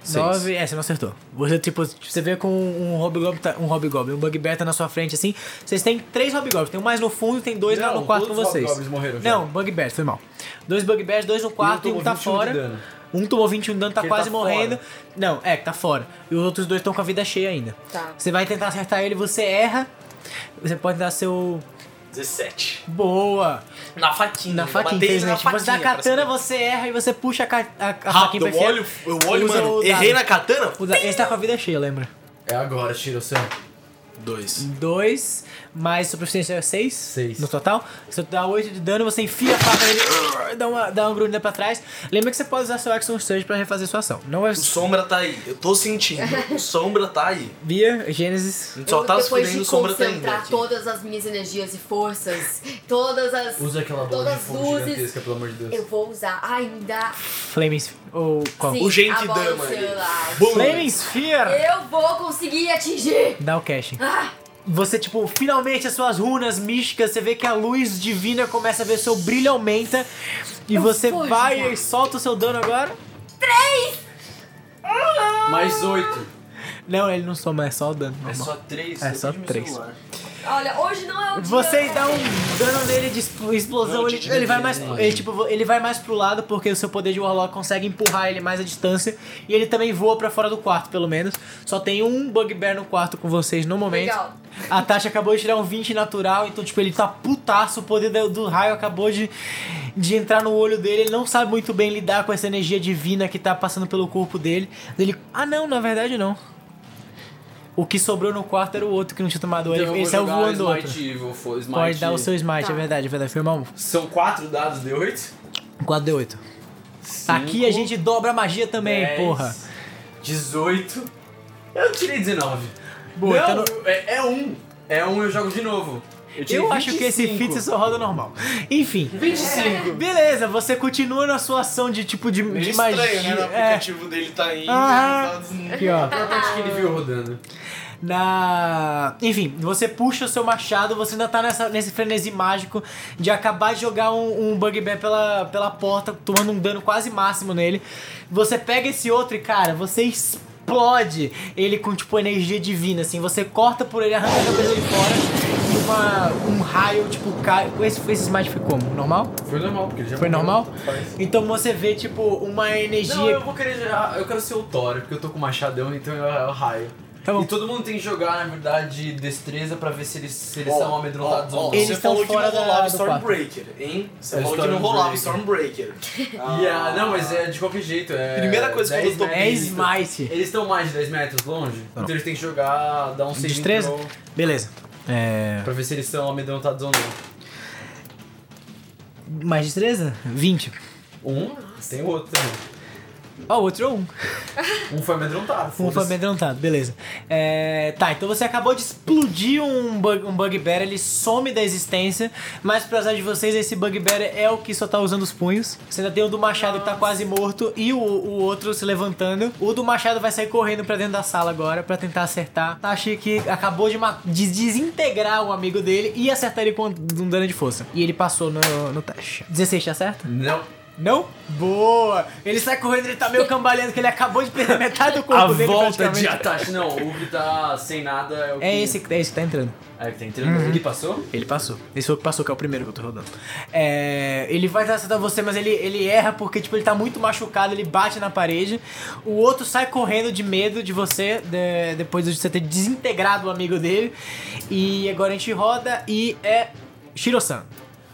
Speaker 1: 9, é, você não acertou. Você, tipo, você vê com um Hobgoblin, tá- um Hobgoblin, um Bugbear tá na sua frente, assim. Vocês têm três Hobgoblins, tem um mais no fundo e tem dois lá no
Speaker 4: Não,
Speaker 1: quarto com
Speaker 4: todos os
Speaker 1: vocês.
Speaker 4: Hobgoblins morreram já.
Speaker 1: Não, Bugbears, foi mal. Dois Bugbears, dois no quarto e um
Speaker 4: tomou
Speaker 1: tá
Speaker 4: 21 de
Speaker 1: fora.
Speaker 4: dano.
Speaker 1: Um tomou 21 de dano, tá
Speaker 4: Porque ele
Speaker 1: quase
Speaker 4: tá
Speaker 1: morrendo. Não, é, que tá fora. E os outros dois estão com a vida cheia ainda.
Speaker 3: Tá.
Speaker 1: Você vai tentar acertar ele, você erra. Você pode dar seu
Speaker 2: 17.
Speaker 1: Boa!
Speaker 2: Na faquinha.
Speaker 1: Na
Speaker 2: eu
Speaker 1: faquinha,
Speaker 2: matei ele Hum. na
Speaker 1: infelizmente. Você dá a
Speaker 2: faquinha pra
Speaker 1: katana,
Speaker 2: saber.
Speaker 1: você erra e você puxa a, ca- a, a
Speaker 2: Rápido,
Speaker 1: faquinha
Speaker 2: eu olho, eu olho,
Speaker 1: Usa
Speaker 2: mano.
Speaker 1: o
Speaker 2: Errei na
Speaker 1: dado.
Speaker 2: katana?
Speaker 1: Usa- Esse tá com a vida cheia, lembra?
Speaker 4: É agora, tira o seu.
Speaker 2: Dois.
Speaker 1: Dois, mais sua proficiência é seis,
Speaker 4: Seis.
Speaker 1: no total. Se tu dá oito de dano, você enfia a faca nele, [LAUGHS] ah, dá uma, dá uma grunhida pra trás. Lembra que você pode usar seu action surge pra refazer sua ação. Não é
Speaker 2: O sombra tá aí. Eu tô sentindo. O sombra tá aí.
Speaker 1: via Gênesis.
Speaker 2: A gente só
Speaker 3: eu,
Speaker 2: tá se
Speaker 3: depois
Speaker 2: fudendo, o
Speaker 3: de
Speaker 2: sombra tá indo.
Speaker 3: concentrar
Speaker 2: aqui.
Speaker 3: todas as minhas energias e forças, todas as
Speaker 4: Usa aquela bola
Speaker 3: todas
Speaker 4: de
Speaker 3: as
Speaker 4: fogo
Speaker 3: luzes,
Speaker 4: gigantesca, pelo amor de Deus.
Speaker 3: eu vou usar ainda
Speaker 1: Flaming Sphere. Ou qual?
Speaker 3: sim,
Speaker 2: O gente
Speaker 3: a bola
Speaker 2: dama
Speaker 3: do
Speaker 2: ali.
Speaker 3: celular.
Speaker 2: Bum.
Speaker 1: Flaming Sphere!
Speaker 3: Eu vou conseguir atingir.
Speaker 1: Dá o casting.
Speaker 3: Ah,
Speaker 1: Você, tipo, finalmente as suas runas místicas, você vê que a luz divina começa a ver, seu brilho aumenta. E
Speaker 3: Eu
Speaker 1: você
Speaker 3: vou
Speaker 1: vai
Speaker 3: jogar.
Speaker 1: e solta o seu dano agora.
Speaker 6: Mais oito.
Speaker 1: Então Não, ele não soma, é só o dano.
Speaker 6: É
Speaker 1: normal.
Speaker 6: só três.
Speaker 1: É
Speaker 6: eu
Speaker 1: só
Speaker 6: perdi meu
Speaker 1: três.
Speaker 6: celular.
Speaker 3: olha, hoje não é o dia.
Speaker 1: Você dá
Speaker 3: [LAUGHS]
Speaker 1: um dano nele de expl- explosão,
Speaker 2: Não,
Speaker 1: ele,
Speaker 2: de- de-
Speaker 1: ele vai
Speaker 2: de-
Speaker 1: mais.
Speaker 2: de-
Speaker 1: Ele, tipo, ele vai mais pro lado, porque o seu poder de Warlock consegue empurrar ele mais à distância. E ele também voa pra fora do quarto, pelo menos. Só tem um bugbear no quarto com vocês no momento.
Speaker 3: Legal.
Speaker 1: A Tasha acabou de tirar um 20 natural, então, tipo, ele tá putaço, o poder do, do raio acabou de, de entrar no olho dele, ele não sabe muito bem lidar com essa energia divina que tá passando pelo corpo dele. Ele. Ah não, na verdade não. O que sobrou no quarto era o outro que não tinha tomado ele.
Speaker 6: Então eu
Speaker 1: ele
Speaker 6: vou
Speaker 1: saiu
Speaker 6: jogar
Speaker 1: é voando outro.
Speaker 6: Smite Evil, fo- Smite.
Speaker 1: Pode dar o seu smite,
Speaker 3: Tá.
Speaker 1: é verdade, é verdade. Foi mal.
Speaker 6: São quatro dados de oito.
Speaker 1: 4D8. Tá Aqui a gente dobra a magia também,
Speaker 6: Dez,
Speaker 1: porra.
Speaker 6: 18. Eu tirei 19.
Speaker 1: Boa,
Speaker 6: não,
Speaker 1: então
Speaker 6: é, é um. É um, eu jogo de novo. Eu, tirei
Speaker 1: Eu acho que esse
Speaker 6: 25.
Speaker 1: fit só roda normal. Enfim.
Speaker 6: 25.
Speaker 1: Beleza, você continua na sua ação de tipo de,
Speaker 2: Meio
Speaker 1: de
Speaker 2: estranho,
Speaker 1: magia.
Speaker 2: né? No
Speaker 1: é,
Speaker 2: aplicativo dele tá indo.
Speaker 1: Aham.
Speaker 2: os dados-
Speaker 1: aqui, ó.
Speaker 4: Importante que ele viu rodando.
Speaker 1: Na. Enfim, você puxa o seu machado, você ainda tá nessa, nesse frenesi mágico de acabar de jogar um, um bugbear pela, pela porta, tomando um dano quase máximo nele. Você pega esse outro e, cara, você explode ele com, tipo, energia divina, assim. Você corta por ele, arranca a cabeça de fora e uma, um raio, tipo, cai. Esse, esse smite foi como? Normal?
Speaker 4: Foi normal, porque ele já
Speaker 1: Foi
Speaker 4: morreu.
Speaker 1: normal?
Speaker 4: Faz.
Speaker 1: Então você vê, tipo, uma energia.
Speaker 4: Não, eu vou querer. jogar- Eu quero ser o Thor, porque eu tô com o machadão, então eu, eu raio.
Speaker 1: Tá bom.
Speaker 4: E todo mundo tem que jogar, na verdade, destreza pra ver se eles, se eles são amedrontados
Speaker 2: Ó, ó,
Speaker 4: ou não.
Speaker 1: Eles
Speaker 2: você
Speaker 1: estão
Speaker 2: falou que
Speaker 1: fora
Speaker 2: não
Speaker 1: da-
Speaker 2: rolava
Speaker 1: do quarto.
Speaker 2: Stormbreaker, hein? Você
Speaker 4: É
Speaker 2: falou que não rolava Stormbreaker. [LAUGHS] Ah.
Speaker 4: Yeah, não, mas é de qualquer jeito. É
Speaker 2: Primeira coisa que eu
Speaker 4: 10
Speaker 2: dou-
Speaker 1: É
Speaker 4: metros.
Speaker 1: smite.
Speaker 4: Eles estão mais de 10 metros longe, então eles têm que jogar, dar um save
Speaker 1: Destreza?
Speaker 4: throw
Speaker 1: Beleza. É.
Speaker 4: pra ver se eles são amedrontados ou não.
Speaker 1: Mais destreza? 20.
Speaker 4: Um, tem o outro também.
Speaker 1: Ó, o outro é um.
Speaker 4: Um foi amedrontado.
Speaker 1: Um foi
Speaker 4: foda-se.
Speaker 1: amedrontado, beleza. É, tá, então você acabou de explodir um, bug, um bugbear, ele some da existência, mas pra azar de vocês, esse bugbear é o que só tá usando os punhos. Você ainda tem o do machado que tá quase morto e o, o outro se levantando. O do machado vai sair correndo pra dentro da sala agora pra tentar acertar. Tashi que acabou de, ma- de desintegrar o amigo dele e acertar ele com um dano de força. E ele passou no, no teste. tá 16 te acerta?
Speaker 4: Não.
Speaker 1: Não? Boa! Ele sai correndo, ele tá meio cambaleando, que ele acabou de perder metade do corpo
Speaker 4: a
Speaker 1: dele
Speaker 4: volta de
Speaker 1: praticamente.
Speaker 4: ataque. Não, o que tá sem nada é o que...
Speaker 1: É esse, que- é esse que tá entrando.
Speaker 4: É o que tá entrando.
Speaker 1: Uhum.
Speaker 4: Ele passou?
Speaker 1: Ele passou. Esse foi o que passou, que é o primeiro que eu tô rodando. É, ele vai tentar acertar você, mas ele, ele erra porque, tipo, ele tá muito machucado, ele bate na parede. O outro sai correndo de medo de você, de- depois de você ter desintegrado o amigo dele. E agora a gente roda e é Shiro-san.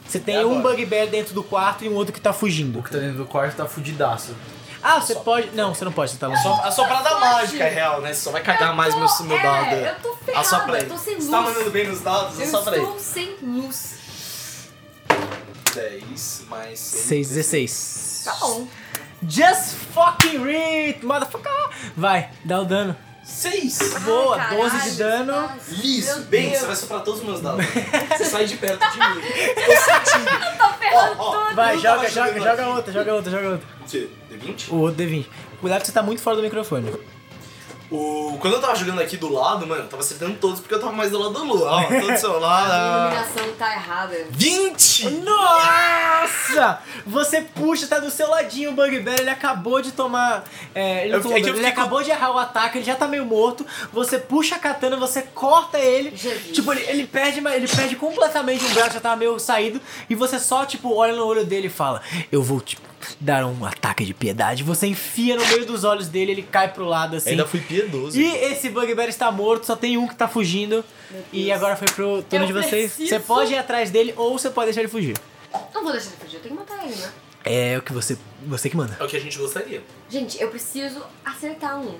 Speaker 1: Você
Speaker 4: É
Speaker 1: tem um bugbear dentro do quarto e um outro que tá
Speaker 4: O
Speaker 1: fugindo.
Speaker 4: que tá dentro do quarto tá fudidaço.
Speaker 1: Ah, você pode... Não, você não pode, você tá longe.
Speaker 2: Só, a sua parada mágica é real, né? Você só vai cagar mais meu, meu
Speaker 3: é,
Speaker 2: dado.
Speaker 3: eu tô ferrada,
Speaker 2: Ah, só pra
Speaker 3: eu
Speaker 2: ele.
Speaker 3: tô sem
Speaker 2: Você tá
Speaker 3: luz.
Speaker 2: mandando bem nos dados? É
Speaker 3: Eu
Speaker 2: só pra ele.
Speaker 3: estou sem luz.
Speaker 2: 10 mais
Speaker 1: 6, 16.
Speaker 3: Tá bom.
Speaker 1: Just fucking read, motherfucker! Vai, dá o dano.
Speaker 2: 6!
Speaker 1: Boa,
Speaker 3: Ai,
Speaker 1: 12 de
Speaker 3: caralho,
Speaker 1: dano.
Speaker 3: nossa,
Speaker 2: Liso,
Speaker 3: meu
Speaker 2: bem,
Speaker 3: Deus.
Speaker 2: você vai soprar todos os meus
Speaker 3: [LAUGHS]
Speaker 2: dados. Você sai de perto de mim. Tô sentindo.
Speaker 3: Tá ferrando
Speaker 2: Ó, ó,
Speaker 3: tudo.
Speaker 1: Vai,
Speaker 2: Eu
Speaker 1: joga,
Speaker 2: tava
Speaker 1: joga,
Speaker 2: jogando
Speaker 1: joga
Speaker 2: assim.
Speaker 1: outra, joga outra, joga outra.
Speaker 2: Você, D20?
Speaker 1: O outro D20. Cuidado que você tá muito fora do microfone.
Speaker 2: O... Quando eu tava jogando aqui do lado, mano, eu tava acertando todos porque eu tava mais do lado da lua. Ó, todo do seu
Speaker 3: A [LAUGHS]
Speaker 2: lado.
Speaker 3: iluminação tá errada.
Speaker 2: 20!
Speaker 1: Nossa! Você puxa, tá do seu ladinho o Bugbear, ele acabou de tomar. É, ele, não
Speaker 2: Eu
Speaker 1: tomou
Speaker 2: fiquei- é que eu
Speaker 1: dano, ele
Speaker 2: fiquei com-
Speaker 1: acabou de errar o ataque, ele já tá meio morto. Você puxa a katana, você corta ele.
Speaker 3: Jesus.
Speaker 1: Tipo, ele, ele perde, mas ele tá perde completamente um braço, já tava meio saído. E você só, tipo, olha no olho dele e fala: Eu vou te dar um ataque de piedade. Você enfia no meio dos olhos dele, ele cai pro lado assim.
Speaker 2: Ainda fui piedoso.
Speaker 1: E esse Bugbear está morto, só tem um que tá fugindo. E agora foi pro turno
Speaker 3: Eu
Speaker 1: de vocês.
Speaker 3: preciso.
Speaker 1: Você pode ir atrás dele ou você pode deixar ele fugir.
Speaker 3: Não vou deixar ele fugir, eu tenho que matar ele, né?
Speaker 1: É o que você. Você que manda.
Speaker 2: É o que a gente gostaria.
Speaker 3: Gente, eu preciso
Speaker 1: [LAUGHS]
Speaker 3: acertar um.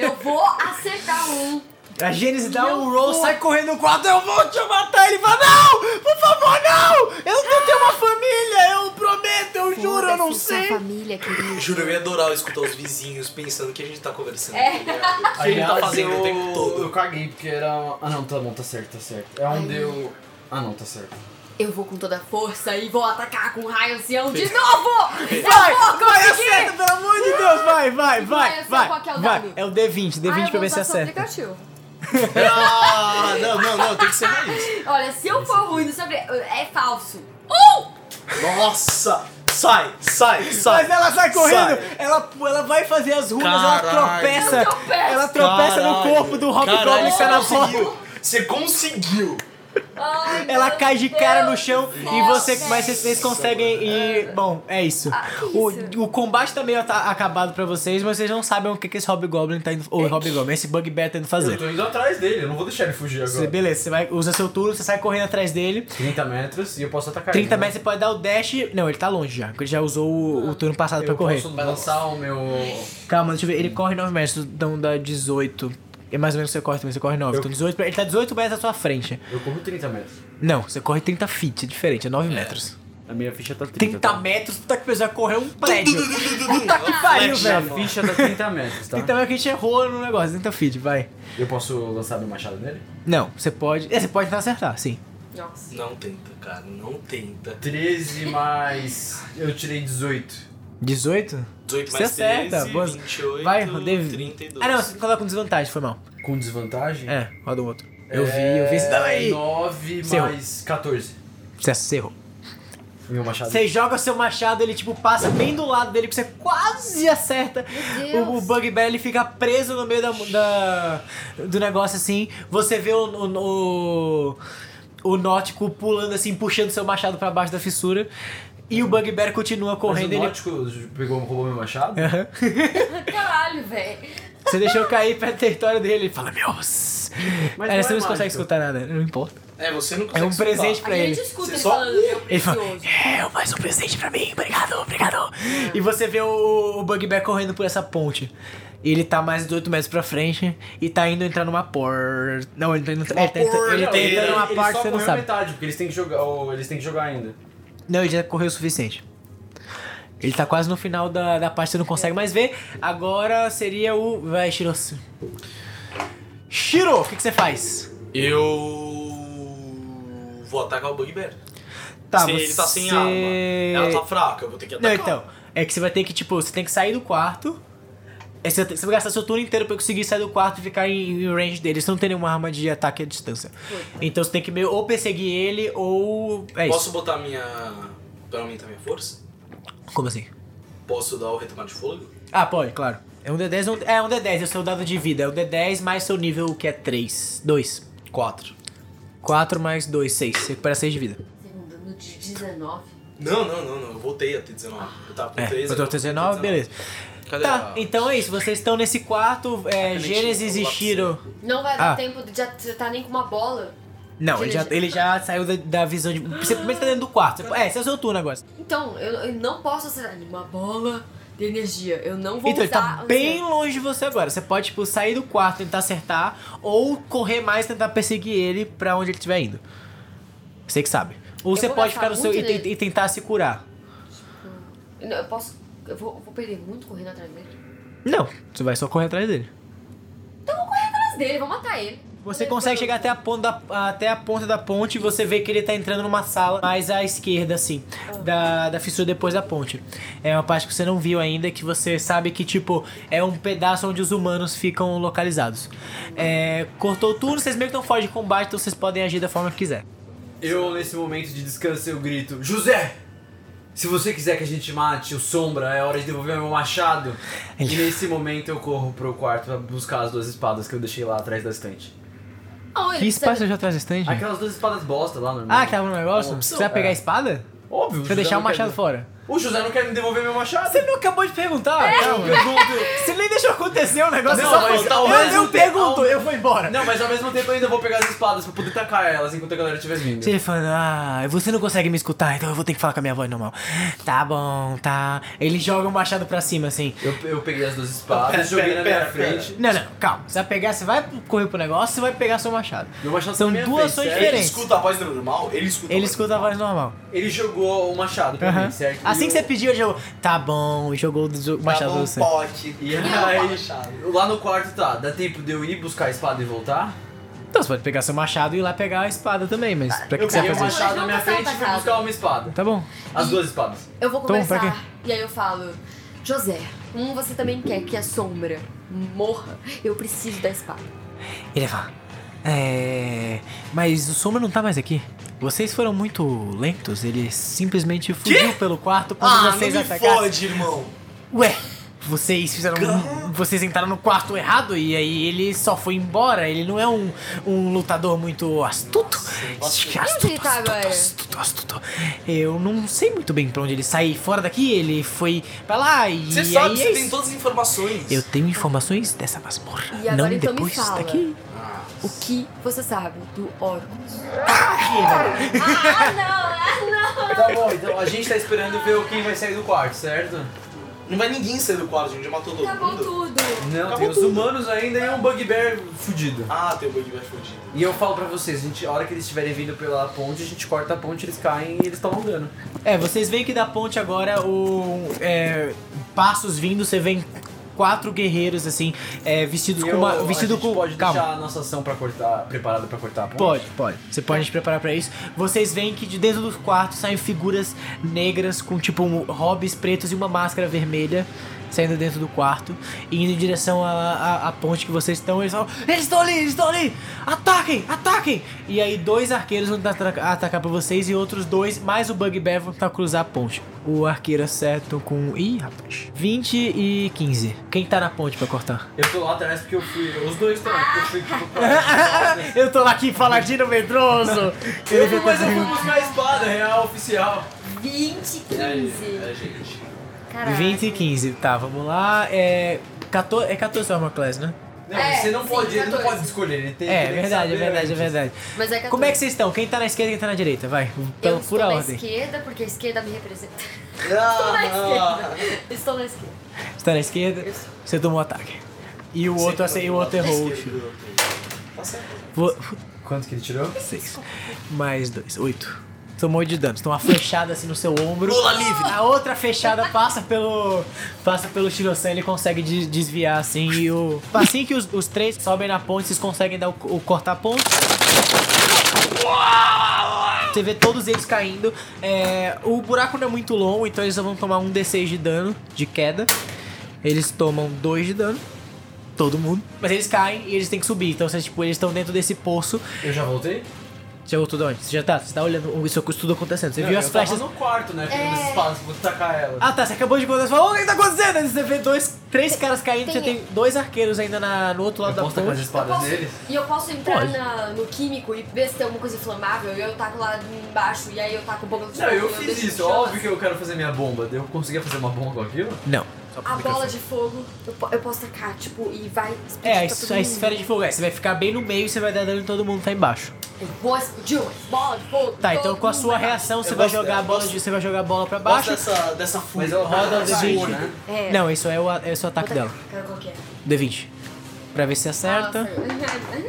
Speaker 3: eu vou acertar um.
Speaker 1: A Gênesis dá
Speaker 3: Meu
Speaker 1: um roll,
Speaker 3: Deus.
Speaker 1: sai correndo no quarto, eu vou te matar. Ele fala, não, por favor, não. Eu não tenho uma família, eu prometo, eu juro, eu não
Speaker 3: Foda-se sua
Speaker 1: sei.
Speaker 3: família, querido.
Speaker 2: Juro, eu ia adorar escutar os vizinhos pensando que a gente tá conversando. tá
Speaker 3: É.
Speaker 2: ligado? Que a gente
Speaker 4: Aliás,
Speaker 2: tá fazendo o tempo
Speaker 4: eu, eu
Speaker 2: todo.
Speaker 4: caguei porque era. Ah não, tá bom, tá certo, tá certo. É um deu. Ah não, tá certo.
Speaker 3: Eu vou com toda a força e vou atacar com o raio ancião de novo! Vai, eu vou
Speaker 1: Vai,
Speaker 3: conseguir!
Speaker 1: acerta, pelo amor de Deus, vai, vai, vai,
Speaker 3: acerta,
Speaker 1: vai,
Speaker 3: qual que tipo, é o
Speaker 1: vai.
Speaker 3: dado?
Speaker 1: É o D20,
Speaker 3: Ah,
Speaker 1: D20
Speaker 3: eu
Speaker 1: pra
Speaker 3: vou
Speaker 1: ver se
Speaker 3: usar só o
Speaker 1: acerta.
Speaker 3: aplicativo.
Speaker 2: [LAUGHS] Ah, não, não, não, tem que ser raiz.
Speaker 3: Olha, se eu for ruim no sobre... É falso. Uh!
Speaker 2: Nossa! Sai, sai, sai.
Speaker 1: Mas é, ela sai correndo,
Speaker 2: Sai.
Speaker 1: ela, ela vai fazer as ruas, ela
Speaker 2: Caralho.
Speaker 1: tropeça,
Speaker 3: Eu tropeço.
Speaker 1: ela tropeça no
Speaker 2: Caralho.
Speaker 1: corpo do Hobgoblin
Speaker 2: Caralho,
Speaker 1: que tá na
Speaker 2: você
Speaker 1: foto.
Speaker 2: conseguiu. Você conseguiu!
Speaker 3: Ai,
Speaker 1: Ela
Speaker 3: meu
Speaker 1: cai de cara no
Speaker 3: Deus
Speaker 1: chão
Speaker 3: do
Speaker 1: e
Speaker 3: céu,
Speaker 1: você.
Speaker 3: velho.
Speaker 1: Mas vocês, vocês conseguem ir. Bom, é isso.
Speaker 3: Ah, que isso?
Speaker 1: O, o combate tá meio ata- acabado pra vocês, mas vocês não sabem o que, que esse Hobgoblin tá indo.
Speaker 3: É.
Speaker 1: Ou Hobgoblin, esse Bugbear tá indo
Speaker 4: Eu
Speaker 1: fazer.
Speaker 4: tô indo atrás dele, eu não vou deixar ele fugir
Speaker 1: Você-
Speaker 4: agora.
Speaker 1: beleza, você vai, usa seu turno, você sai correndo atrás dele.
Speaker 4: 30 metros e eu posso atacar
Speaker 1: 30
Speaker 4: ele. né?
Speaker 1: metros você pode dar o dash. Não, ele tá longe já. porque Ele já usou o, o turno passado pra
Speaker 4: Eu
Speaker 1: é correr.
Speaker 4: posso lançar o meu.
Speaker 1: Calma, deixa eu ver. Ele corre 9 metros, então dá 18. É mais ou menos o que você corre também, você corre 9. Então 18, pra- ele tá 18 metros à sua frente.
Speaker 4: Eu corro 30 metros.
Speaker 1: Não, você corre 30 feet, é diferente, é 9 metros.
Speaker 6: A minha ficha tá 30.
Speaker 1: 30
Speaker 6: tá?
Speaker 1: metros, puta que precisa correr um prédio. Puta que pariu, velho.
Speaker 6: Minha ficha tá 30 metros,
Speaker 1: [LAUGHS]
Speaker 6: tá?
Speaker 1: Então é que a gente errou no negócio, então feed, vai.
Speaker 4: Eu posso lançar meu machado nele?
Speaker 1: Não, você pode. É, você pode tentar acertar, sim.
Speaker 3: Nossa.
Speaker 2: Não tenta, cara, não tenta.
Speaker 4: 13 mais. Eu tirei 18.
Speaker 1: 18?
Speaker 2: 18
Speaker 1: Você
Speaker 2: mais
Speaker 1: acerta,
Speaker 2: 13,
Speaker 1: boas-
Speaker 2: 28,
Speaker 1: Vai, rodei.
Speaker 2: 32.
Speaker 1: Ah não, você coloca com desvantagem, foi mal.
Speaker 4: Com desvantagem?
Speaker 1: É, roda um outro. Eu vi, eu vi esse
Speaker 4: É,
Speaker 1: daí.
Speaker 4: 9
Speaker 1: Seu.
Speaker 4: mais 14.
Speaker 1: Você você errou.
Speaker 4: Meu machado.
Speaker 1: Você joga seu machado, ele tipo passa bem do lado dele, que você quase acerta. O,
Speaker 3: Meu
Speaker 1: o
Speaker 3: Deus.
Speaker 1: Bugbear ele fica preso no meio da, da- do negócio assim. Você vê o, o, o, o Nótico pulando assim, puxando seu machado pra baixo da fissura. E o Bugbear continua
Speaker 4: Mas o
Speaker 1: correndo. ele- É,
Speaker 4: Nótico pegou, roubou meu machado?
Speaker 1: Aham. [LAUGHS]
Speaker 3: Caralho, velho.
Speaker 1: Você deixou cair perto do território dele. Ele fala, meus.
Speaker 4: Mas
Speaker 1: Aí
Speaker 4: não
Speaker 1: você não
Speaker 4: é
Speaker 1: consegue
Speaker 4: mágico.
Speaker 1: escutar nada, não importa.
Speaker 2: É, você não
Speaker 1: É
Speaker 2: consegue
Speaker 1: um presente
Speaker 3: A
Speaker 1: pra ele.
Speaker 3: gente escuta
Speaker 2: Você
Speaker 3: ele
Speaker 2: só-
Speaker 3: falando, meu
Speaker 1: Ele fala,
Speaker 3: precioso.
Speaker 1: é, mais um presente pra mim, obrigado, obrigado. E você vê o, o Bugbear correndo por essa ponte. Ele tá mais de 8 metros pra frente e tá indo entrar numa porta. Não, ele tá indo. Ele tá, entra- ele tá
Speaker 4: Ele-
Speaker 1: entrando numa
Speaker 4: ele
Speaker 1: parte
Speaker 4: só
Speaker 1: que você não
Speaker 4: correu
Speaker 1: sabe.
Speaker 4: metade, porque eles têm que jogar, ou eles têm que jogar ainda.
Speaker 1: Não, ele já correu o suficiente. Ele tá quase no final da, da parte que você não consegue mais ver. Agora seria o. Vai, Shiro. Shiro, o que, que você faz?
Speaker 2: Eu vou atacar o Bugbear.
Speaker 1: Tá,
Speaker 2: Se ele tá sem
Speaker 1: você-
Speaker 2: arma, ela tá fraca, eu vou ter que
Speaker 1: Não,
Speaker 2: atacar.
Speaker 1: então. É que você vai ter que, tipo, você tem que sair do quarto. É, Você tem- você vai gastar seu turno inteiro pra conseguir sair do quarto e ficar em, em range dele. Você não tem nenhuma arma de ataque à distância. Então você tem que meio ou perseguir ele ou. É isso.
Speaker 2: Posso botar minha. Pra aumentar minha força?
Speaker 1: Como assim?
Speaker 2: Posso dar o retomar de fôlego?
Speaker 1: Ah, pode, claro. É um D10, um- é um D10, é o seu dado de vida. É um D10 mais seu nível que é 3. 2. 4. 4 mais 2, 6. Você recupera 6 de vida.
Speaker 3: Segundo, no de 19.
Speaker 2: Não, não, não, não. Eu voltei a ter 19. Eu tava com
Speaker 1: É,
Speaker 2: 13.
Speaker 1: eu tô 19, beleza.
Speaker 2: Cadê
Speaker 1: Tá,
Speaker 2: a-
Speaker 1: então é isso. Vocês estão nesse quarto, é, Gênesis e Shiro.
Speaker 3: Não vai dar
Speaker 1: Ah.
Speaker 3: tempo de acertar nem com uma bola.
Speaker 1: Não, ele já, ele já saiu da, da visão de. Você primeiro tá dentro do quarto. Você- É, esse é o seu turno agora.
Speaker 3: Então, eu, eu não posso acertar nem uma bola de energia. Eu não vou
Speaker 1: Então, ele
Speaker 3: usar.
Speaker 1: tá bem longe de você agora. Você pode, tipo, sair do quarto, tentar acertar, ou correr mais, tentar perseguir ele pra onde ele estiver indo. Você que sabe. Ou
Speaker 3: Eu
Speaker 1: você
Speaker 3: vou
Speaker 1: pode
Speaker 3: gastar
Speaker 1: ficar no seu e,
Speaker 3: muito
Speaker 1: te-
Speaker 3: nele.
Speaker 1: e tentar se curar.
Speaker 3: Eu, não- eu posso. Eu vou, vou perder muito correndo atrás dele.
Speaker 1: Não, você vai só correr atrás dele.
Speaker 3: Atrás dele, vou matar ele.
Speaker 1: Você
Speaker 3: Ele
Speaker 1: consegue
Speaker 3: foi-
Speaker 1: chegar até a, ponta da, até a ponta da ponte e você vê que ele tá entrando numa sala mais à esquerda, assim, da, da fissura depois da ponte. É uma parte que você não viu ainda, que você sabe que, tipo, é um pedaço onde os humanos ficam localizados. É, cortou tudo, vocês meio que estão fora de combate, então vocês podem agir da forma que quiser.
Speaker 4: Eu, nesse momento de descanso, eu grito: José! Se você quiser que a gente mate o Sombra, é hora de devolver meu machado. E
Speaker 1: Ele-
Speaker 4: nesse momento eu corro pro quarto pra buscar as duas espadas que eu deixei lá atrás da estante.
Speaker 3: Não, ele
Speaker 1: Que espaço
Speaker 3: precisa-
Speaker 1: já atrás da estante?
Speaker 4: Aquelas duas espadas bosta lá, normal.
Speaker 1: Uhum. Ah, que tava no negócio?
Speaker 4: Uma opção,
Speaker 1: Você vai pegar
Speaker 4: é.
Speaker 1: a espada?
Speaker 4: Óbvio,
Speaker 1: Você vai deixar o
Speaker 4: não quer
Speaker 1: machado
Speaker 4: dizer-
Speaker 1: fora?
Speaker 4: O José não quer me devolver meu machado.
Speaker 1: Você não acabou de perguntar? Não, Você nem deixou acontecer o negócio.
Speaker 4: É. Não,
Speaker 1: só
Speaker 4: mas
Speaker 1: falou, eu,
Speaker 4: talvez
Speaker 1: eu
Speaker 4: não tenha-
Speaker 1: pergunto, eu vou embora.
Speaker 4: Não, mas ao mesmo tempo eu ainda vou pegar as espadas pra poder tacar elas enquanto a galera estiver vindo.
Speaker 1: Você falando, ah, você não consegue me escutar, então eu vou ter que falar com a minha voz normal. Tá bom, tá. Ele joga o machado pra cima, assim.
Speaker 4: Eu, eu peguei as duas espadas, joguei na minha frente.
Speaker 1: Não, não, calma. Você vai pegar, você vai correr pro negócio, você vai pegar seu machado.
Speaker 4: Meu machado
Speaker 1: São
Speaker 4: tá na minha
Speaker 1: duas
Speaker 4: frente,
Speaker 1: ações
Speaker 4: certo?
Speaker 7: Ele
Speaker 1: diferentes.
Speaker 7: escuta a voz normal? Ele escuta
Speaker 1: Ele
Speaker 7: a voz
Speaker 1: escuta a voz normal.
Speaker 4: Ele jogou o machado pra
Speaker 1: Aham.
Speaker 4: mim, certo?
Speaker 1: Assim
Speaker 4: E
Speaker 1: que você
Speaker 4: eu-
Speaker 1: pediu, ele jogou, tá bom, e jogou o zo- o machado
Speaker 7: Tá
Speaker 1: do
Speaker 7: num
Speaker 1: você.
Speaker 7: pote.
Speaker 4: E
Speaker 7: Tá
Speaker 4: aí,
Speaker 7: machado.
Speaker 4: lá no quarto tá, dá tempo de eu ir buscar a espada e voltar?
Speaker 1: Então você pode pegar seu machado e ir lá pegar a espada também, mas pra que
Speaker 4: Eu
Speaker 1: que você
Speaker 4: peguei
Speaker 1: vai fazer
Speaker 4: o
Speaker 1: isso?
Speaker 4: machado na
Speaker 3: Mas
Speaker 4: minha
Speaker 3: vamos
Speaker 4: frente
Speaker 3: passar
Speaker 4: e fui
Speaker 3: atacado.
Speaker 4: buscar uma espada.
Speaker 1: Tá bom.
Speaker 4: As duas espadas.
Speaker 3: Eu vou
Speaker 1: Então, pra
Speaker 3: conversar. e aí eu falo, José, hum, você também quer que a sombra morra? Eu preciso da espada.
Speaker 1: Ele fala, é... Mas o Sombra não tá mais aqui. Vocês foram muito lentos, ele simplesmente fugiu pelo quarto quando
Speaker 7: Ah,
Speaker 1: vocês
Speaker 7: não me
Speaker 1: atacaram.
Speaker 7: fode, irmão.
Speaker 1: Ué, vocês fizeram. um- vocês entraram no quarto errado e aí ele só foi embora. Ele não é um, um lutador muito astuto.
Speaker 3: Onde
Speaker 1: astuto,
Speaker 3: ele tá
Speaker 1: astuto,
Speaker 3: agora?
Speaker 1: astuto, astuto. Eu não sei muito bem pra onde ele saiu fora daqui. Ele foi pra lá e.
Speaker 2: Você
Speaker 1: aí
Speaker 2: sabe, você
Speaker 1: é
Speaker 2: tem
Speaker 1: isso.
Speaker 2: todas as informações.
Speaker 1: Eu tenho informações dessa masmorra.
Speaker 3: E agora
Speaker 1: não
Speaker 3: então me
Speaker 1: depois
Speaker 3: fala.
Speaker 1: daqui.
Speaker 2: Ah,
Speaker 3: O que você sabe do Orcus?
Speaker 4: Tá bom, então a gente tá esperando ver quem vai sair do quarto, certo?
Speaker 2: Não vai ninguém sair do quarto, a gente já matou todo
Speaker 3: Acabou
Speaker 2: mundo.
Speaker 3: Tá tudo.
Speaker 4: Não,
Speaker 2: Acabou
Speaker 4: tem os
Speaker 2: tudo.
Speaker 4: humanos ainda e um bugbear fudido.
Speaker 2: Ah, tem o bug vai fudido.
Speaker 4: E eu falo pra vocês, a, gente, a hora que eles estiverem vindo pela ponte, a gente corta a ponte, eles caem e eles tomam dano.
Speaker 1: É, vocês veem que da ponte agora o. é, passos vindo, você vê quatro guerreiros assim, é, vestidos
Speaker 4: E
Speaker 1: com
Speaker 4: eu,
Speaker 1: uma.
Speaker 4: a
Speaker 1: Vestido
Speaker 4: gente
Speaker 1: com.
Speaker 4: pode
Speaker 1: Calma.
Speaker 4: deixar a nossa ação pra cortar, preparada pra cortar a ponte?
Speaker 1: Pode, pode. Você pode se preparar pra isso. Vocês veem que de dentro dos quartos saem figuras negras com tipo um, hobbies pretos e uma máscara vermelha saindo dentro do quarto e indo em direção à, à- à ponte que vocês estão. Eles falam: Eles estão ali, eles estão ali! Ataquem, ataquem! E aí, dois arqueiros vão atra- atacar pra vocês e outros dois, mais o Bugbear, vão tentar cruzar a ponte. O arqueiro acerta com. Ih, rapaz. 20 e 15. Quem tá na ponte pra cortar?
Speaker 4: Eu tô lá atrás porque eu fui. Os dois estão lá, porque eu fui. tipo, [LAUGHS]
Speaker 1: Eu tô lá aqui, Paladino [LAUGHS] Medroso!
Speaker 4: Eu, mas eu fui buscar a espada real oficial.
Speaker 3: 20, 15.
Speaker 2: gente.
Speaker 3: Caraca.
Speaker 1: 20 e 15, tá, vamos lá. É. 14, é 14 sua arma class, né?
Speaker 4: Não,
Speaker 3: É,
Speaker 4: você não
Speaker 3: sim,
Speaker 4: pode, ele não
Speaker 3: 14.
Speaker 4: pode escolher, ele tem
Speaker 1: É,
Speaker 4: ele tem que
Speaker 1: verdade, é
Speaker 4: saber
Speaker 1: verdade, é
Speaker 4: antes.
Speaker 1: verdade.
Speaker 3: Mas é que
Speaker 1: Como é que vocês estão? Quem tá na esquerda e quem tá na direita? Vai,
Speaker 3: eu
Speaker 1: pela
Speaker 3: estou
Speaker 1: pura
Speaker 3: na
Speaker 1: ordem.
Speaker 3: esquerda porque a esquerda me representa. [LAUGHS]
Speaker 2: Ah,
Speaker 3: Estou na esquerda. Estou na esquerda.
Speaker 1: Você tá na esquerda,
Speaker 3: Eu sou. tá
Speaker 1: você tomou ataque. E o outro, ace- e o outro é errou o tiro.
Speaker 2: Tá
Speaker 1: Vou-
Speaker 4: Quanto que ele tirou?
Speaker 1: Seis. Mais dois, oito. Tomou de dano. Então uma flechada assim no seu ombro. Lula livre! A outra fechada passa pelo. passa pelo Shirosan, ele consegue de- desviar assim e o. Assim que os, os três sobem na ponte, vocês conseguem dar o, o cortar a ponte. Você vê todos eles caindo. É, o buraco não é muito longo, então eles só vão tomar um D6 de dano de queda. Eles tomam dois de dano. Todo mundo. Mas eles caem e eles têm que subir. Então, vocês, tipo, eles estão dentro desse poço.
Speaker 4: Eu já voltei?
Speaker 1: Já voltou de onde? Você já tá? Você tá olhando isso tudo acontecendo. Você
Speaker 4: Não,
Speaker 1: viu
Speaker 4: eu
Speaker 1: as
Speaker 4: tava
Speaker 1: flechas.
Speaker 4: no quarto, né?
Speaker 3: É.
Speaker 4: Pegando as espadas, vou tacar elas.
Speaker 1: Ah tá, você acabou de contar, você falou, o que tá acontecendo? Aí Você vê dois, três caras caindo,
Speaker 3: tem-
Speaker 1: você tem dois arqueiros ainda na- no outro lado
Speaker 4: Eu
Speaker 1: da
Speaker 4: posso tacar as
Speaker 1: ponte.
Speaker 3: Eu
Speaker 4: espadas
Speaker 3: posso-
Speaker 4: neles?
Speaker 3: E eu posso entrar
Speaker 1: Pode.
Speaker 3: na- no químico e ver se tem alguma coisa inflamável e eu taco lá embaixo e aí eu taco um pouco de
Speaker 4: Não, eu
Speaker 3: fogo e
Speaker 4: fiz
Speaker 3: deixo
Speaker 4: isso,
Speaker 3: chamas.
Speaker 4: óbvio que eu quero fazer minha bomba. Eu conseguia fazer uma bomba com aquilo?
Speaker 1: Não. Só pro
Speaker 3: A bola
Speaker 1: microfone.
Speaker 3: de fogo, eu, po- eu posso tacar, tipo, e vai explodir
Speaker 1: assim. É, a,
Speaker 3: pra todo
Speaker 1: es- a
Speaker 3: mundo.
Speaker 1: esfera de fogo. É, você vai ficar bem no meio e você vai dar dano em todo mundo que tá embaixo.
Speaker 3: Eu vou explodir uma bola de fogo.
Speaker 1: Tá, então
Speaker 3: todo
Speaker 1: com a
Speaker 3: mundo
Speaker 1: sua
Speaker 3: vai-
Speaker 1: reação você
Speaker 2: Eu
Speaker 1: vai
Speaker 2: gosto-
Speaker 1: jogar a
Speaker 2: eu
Speaker 1: bola
Speaker 2: gosto-
Speaker 1: de. Você vai jogar a bola pra
Speaker 2: Gosto
Speaker 1: baixo.
Speaker 2: dessa, dessa fúria.
Speaker 4: Mas ela
Speaker 1: Roda o
Speaker 4: tá
Speaker 1: D20.
Speaker 4: né?
Speaker 3: É.
Speaker 1: Não, isso é o, a- esse é o
Speaker 3: Vou
Speaker 1: ataque
Speaker 3: tacar.
Speaker 1: dela.
Speaker 3: Cara, qual que é?
Speaker 1: D20. Pra ver se acerta.
Speaker 3: Nossa.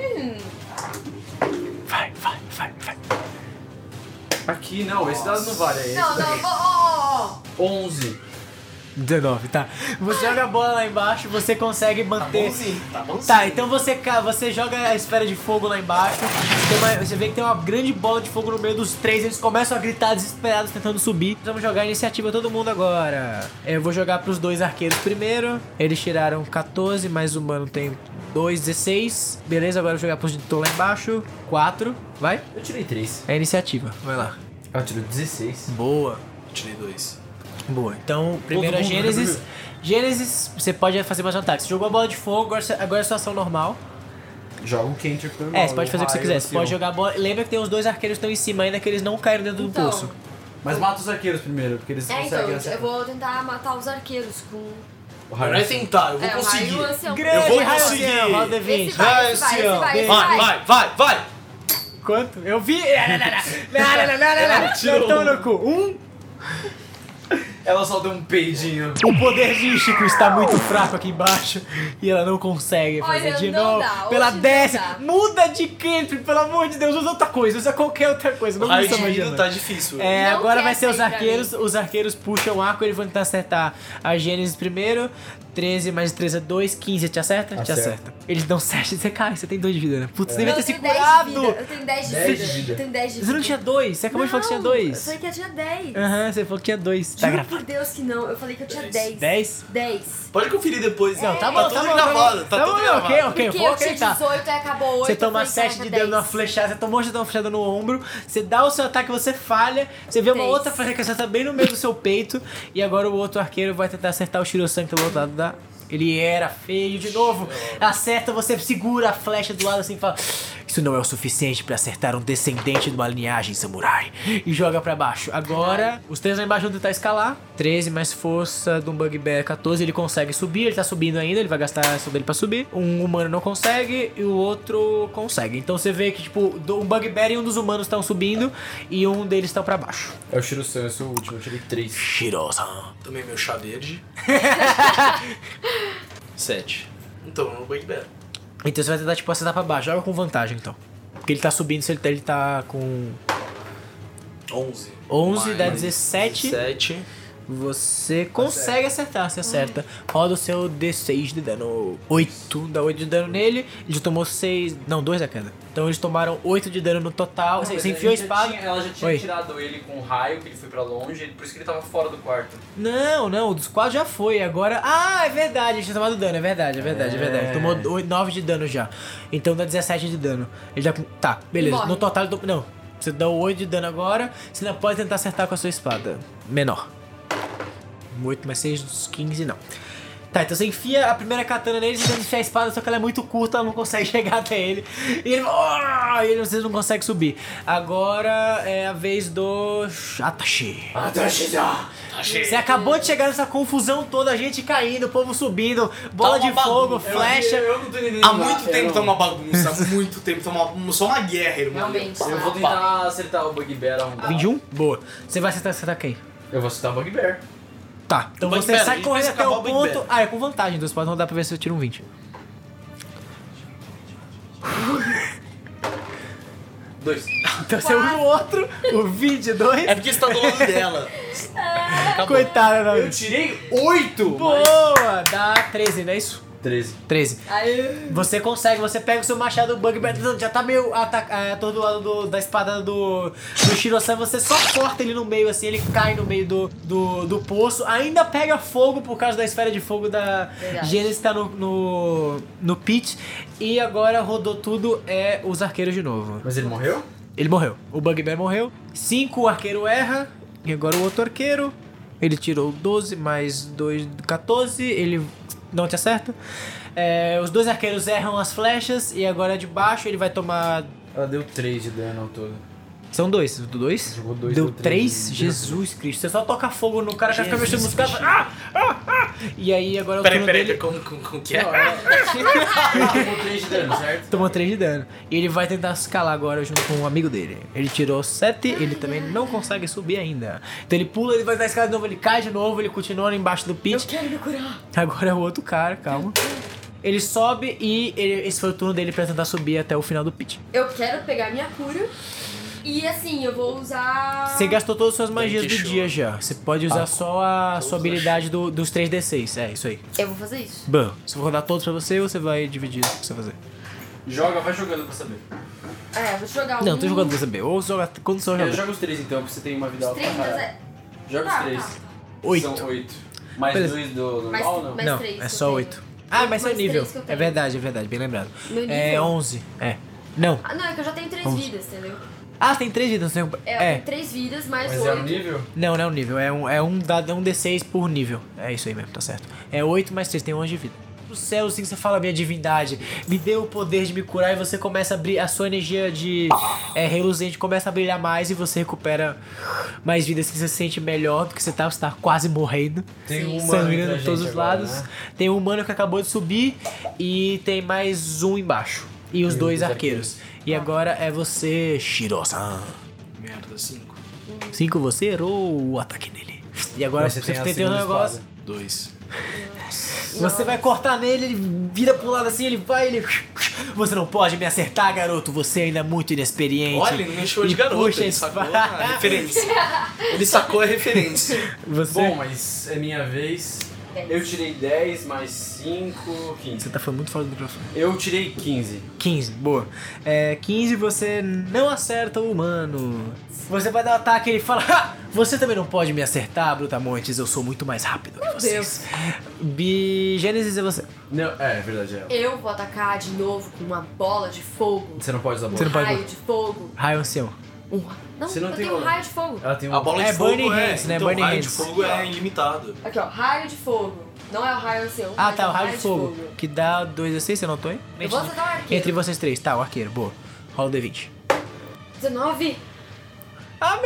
Speaker 3: [LAUGHS]
Speaker 1: Vai, vai, vai, vai.
Speaker 4: Aqui não, esse dado não vale. É
Speaker 3: Não, oh,
Speaker 4: esse
Speaker 3: não, ó, ó, ó.
Speaker 4: 11.
Speaker 1: 19, tá. Você joga a bola lá embaixo, você consegue manter.
Speaker 2: Tá bom?
Speaker 1: Tá, então você, ca- você joga a esfera de fogo lá embaixo. tem uma- você vê que tem uma grande bola de fogo no meio dos três. Eles começam a gritar desesperados, tentando subir. Vamos jogar a iniciativa todo mundo agora. Eu vou jogar pros dois arqueiros primeiro. Eles tiraram 14, mais o mano tem 2, 16. Beleza, agora eu vou jogar pros de tô lá embaixo. 4, vai.
Speaker 4: Eu tirei 3.
Speaker 1: É a iniciativa. Vai lá.
Speaker 4: Eu tirei 16.
Speaker 1: Boa.
Speaker 2: Tirei dois.
Speaker 1: Boa, então primeiro a
Speaker 4: mundo, né?
Speaker 1: Gênesis. Gênesis, você pode fazer mais um ataque. Você jogou a bola de fogo, agora, você- agora é a sua ação normal.
Speaker 4: Joga um counter pra mim.
Speaker 1: É, você pode fazer o que você quiser. Você pode jogar a bola. Lembra que tem os dois arqueiros que estão em cima ainda que eles não caíram dentro do
Speaker 3: Então,
Speaker 1: poço.
Speaker 6: Mas mata os arqueiros primeiro, porque eles
Speaker 3: É, então,
Speaker 6: conseguem
Speaker 3: eu vou tentar matar os arqueiros com.
Speaker 2: Não é tentar, eu vou
Speaker 3: é, o raio
Speaker 2: conseguir.
Speaker 3: e o ancião.
Speaker 1: Grande
Speaker 2: vou
Speaker 1: raio
Speaker 2: conseguir.
Speaker 1: ancião, roda
Speaker 3: Esse
Speaker 1: 20.
Speaker 3: vai, esse vai, esse vai, esse vai.
Speaker 2: Vai, vai, vai, vai!
Speaker 1: Quanto? Eu vi! [LAUGHS] Não, não, não, não, não, não, não, não, não, tão no cu. Um, assim-
Speaker 6: Ela só deu um peidinho.
Speaker 1: o poder de Ishiko está muito fraco aqui embaixo e ela não consegue fazer
Speaker 3: Olha,
Speaker 1: de
Speaker 3: não
Speaker 1: novo.
Speaker 3: dá,
Speaker 1: pela
Speaker 3: hoje não
Speaker 1: décima,
Speaker 3: dá.
Speaker 1: muda de cantrip, pelo amor de Deus, usa outra coisa, usa qualquer outra coisa, não
Speaker 2: Raio
Speaker 1: usa
Speaker 2: de
Speaker 1: magia.
Speaker 2: vida
Speaker 1: não.
Speaker 2: tá difícil.
Speaker 1: É,
Speaker 3: Não
Speaker 1: agora
Speaker 3: quer
Speaker 1: vai ser os
Speaker 3: sair pra
Speaker 1: arqueiros. Os arqueiros puxam o arco, eles vão tentar acertar a Gênesis primeiro. 13 mais 13 é 2, 15. Te acerta? Te acerta. Eles dão 7 e você cai, você tem 2 de vida, né? Putz, você devia ter
Speaker 3: Eu
Speaker 1: se
Speaker 3: tenho 10 de vida,
Speaker 1: curado!
Speaker 3: Eu tenho 10 de
Speaker 4: Dez
Speaker 3: vida.
Speaker 4: de vida.
Speaker 3: Eu tenho 10 de vida.
Speaker 1: Você não tinha 2, você acabou de falar que tinha
Speaker 3: Não, Eu
Speaker 1: 2.
Speaker 3: falei que eu tinha 10.
Speaker 1: Aham, você falou que tinha 2. Tá
Speaker 3: Juro
Speaker 1: gravado.
Speaker 3: por Deus que não. Eu falei que eu tinha 10.
Speaker 1: 10?
Speaker 3: 10.
Speaker 2: Pode conferir depois.
Speaker 1: Não, tá bom,
Speaker 2: tá
Speaker 1: tá
Speaker 2: tudo
Speaker 1: bom.
Speaker 2: gravado, tá
Speaker 1: tá bom,
Speaker 2: tudo
Speaker 1: não, ok,
Speaker 2: gravado.
Speaker 1: ok, eu
Speaker 3: Porque
Speaker 1: vou
Speaker 3: eu tinha
Speaker 1: aceitar.
Speaker 3: 18 e acabou 8.
Speaker 1: Você toma 7 de dano numa flechada, você tomou de dar uma flechada no ombro, você dá o seu ataque, você falha, você vê uma
Speaker 3: Três.
Speaker 1: outra flechada que acerta tá bem no meio do seu peito, e agora o outro arqueiro vai tentar acertar o Shirosan que tá do outro lado da. Ele era feio de novo. Acerta, você segura a flecha do lado assim e fala: Isso não é o suficiente pra acertar um descendente de uma linhagem samurai. E joga pra baixo. Agora, os três lá embaixo vão tentar escalar. 13 mais força de um bugbear 14. Ele consegue subir, ele tá subindo ainda, ele vai gastar a ação dele pra subir. Um humano não consegue e o outro consegue. Então você vê que, tipo, do- um bugbear e um dos humanos estão subindo e um deles estão pra baixo.
Speaker 4: É o Shiro San, eu sou o último, eu tirei 3.
Speaker 1: Shirosan.
Speaker 2: Tomei meu chá verde. Sete. Então, eu vou bear.
Speaker 1: Então você vai tentar, tipo, acertar pra baixo. Joga com vantagem, então. Porque ele tá subindo, se ele tá, ele tá com
Speaker 2: Onze.
Speaker 1: 11, dá
Speaker 2: Mais
Speaker 1: 17.
Speaker 2: Dezessete.
Speaker 1: Você consegue acertar, você acerta. Roda o seu D6 de dano. 8, dá 8 de dano nele. Ele já tomou 6. Não, 2 da queda. Então eles tomaram 8 de dano no total. Você, você enfiou a espada.
Speaker 6: ela já tinha
Speaker 1: Oi.
Speaker 6: tirado ele com um raio, que ele foi pra longe, ele- por isso que ele tava fora do quarto.
Speaker 1: Não, não, o dos 4 já foi. Agora. Ah, é verdade, ele tinha tomado dano, é verdade, é verdade, é, verdade. Ele tomou 9 de dano já. Então dá 17 de dano. Ele dá com. Tá, beleza.
Speaker 3: Morre.
Speaker 1: No total, ele tom- não. Você dá 8 de dano agora. Você ainda pode tentar acertar com a sua espada. Menor. 8 mais 6, uns 15, não. Tá, então você enfia a primeira katana nele, tentando enfiar a espada, só que ela é muito curta, ela não consegue [LAUGHS] chegar até ele. E ele. Oh! E ele vocês não consegue subir. Agora é a vez do. Atashi. Você acabou de chegar nessa confusão toda, a gente caindo, o povo subindo, bola
Speaker 2: Tá uma
Speaker 1: de fogo,
Speaker 2: bagunça.
Speaker 1: flecha.
Speaker 6: Eu, eu não tô entendendo.
Speaker 2: Há
Speaker 6: nada.
Speaker 2: muito
Speaker 6: Eu
Speaker 2: tempo
Speaker 6: não-
Speaker 2: tá uma bagunça, há muito tempo tá uma, só uma guerra, irmão.
Speaker 3: Realmente.
Speaker 6: Eu vou tentar acertar o Bugbear um arrombado.
Speaker 1: 21? Boa. Você vai acertar, acertar quem?
Speaker 4: Eu vou acertar o Bugbear.
Speaker 1: Tá. Então
Speaker 2: Big
Speaker 1: você
Speaker 2: Bad, a
Speaker 1: sai
Speaker 2: gente
Speaker 1: correndo
Speaker 2: precisa
Speaker 1: até o
Speaker 2: acabar o Big
Speaker 1: ponto. Ah, é com vantagem, então você pode rodar pra ver se eu tiro um 20.
Speaker 6: Dois.
Speaker 1: Então você usa o outro, o 22.
Speaker 2: É porque você tá do lado dela.
Speaker 1: Coitada, não.
Speaker 6: Eu tirei oito!
Speaker 1: Boa! Dá 13, não é isso?
Speaker 4: 13.
Speaker 1: 13.
Speaker 3: Aê.
Speaker 1: Você consegue, você pega o seu machado, o Bugbear não, já tá meio ata- é, atordoado do, da espada do, do Shirosan, você só corta ele no meio, assim, ele cai no meio do, do, do poço, ainda pega fogo por causa da esfera de fogo da
Speaker 3: Verdade.
Speaker 1: Gênesis que tá no, no, no pit, e agora rodou tudo, é os arqueiros de novo.
Speaker 4: Mas ele morreu?
Speaker 1: Ele morreu, o Bugbear morreu, 5, o arqueiro erra, e agora o outro arqueiro, ele tirou 12 mais 2, 14, ele não te acerta. É, os dois arqueiros erram as flechas e agora de baixo ele vai tomar.
Speaker 4: Ela deu 3 de dano ao todo.
Speaker 1: São dois, do dois?
Speaker 4: Jogou dois,
Speaker 1: Deu
Speaker 4: deu
Speaker 1: três?
Speaker 4: três.
Speaker 1: Jesus Cristo. Você só toca fogo no cara, já fica mexendo nos caras. Ah, ah, ah. E aí agora o
Speaker 2: Peraí,
Speaker 1: turno
Speaker 2: peraí,
Speaker 1: dele
Speaker 2: peraí, como, como, como que é?
Speaker 4: Ele tomou 3 de dano, certo?
Speaker 1: tomou três de dano. E ele vai tentar escalar agora junto com um amigo dele. Ele tirou sete, ele também não consegue subir ainda. Então ele pula, ele vai tentar escalar de novo, ele cai de novo, ele continua embaixo do
Speaker 3: Eu
Speaker 1: pit.
Speaker 3: quero me curar.
Speaker 1: Agora é o outro cara, calma. Ele sobe e ele- esse foi o turno dele pra tentar subir até o final do pit.
Speaker 3: Eu quero pegar minha cura. E assim, eu vou usar.
Speaker 1: Você gastou todas as suas magias do
Speaker 2: que show.
Speaker 1: dia já. Você pode usar só a sua habilidade do- dos 3D6. É, isso aí.
Speaker 3: Eu vou fazer isso.
Speaker 1: Bom, se eu vou rodar todos pra você, você vai dividir o que você vai fazer.
Speaker 6: Joga, vai jogando pra saber.
Speaker 3: É, eu vou jogar um.
Speaker 1: Não, tô jogando pra saber. Ou joga quando só
Speaker 6: Eu
Speaker 1: joga.
Speaker 6: jogo os três então, porque você tem uma vida alta
Speaker 3: Três,
Speaker 6: pra
Speaker 3: mas
Speaker 6: caralho.
Speaker 3: é.
Speaker 6: Joga
Speaker 3: Tá,
Speaker 6: os três.
Speaker 3: tá.
Speaker 1: Oito.
Speaker 6: São oito. Mais
Speaker 1: Beleza.
Speaker 6: dois do
Speaker 3: Mais-
Speaker 6: normal, não?
Speaker 3: mais-
Speaker 1: Não,
Speaker 3: três
Speaker 1: é
Speaker 3: que
Speaker 1: só
Speaker 3: eu
Speaker 1: oito.
Speaker 3: tenho.
Speaker 1: Ah, mas seu
Speaker 3: Mais
Speaker 1: nível.
Speaker 3: três que eu
Speaker 1: É
Speaker 3: tenho.
Speaker 1: verdade, é verdade. Bem lembrado.
Speaker 3: Meu
Speaker 1: É
Speaker 3: nível?
Speaker 1: 11. É. Não.
Speaker 3: Ah, não, é que eu já tenho três vidas, entendeu?
Speaker 1: Ah, tem três vidas. Tem...
Speaker 3: É, eu
Speaker 1: É.
Speaker 3: tenho três vidas mais
Speaker 4: Mas é um
Speaker 3: oito.
Speaker 4: nível?
Speaker 1: Não, não é um nível. É um, é um, dado, é um D6 por nível. É isso aí mesmo, tá certo. É 8 mais 3, tem 11 de vida. pro céu assim, você fala, minha divindade, me dê o poder de me curar e você começa a brilhar, a sua energia de é, reluzente começa a brilhar mais e você recupera mais vida, assim, você se sente melhor, porque você tá, você tá quase morrendo,
Speaker 4: Tem um humano
Speaker 1: sangrando
Speaker 4: entre a
Speaker 1: de todos
Speaker 4: gente
Speaker 1: os
Speaker 4: agora,
Speaker 1: lados.
Speaker 4: né?
Speaker 1: Tem um humano que acabou de subir e tem mais um embaixo. E os dois arqueiros. E agora é você, Shiro-san.
Speaker 2: Merda, 5.
Speaker 1: Cinco você errou o ataque nele. E agora
Speaker 4: Mas você
Speaker 1: você,
Speaker 4: tem a
Speaker 1: tem, um
Speaker 4: segunda
Speaker 1: negócio.
Speaker 2: 2.
Speaker 1: Você vai cortar nele, ele vira pro lado assim, ele vai, ele. Você não pode me acertar, garoto. Você ainda é muito inexperiente.
Speaker 2: Olha, ele não me chamou
Speaker 1: E
Speaker 2: de garoto,
Speaker 1: puxa a
Speaker 2: ele sacou
Speaker 1: espada. [LAUGHS]
Speaker 2: a referência. Ele sacou a referência.
Speaker 1: Você,
Speaker 4: Bom, mas é minha vez. Eu tirei 10 mais 5, 15.
Speaker 1: você tá falando muito fora do microfone.
Speaker 4: Eu tirei 15.
Speaker 1: 15, boa. É, 15 você não acerta o humano. Você vai dar um ataque e ele fala: ha! Você também não pode me acertar, Brutamontes, eu sou muito mais rápido que vocês. Bi Gênesis é você.
Speaker 4: Não, é, é verdade, é.
Speaker 3: Eu vou atacar de novo com uma bola de fogo.
Speaker 4: Você não pode usar
Speaker 3: Um
Speaker 1: Você
Speaker 4: bola.
Speaker 1: não pode-
Speaker 3: raio de fogo.
Speaker 1: Raio ancião.
Speaker 3: Um... ra- Não,
Speaker 4: Você não
Speaker 3: eu
Speaker 4: tem
Speaker 3: tenho um
Speaker 4: bola.
Speaker 3: raio de fogo.
Speaker 4: Ela tem um...
Speaker 2: A bola
Speaker 1: É
Speaker 2: de fogo
Speaker 1: Burning
Speaker 2: é...
Speaker 1: Hands, né?
Speaker 2: Então,
Speaker 1: Burning
Speaker 2: o raio
Speaker 1: Hands.
Speaker 2: de fogo é ilimitado.
Speaker 3: Aqui, ó, raio de fogo. Não é o raio seu.
Speaker 1: Ah,
Speaker 3: mas
Speaker 1: tá,
Speaker 3: é
Speaker 1: o raio de fogo. Que dá 2 a 6, você anotou, hein?
Speaker 3: Eu vou acertar o arqueiro.
Speaker 1: Entre vocês três, tá, o arqueiro, boa. Rola o D20.
Speaker 3: 19.
Speaker 1: tá-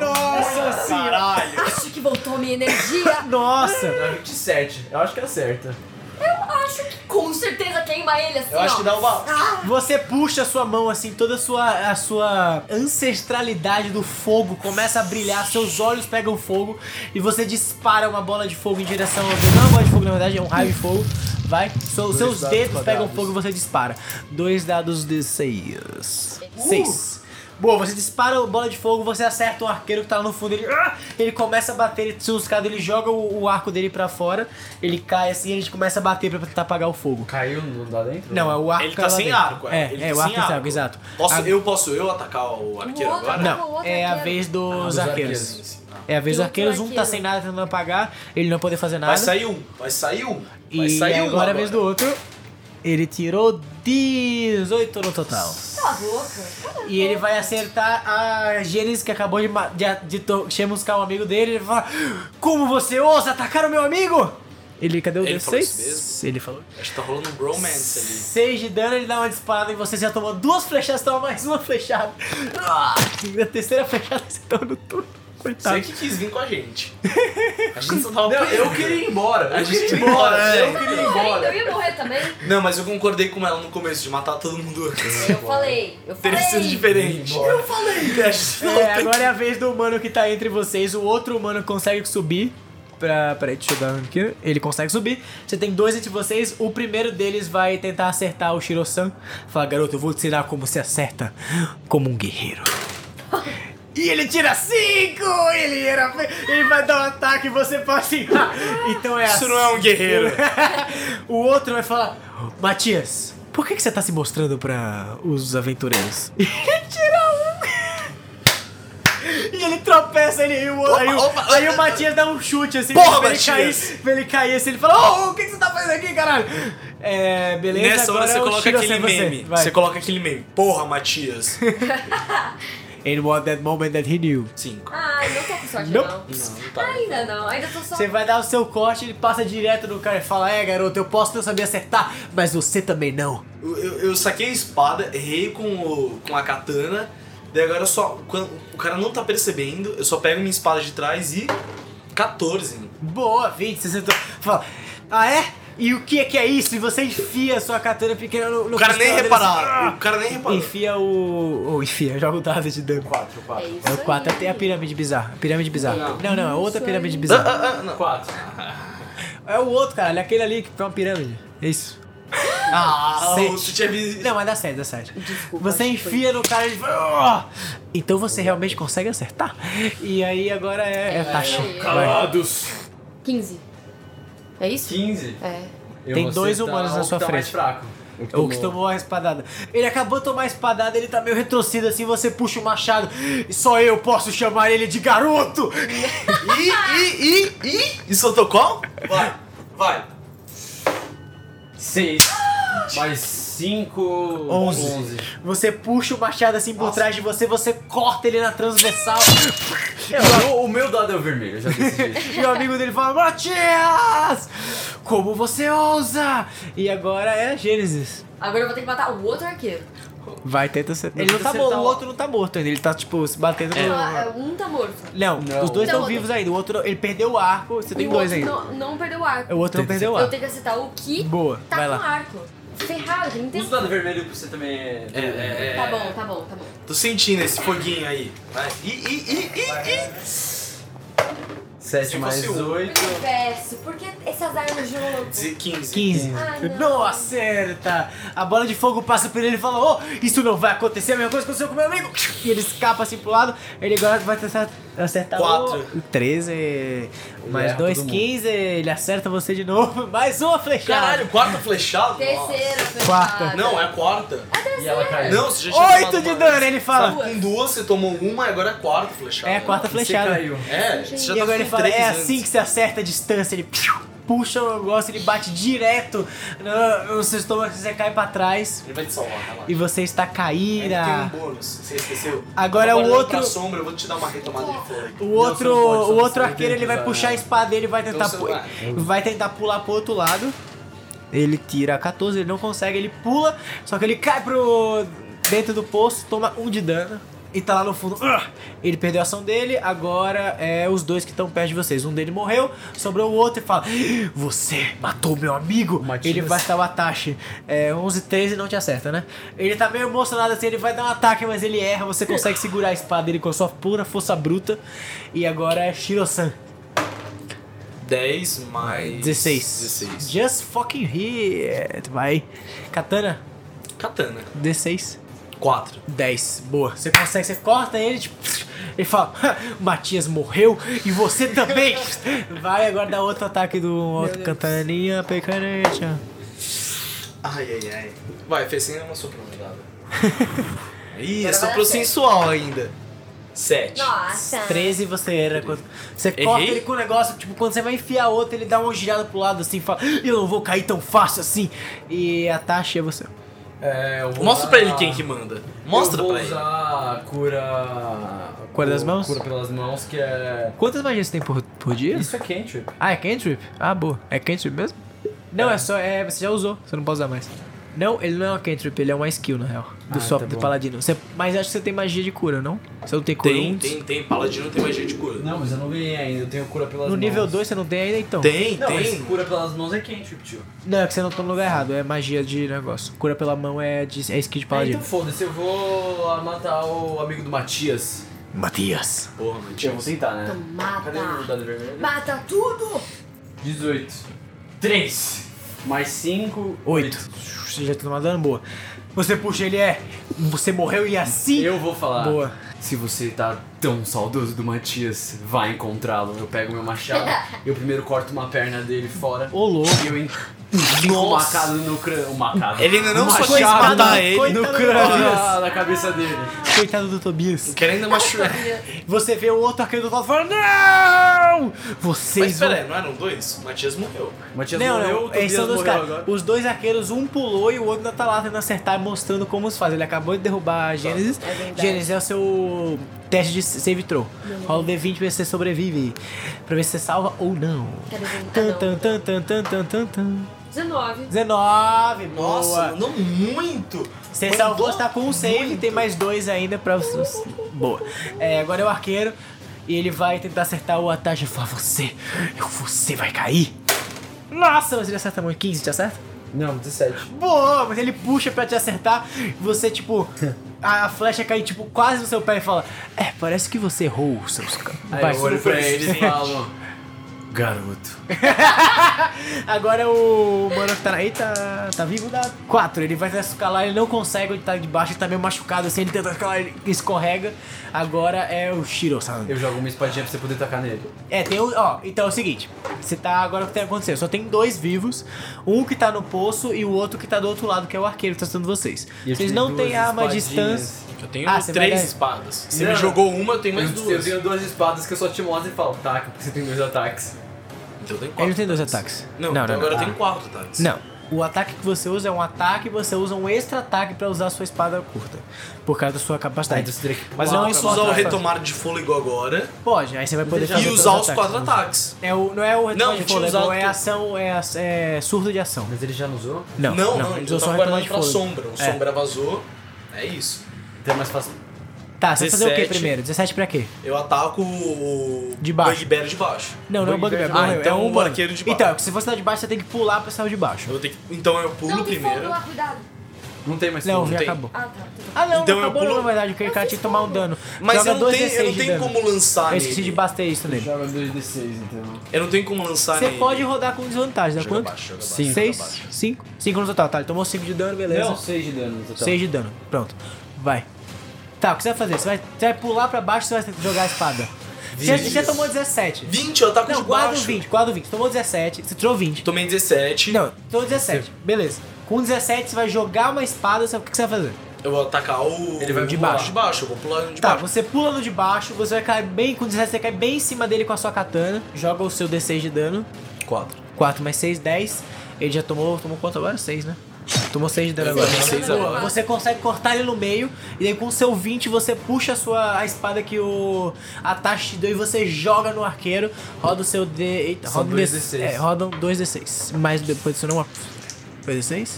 Speaker 1: Nossa senhora!
Speaker 3: Acho que voltou minha energia.
Speaker 1: Nossa!
Speaker 4: Não, 27. Eu acho que acerta.
Speaker 3: Acho que com certeza queima ele assim,
Speaker 2: Eu acho
Speaker 3: ó.
Speaker 2: que dá uma...
Speaker 1: Você puxa a sua mão assim, toda a sua, a sua ancestralidade do fogo começa a brilhar, seus olhos pegam fogo e você dispara uma bola de fogo em direção ao. Não é uma bola de fogo, na verdade, é um raio de fogo. Vai, so- seus
Speaker 4: dados
Speaker 1: dedos pegam
Speaker 4: quadrados.
Speaker 1: fogo e você dispara. Dois dados de seis. Seis. Boa, você dispara a bola de fogo, você acerta o arqueiro que tá lá no fundo, ele, ah! ele começa a bater, ele suscado, ele joga o, o arco dele pra fora, ele cai assim e ele começa a bater pra tentar apagar o fogo.
Speaker 4: Caiu, não dá dentro?
Speaker 1: Não, é o arco
Speaker 2: Ele
Speaker 1: que
Speaker 2: tá
Speaker 1: lá
Speaker 2: sem
Speaker 1: dentro.
Speaker 2: arco, é.
Speaker 1: É,
Speaker 2: Ele
Speaker 1: é,
Speaker 2: tá
Speaker 1: o arco
Speaker 2: sem
Speaker 1: tá sem arco,
Speaker 2: arco.
Speaker 1: exato.
Speaker 2: Posso,
Speaker 1: A-
Speaker 2: Eu posso eu atacar o arqueiro
Speaker 3: outro
Speaker 2: agora?
Speaker 3: O
Speaker 1: Não,
Speaker 3: outro
Speaker 1: é a
Speaker 3: arqueiro.
Speaker 1: vez
Speaker 2: Ah,
Speaker 1: dos,
Speaker 4: dos
Speaker 1: arqueiros.
Speaker 4: arqueiros.
Speaker 1: É a vez
Speaker 3: E
Speaker 1: dos
Speaker 3: outro
Speaker 1: arqueiros, um tá
Speaker 3: arqueiro.
Speaker 1: sem nada tentando apagar, ele não poder fazer nada.
Speaker 2: Vai sair um, vai sair um. Vai
Speaker 1: e
Speaker 2: sair um
Speaker 1: agora, é a vez do outro. Ele tirou 18 no total.
Speaker 3: Cala a boca.
Speaker 1: E ele vai acertar a Gênesis que acabou de, ma- de, de to- chamuscar um amigo dele. Ele fala: "Ah, Como você ousa atacar o meu amigo? Ele, cadê o
Speaker 2: Ele
Speaker 1: D6?
Speaker 2: falou isso mesmo?
Speaker 1: Ele falou.
Speaker 2: Acho que tá rolando um bromance ali.
Speaker 1: 6 de dano, ele dá uma disparada e você já tomou duas flechadas, toma mais uma flechada. Ah, a terceira flechada você toma no turno.
Speaker 2: Você
Speaker 1: Coitado.
Speaker 2: que quis vir com
Speaker 1: [LAUGHS]
Speaker 2: a gente. A gente só tava
Speaker 4: Não, eu
Speaker 2: apoiando.
Speaker 4: queria ir embora.
Speaker 2: A
Speaker 4: Eu
Speaker 2: gente
Speaker 4: queria ir
Speaker 2: ia embora,
Speaker 4: embora.
Speaker 2: né?
Speaker 4: Eu queria ir
Speaker 3: Morrendo,
Speaker 4: embora.
Speaker 3: eu ia morrer também.
Speaker 2: Não, mas eu concordei com ela no começo de matar todo mundo antes.
Speaker 3: Eu falei. Eu
Speaker 2: Teria sido
Speaker 3: falei.
Speaker 2: diferente. Eu falei! A gente não
Speaker 1: É,
Speaker 2: tem-
Speaker 1: agora é a vez do humano que tá entre vocês. O outro humano consegue subir. Pra, peraí, deixa eu dar um aqui. Ele consegue subir. Você tem dois entre vocês. O primeiro deles vai tentar acertar o Shiro-san. Fala, garoto, eu vou te ensinar como se acerta como um guerreiro. E ele tira cinco! Ele, era, ele vai dar um ataque e você fala assim. "Ah, então é
Speaker 2: Isso não é um guerreiro.
Speaker 1: [LAUGHS] o outro vai falar: Matias, por que, que você tá se mostrando pra os aventureiros? [LAUGHS] E ele tira um. E ele tropeça, ele, e o, aí, o-
Speaker 2: opa,
Speaker 1: aí o Matias dá um chute assim
Speaker 2: Porra,
Speaker 1: pra, ele
Speaker 2: Matias!
Speaker 1: cair, pra ele cair assim, ele fala, ô, o que, que você tá fazendo aqui, caralho? É, beleza,
Speaker 2: Nessa hora
Speaker 1: agora
Speaker 2: você
Speaker 1: o
Speaker 2: coloca
Speaker 1: Shiro
Speaker 2: aquele
Speaker 1: sem você,
Speaker 2: meme.
Speaker 1: vai.
Speaker 2: Você coloca aquele meme. Porra,
Speaker 1: [LAUGHS]
Speaker 2: Matias.
Speaker 1: In what that moment that he knew.
Speaker 2: Cinco.
Speaker 3: Ai, não tô com sorte,
Speaker 1: Nope.
Speaker 3: não.
Speaker 2: Não, tá.
Speaker 3: Ainda não, ainda tô só.
Speaker 1: Você vai dar o seu corte, ele passa direto no cara e fala, é garoto, eu posso não saber acertar, mas você também não.
Speaker 2: Eu, eu- eu saquei a espada, errei com, o, com a katana, daí agora eu só. Quando, o cara não tá percebendo, eu só pego minha espada de trás e. 14.
Speaker 1: Boa, 20, 60. Fala, ah é? E o que é que é isso? E você enfia a sua katana pequena no, no
Speaker 2: O cara nem
Speaker 1: costado dele,
Speaker 2: reparou. O
Speaker 1: assim,
Speaker 2: cara nem
Speaker 1: ah!
Speaker 2: reparou.
Speaker 1: Enfia o. Ou enfia, joga o dado de dano.
Speaker 4: 4,
Speaker 3: É
Speaker 4: 4.
Speaker 3: isso.
Speaker 1: É o 4,
Speaker 3: aí.
Speaker 1: até a pirâmide bizarra. Pirâmide bizarra. Não, não, é outra
Speaker 3: Isso
Speaker 1: pirâmide
Speaker 3: aí. Ah,
Speaker 1: bizarra.
Speaker 4: 4.
Speaker 1: É o outro, caralho, aquele ali que é uma pirâmide. É
Speaker 3: [LAUGHS]
Speaker 1: isso.
Speaker 2: Ah,
Speaker 1: Sete.
Speaker 2: você tinha visto.
Speaker 1: Não, mas dá certo, dá certo.
Speaker 3: Desculpa,
Speaker 1: Você
Speaker 3: acho que foi.
Speaker 1: enfia no cara e ele fala. "Ah!" Então você realmente consegue acertar. E aí agora é, é taxa.
Speaker 3: aí.
Speaker 1: Vai.
Speaker 4: Calados.
Speaker 3: 15. É isso?
Speaker 4: 15.
Speaker 3: É.
Speaker 4: Eu
Speaker 1: Tem
Speaker 4: vou
Speaker 1: dois
Speaker 4: acertar
Speaker 1: humanos na
Speaker 4: o que
Speaker 1: sua
Speaker 4: tá mais
Speaker 1: frente.
Speaker 4: fraco.
Speaker 1: O que tomou a espadada. Ele acabou de tomar a espadada, ele tá meio retrocedido assim, você puxa o machado. Só eu posso chamar ele de
Speaker 3: [LAUGHS]
Speaker 1: garoto!
Speaker 2: Ih, ih, ih, ih! E soltou qual? Vai, vai.
Speaker 4: 6. Mais 5.
Speaker 1: Onze.
Speaker 4: 11.
Speaker 1: Você puxa o machado assim por trás de você, você corta ele na transversal.
Speaker 4: o, o meu dado é o vermelho, eu
Speaker 1: [LAUGHS]
Speaker 4: já decidi.
Speaker 1: e o amigo dele fala: Matias! Como você ousa? E agora é a Gênesis.
Speaker 3: Agora eu vou ter que matar o outro arqueiro.
Speaker 1: Vai, tenta ser. Ele não tá
Speaker 4: acertar
Speaker 1: morto, o
Speaker 4: o-
Speaker 1: outro não tá morto ainda. Ele tá, tipo, se batendo no.
Speaker 3: Ah, é, um tá morto.
Speaker 1: Não,
Speaker 4: Não.
Speaker 1: os dois
Speaker 3: Então,
Speaker 1: estão
Speaker 3: outro.
Speaker 1: vivos ainda. O outro, ele perdeu o arco. Você tem
Speaker 3: o
Speaker 1: dois
Speaker 3: outro
Speaker 1: ainda.
Speaker 3: Não, não perdeu o arco.
Speaker 1: O outro não perdeu o
Speaker 3: Eu
Speaker 1: arco.
Speaker 3: tenho que acertar o que
Speaker 1: Boa,
Speaker 3: tá
Speaker 1: vai
Speaker 3: com
Speaker 1: lá.
Speaker 3: arco. Ferrado, ele não tem.
Speaker 6: Usa o dado vermelho pra você também. É,
Speaker 2: É, é, é.
Speaker 3: Tá bom, tá bom, tá bom.
Speaker 2: Tô sentindo esse foguinho aí. Vai. Ih, ih, ih, ih, ih.
Speaker 4: 7
Speaker 2: Se
Speaker 4: é. mais
Speaker 2: fosse um.
Speaker 4: 8.
Speaker 3: Universo, por que essas armas de louco?
Speaker 2: 15.
Speaker 1: 15.
Speaker 3: Ai,
Speaker 1: não.
Speaker 3: não.
Speaker 1: acerta! A bola de fogo passa por ele e fala: Oh, isso não vai acontecer, a mesma coisa que aconteceu com meu amigo! [LAUGHS] E ele escapa assim pro lado, ele agora vai tentar acertar
Speaker 2: Quatro.
Speaker 1: o. 13. Mais
Speaker 4: erra
Speaker 1: dois,
Speaker 4: todo mundo.
Speaker 1: 15. Ele acerta você de novo. [LAUGHS] Mais uma flechada!
Speaker 2: Caralho, quarta flechada?
Speaker 3: Terceira, É.
Speaker 1: Quarta.
Speaker 2: Nossa.
Speaker 3: fechada.
Speaker 2: Não, é a quarta.
Speaker 4: E ela cai.
Speaker 2: Não, você já tinha
Speaker 1: Oito
Speaker 2: tomado
Speaker 1: de
Speaker 2: uma
Speaker 1: dano,
Speaker 2: vez.
Speaker 1: ele fala.
Speaker 2: Com duas, você tomou uma e agora é a quarta flechada.
Speaker 1: É a quarta
Speaker 4: Você
Speaker 1: flechada.
Speaker 4: caiu.
Speaker 2: É, você já
Speaker 1: e
Speaker 2: tá
Speaker 1: agora
Speaker 2: com
Speaker 1: ele fala,
Speaker 2: três
Speaker 1: é
Speaker 2: antes.
Speaker 1: assim que você acerta a distância, ele [LAUGHS] piu, puxa o negócio, ele bate direto no, no seu estômago, você cai pra trás
Speaker 2: Ele vai te salvar, relaxa.
Speaker 1: e você está
Speaker 2: Ele tem um
Speaker 1: caída.
Speaker 2: bônus, você esqueceu.
Speaker 1: Agora
Speaker 2: Agora
Speaker 1: o
Speaker 2: eu vou
Speaker 1: outro-
Speaker 2: Pra sombra, eu vou te dar uma retomada de flor.
Speaker 1: O outro,
Speaker 4: Não, você não pode,
Speaker 1: o
Speaker 4: só
Speaker 1: outro
Speaker 4: você
Speaker 1: arqueiro
Speaker 4: tem que
Speaker 1: ele vai
Speaker 4: usar- um
Speaker 1: puxar a espada dele vai tentar
Speaker 2: Então
Speaker 1: pu-
Speaker 2: você vai.
Speaker 1: vai tentar pular pro outro lado. Ele tira 14, ele não consegue, ele pula, só que ele cai pro dentro do poço, toma um de dano e tá lá no fundo. Ah! Ele perdeu a ação dele, agora é os dois que estão perto de vocês. Um dele morreu, sobrou o outro e fala: "Você matou meu amigo".
Speaker 4: Matias.
Speaker 1: Ele vai dar o ataque. É 11 13 não te acerta, né? Ele tá meio emocionado assim, ele vai dar um ataque, mas ele erra, você consegue segurar a espada dele com a sua pura força bruta. E agora é Shiro-san.
Speaker 2: 10 mais...
Speaker 1: 16.
Speaker 2: 16.
Speaker 1: Just fucking hit. Vai. Katana,
Speaker 2: Katana.
Speaker 1: D6.
Speaker 2: 4.
Speaker 1: 10. Boa. Você consegue, você corta ele, tipo. Ele fala, "Ha, o Matias morreu e você também! [LAUGHS] Vai agora dar outro ataque do outro
Speaker 3: Deus.
Speaker 1: cantaninha pecanetinha.
Speaker 2: Ai, ai, ai. Vai, fez sem
Speaker 1: [LAUGHS]
Speaker 2: uma sopromedada. Ih,
Speaker 3: Agora
Speaker 2: é
Speaker 3: vai dar
Speaker 2: sopro sensual ainda. 7.
Speaker 3: Nossa.
Speaker 1: 13 você era. quando- Você corta ele com o negócio, tipo, quando você vai enfiar outro, ele dá uma girada pro lado assim, fala, eu não vou cair tão fácil assim. E a taxa é você.
Speaker 4: É, eu vou
Speaker 2: Mostra
Speaker 4: usar-
Speaker 2: pra ele quem que manda. Mostra
Speaker 4: eu vou
Speaker 2: pra ele.
Speaker 4: usar a cura.
Speaker 1: Cura das mãos?
Speaker 4: Cura pelas mãos, que é.
Speaker 1: Quantas magias você tem por, por dia?
Speaker 4: Isso é cantrip.
Speaker 1: Ah, é cantrip? Ah, boa. É cantrip mesmo? Não, é, só. É, você já usou, você não pode usar mais. Não, ele não é uma cantrip, ele é uma skill, na real. Do
Speaker 4: Ah,
Speaker 1: swap
Speaker 4: tá
Speaker 1: do
Speaker 4: bom.
Speaker 1: paladino. Você, mas acho que você tem magia de cura, não? Você não tem cura
Speaker 2: Tem,
Speaker 1: um?
Speaker 2: tem, tem. Paladino tem magia de cura.
Speaker 4: Não, mas eu não ganhei ainda, eu tenho cura pelas
Speaker 1: No
Speaker 4: mãos.
Speaker 1: nível 2 você não tem ainda, então?
Speaker 2: Tem,
Speaker 4: Não,
Speaker 2: tem.
Speaker 4: mas cura pelas mãos é cantrip, tio.
Speaker 1: Não, é que você não tá no lugar errado, é magia de negócio. Cura pela mão é, de, é skill de
Speaker 4: Ah,
Speaker 1: paladino.
Speaker 4: então foda-se, eu vou lá matar o amigo do Matias.
Speaker 1: então- Matias.
Speaker 2: Porra,
Speaker 4: Eu
Speaker 2: Matias.
Speaker 4: vou tentar, né?
Speaker 3: Então mata.
Speaker 4: Cadê o dado vermelho?
Speaker 3: Mata tudo!
Speaker 4: 18. 3. Mais 5.
Speaker 1: 8. Você já tá tomando dano, boa. Você puxa ele, é. Você morreu e assim.
Speaker 4: Eu vou falar.
Speaker 1: Boa.
Speaker 4: Se você tá tão saudoso do Matias, vai encontrá-lo. Eu pego meu machado, eu primeiro corto uma perna dele fora.
Speaker 1: Ô, louco.
Speaker 4: E eu en- enfico o macado no crânio. O macado.
Speaker 2: Ele ainda não
Speaker 4: o
Speaker 2: só
Speaker 4: machado
Speaker 2: quis
Speaker 1: [LAUGHS]
Speaker 2: matar
Speaker 4: no-
Speaker 2: ele.
Speaker 4: No
Speaker 1: Coitado do
Speaker 4: crânio,
Speaker 1: Tobias.
Speaker 4: na, na cabeça dele.
Speaker 1: Coitado do Tobias.
Speaker 2: Querendo machucar.
Speaker 1: Você vê o outro arqueiro do lado falando: Não!
Speaker 2: Mas
Speaker 1: Vocês vão.
Speaker 2: pera aí, não eram dois? O Matias morreu.
Speaker 4: Matias
Speaker 1: Não,
Speaker 4: morreu, o
Speaker 1: não, esses
Speaker 4: Tobias
Speaker 1: são
Speaker 4: morreu
Speaker 1: dois caras.
Speaker 4: agora.
Speaker 1: Os dois arqueiros, um pulou e o outro ainda tá lá tentando acertar e mostrando como se faz. Ele acabou de derrubar a Gênesis.
Speaker 3: É verdade.
Speaker 1: Gênesis é o seu teste de save throw. Rola o D20 pra ver se você sobrevive. Pra ver se você salva ou não.
Speaker 3: Cadê o dano?
Speaker 1: Tan,
Speaker 3: Ah,
Speaker 1: tan, tan, tan, tan, tan, tan, tan.
Speaker 3: 19.
Speaker 1: 19,
Speaker 2: Nossa,
Speaker 1: boa.
Speaker 2: não muito.
Speaker 1: Você
Speaker 2: Mandou
Speaker 1: salvou, você tá com um save,
Speaker 2: muito.
Speaker 1: tem mais dois ainda pra vocês. Boa. É, agora é o arqueiro. E ele vai tentar acertar o Atashi e falar: Você, você vai cair. Nossa, mas ele acerta muito. 15, te acerta?
Speaker 4: Não, 17.
Speaker 1: Boa, mas ele puxa pra te acertar. Você, tipo, a, a flecha cai, tipo, quase no seu pé e fala: É, parece que você errou, seus ca-
Speaker 4: Aí
Speaker 1: Vai,
Speaker 4: eu olho pra ele e
Speaker 1: assim.
Speaker 4: falo... Garoto.
Speaker 1: Agora o mano que tá na. Eita, tá vivo da 4. Ele vai tentar escalar, ele não consegue, ele tá debaixo, ele tá meio machucado assim, ele tenta escalar, ele escorrega. Agora é o Shiro, sabe?
Speaker 4: Eu jogo uma espadinha pra você poder tacar nele.
Speaker 1: É, tem o. Ó, então é o seguinte: você tá. Agora o que tem acontecendo? Só tem dois vivos, um que tá no poço e o outro que tá do outro lado, que é o arqueiro que tá estando vocês.
Speaker 4: E eu
Speaker 1: Vocês
Speaker 4: tive
Speaker 1: não têm
Speaker 4: duas
Speaker 1: arma à
Speaker 4: espadinhas.
Speaker 1: distância.
Speaker 2: Eu tenho
Speaker 1: Ah, você vai
Speaker 2: três
Speaker 1: dar-
Speaker 2: espadas. Você
Speaker 4: Não.
Speaker 2: me jogou uma, eu tenho mais
Speaker 4: eu, eu
Speaker 2: duas.
Speaker 4: tenho duas espadas que eu só te mostro e falo, taca, porque você tem dois ataques.
Speaker 2: Então eu tenho quatro.
Speaker 1: Ele não tem dois
Speaker 2: ataques.
Speaker 1: ataques.
Speaker 2: Não,
Speaker 1: não, não.
Speaker 2: então agora
Speaker 1: não.
Speaker 2: eu tenho quatro ataques.
Speaker 1: Não. O ataque que você usa é um ataque, você usa um extra ataque pra usar a sua espada curta. Por causa da sua
Speaker 4: Tá,
Speaker 1: capacidade.
Speaker 4: então você teria que
Speaker 1: Mas
Speaker 2: Mas eu
Speaker 1: não
Speaker 2: não
Speaker 1: é
Speaker 2: posso
Speaker 1: só
Speaker 2: usar o
Speaker 1: ataque.
Speaker 2: retomar de fôlego agora
Speaker 1: Pode, aí você vai poder fazer
Speaker 2: e
Speaker 1: todos
Speaker 2: usar os
Speaker 1: ataques.
Speaker 2: quatro ataques.
Speaker 1: É o, não é o retorno
Speaker 2: Não,
Speaker 1: de
Speaker 2: tinha
Speaker 1: fôlego,
Speaker 2: usado
Speaker 1: é
Speaker 2: tudo.
Speaker 1: ação, é, a- é surdo de ação.
Speaker 4: Mas ele já não usou?
Speaker 1: Não,
Speaker 2: Não,
Speaker 1: ele
Speaker 2: não,
Speaker 1: usou
Speaker 2: então
Speaker 1: só
Speaker 2: tá
Speaker 1: o retorno
Speaker 2: guardando
Speaker 1: de
Speaker 2: pra
Speaker 1: fôlego.
Speaker 2: sombra. O
Speaker 1: É.
Speaker 2: sombra vazou. É isso.
Speaker 4: Então é mais fácil.
Speaker 1: Tá, você vai fazer o que
Speaker 2: 17.
Speaker 1: primeiro? 17 pra quê?
Speaker 2: Eu ataco o.
Speaker 1: De baixo.
Speaker 2: Bugbear de baixo.
Speaker 1: Não, não é o
Speaker 4: Bugbear.
Speaker 1: bugbear,
Speaker 2: Ah,
Speaker 1: morreu,
Speaker 2: então
Speaker 1: é um
Speaker 2: o
Speaker 1: bug.
Speaker 2: arqueiro de baixo.
Speaker 1: Então, se você tá de baixo, você tem que pular pra sair de baixo.
Speaker 2: Eu vou ter que- Então eu pulo
Speaker 3: Não, tem fogo
Speaker 2: primeiro.
Speaker 3: lá, cuidado.
Speaker 4: Não tem mais um.
Speaker 1: Não,
Speaker 4: como.
Speaker 1: já
Speaker 2: tem.
Speaker 1: acabou.
Speaker 3: Ah, tá. tá, tá.
Speaker 1: Ah, não,
Speaker 2: Então
Speaker 1: não
Speaker 2: eu
Speaker 1: acabou
Speaker 2: pulo-
Speaker 1: não, na verdade, porque o
Speaker 3: Eu
Speaker 1: cara
Speaker 3: fiz
Speaker 1: tinha que tomar um
Speaker 3: fogo.
Speaker 1: dano.
Speaker 2: Mas
Speaker 1: Joga
Speaker 2: eu não,
Speaker 1: 2D6
Speaker 2: tenho, eu não
Speaker 1: de
Speaker 2: tenho
Speaker 1: dano.
Speaker 2: como lançar
Speaker 1: Eu
Speaker 2: nele.
Speaker 1: esqueci de bater isso nele.
Speaker 6: Joga 2d6 então.
Speaker 2: Eu não tenho como lançar
Speaker 1: Você
Speaker 2: nele.
Speaker 1: pode rodar com desvantagem, dá
Speaker 2: Joga
Speaker 1: quanto?
Speaker 2: baixo, joga baixo, joga
Speaker 1: 6,
Speaker 2: baixo.
Speaker 1: 5, 5 no total, tá? Ele tomou 5 de dano, beleza.
Speaker 6: Não, 6 de dano no total.
Speaker 1: 6 de dano, pronto. Vai. Tá, o que você vai fazer? Você vai, você vai pular pra baixo e você vai ter que jogar a espada. Você,
Speaker 2: Vixe.
Speaker 1: você tomou 17.
Speaker 2: 20, eu ataco
Speaker 1: Não,
Speaker 2: de
Speaker 1: guarda o
Speaker 2: baixo.
Speaker 1: 20, guarda o 20. Você tomou 17, você tirou 20.
Speaker 2: Tomei 17.
Speaker 1: Não, tomou 17, beleza. Com 17 você vai jogar uma espada, você- o que que você vai fazer?
Speaker 2: Eu vou atacar o.
Speaker 4: Ele vai
Speaker 2: de
Speaker 4: pular.
Speaker 2: baixo. De baixo, eu vou pular de
Speaker 1: Tá,
Speaker 2: baixo.
Speaker 1: você pula no de baixo, você vai cair bem, com 17 você cai bem em cima dele com a sua katana, joga o seu D6 de dano,
Speaker 2: 4.
Speaker 1: 4 mais 6, 10. Ele já tomou, tomou quanto agora? 6, né? Tomou 6 de dano agora.
Speaker 2: Tomei seis agora.
Speaker 1: Boa, Você consegue cortar ele no meio, e daí com o seu 20 você puxa a sua a espada que o Atashi te deu e você joga no arqueiro, roda o seu D. Eita,
Speaker 4: São
Speaker 1: roda um
Speaker 4: dois
Speaker 1: D-
Speaker 4: D6.
Speaker 1: É, rodam 2D6. Mais depois você não. 2D6?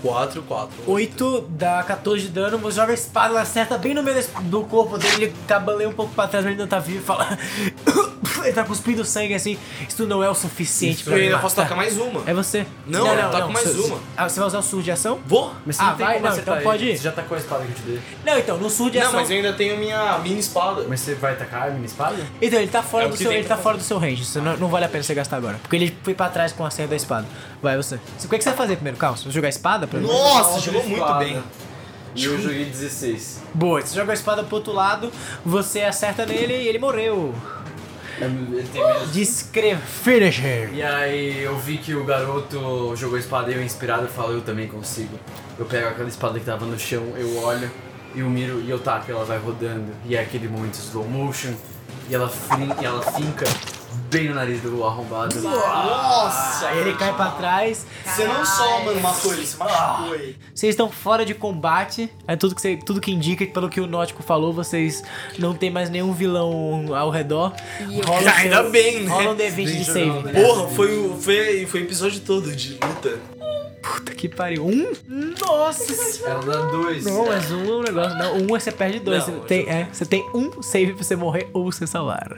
Speaker 2: 4, 4.
Speaker 1: 8 dá 14 de dano, você joga a espada, ela acerta bem no meio desse- do corpo dele, ele cabaleia um pouco pra trás, mas ele ainda tá vivo e fala. [COUGHS] ele tá cuspindo sangue assim, isso não é o suficiente
Speaker 2: Eu
Speaker 1: pra me
Speaker 2: ainda posso
Speaker 1: matar.
Speaker 2: tacar mais uma.
Speaker 1: É você.
Speaker 2: Não, eu ataco mais
Speaker 1: você-
Speaker 2: uma.
Speaker 1: Ah, você vai usar o surdo de ação?
Speaker 2: Vou?
Speaker 4: Mas
Speaker 1: Ah, vai? Não,
Speaker 4: acertar
Speaker 1: então pode
Speaker 4: ele.
Speaker 1: ir.
Speaker 4: Você já tá com a espada que eu te dei.
Speaker 1: Não, então, no surdo de
Speaker 2: Não,
Speaker 1: ação.
Speaker 2: mas eu ainda tenho minha mini espada.
Speaker 4: Mas você vai atacar a minha espada?
Speaker 1: Então, ele tá fora
Speaker 2: É o
Speaker 1: do
Speaker 2: que
Speaker 1: seu.
Speaker 2: tem
Speaker 1: Ele
Speaker 2: pra
Speaker 1: tá fora do seu range. Você não, não vale a pena você gastar agora. Porque ele foi pra trás com a senha da espada. Vai, você. O que, que você vai fazer primeiro, Carlos? Você vai jogar a espada pra
Speaker 2: Nossa,
Speaker 6: Outra
Speaker 2: jogou muito
Speaker 6: espada.
Speaker 2: bem.
Speaker 6: E eu joguei 16.
Speaker 1: Boa, você joga a espada pro outro lado, você acerta nele e ele morreu.
Speaker 6: Ele tem menos.
Speaker 1: Descreva. Finish him.
Speaker 4: E aí eu vi que o garoto jogou a espada e eu inspirado eu falo, eu também consigo. Eu pego aquela espada que tava no chão, eu olho, eu miro e eu taco, ela vai rodando. E é aquele momento slow motion, e ela, fin- e ela finca bem no nariz do arrombado.
Speaker 2: Nossa,
Speaker 1: Ah, Ele cai Ah. pra trás.
Speaker 2: Você não só, mano, matou ele, você machucou ele.
Speaker 1: Vocês estão fora de combate. É tudo que, você- tudo que indica que, pelo que o Nótico falou, vocês não tem mais nenhum vilão ao redor.
Speaker 3: E eu-
Speaker 1: Rola o
Speaker 2: Já, ainda
Speaker 1: seu-
Speaker 2: bem, né?
Speaker 1: Rola um D20 de save.
Speaker 2: Porra, foi o foi, foi o episódio todo de luta.
Speaker 1: Puta que pariu. Um? Nossa!
Speaker 4: Ela dá dois.
Speaker 1: Não, mas um é um negócio. Não, um é você perde dois.
Speaker 2: Não,
Speaker 1: você, tem, é, você tem um save pra você morrer ou você salvar.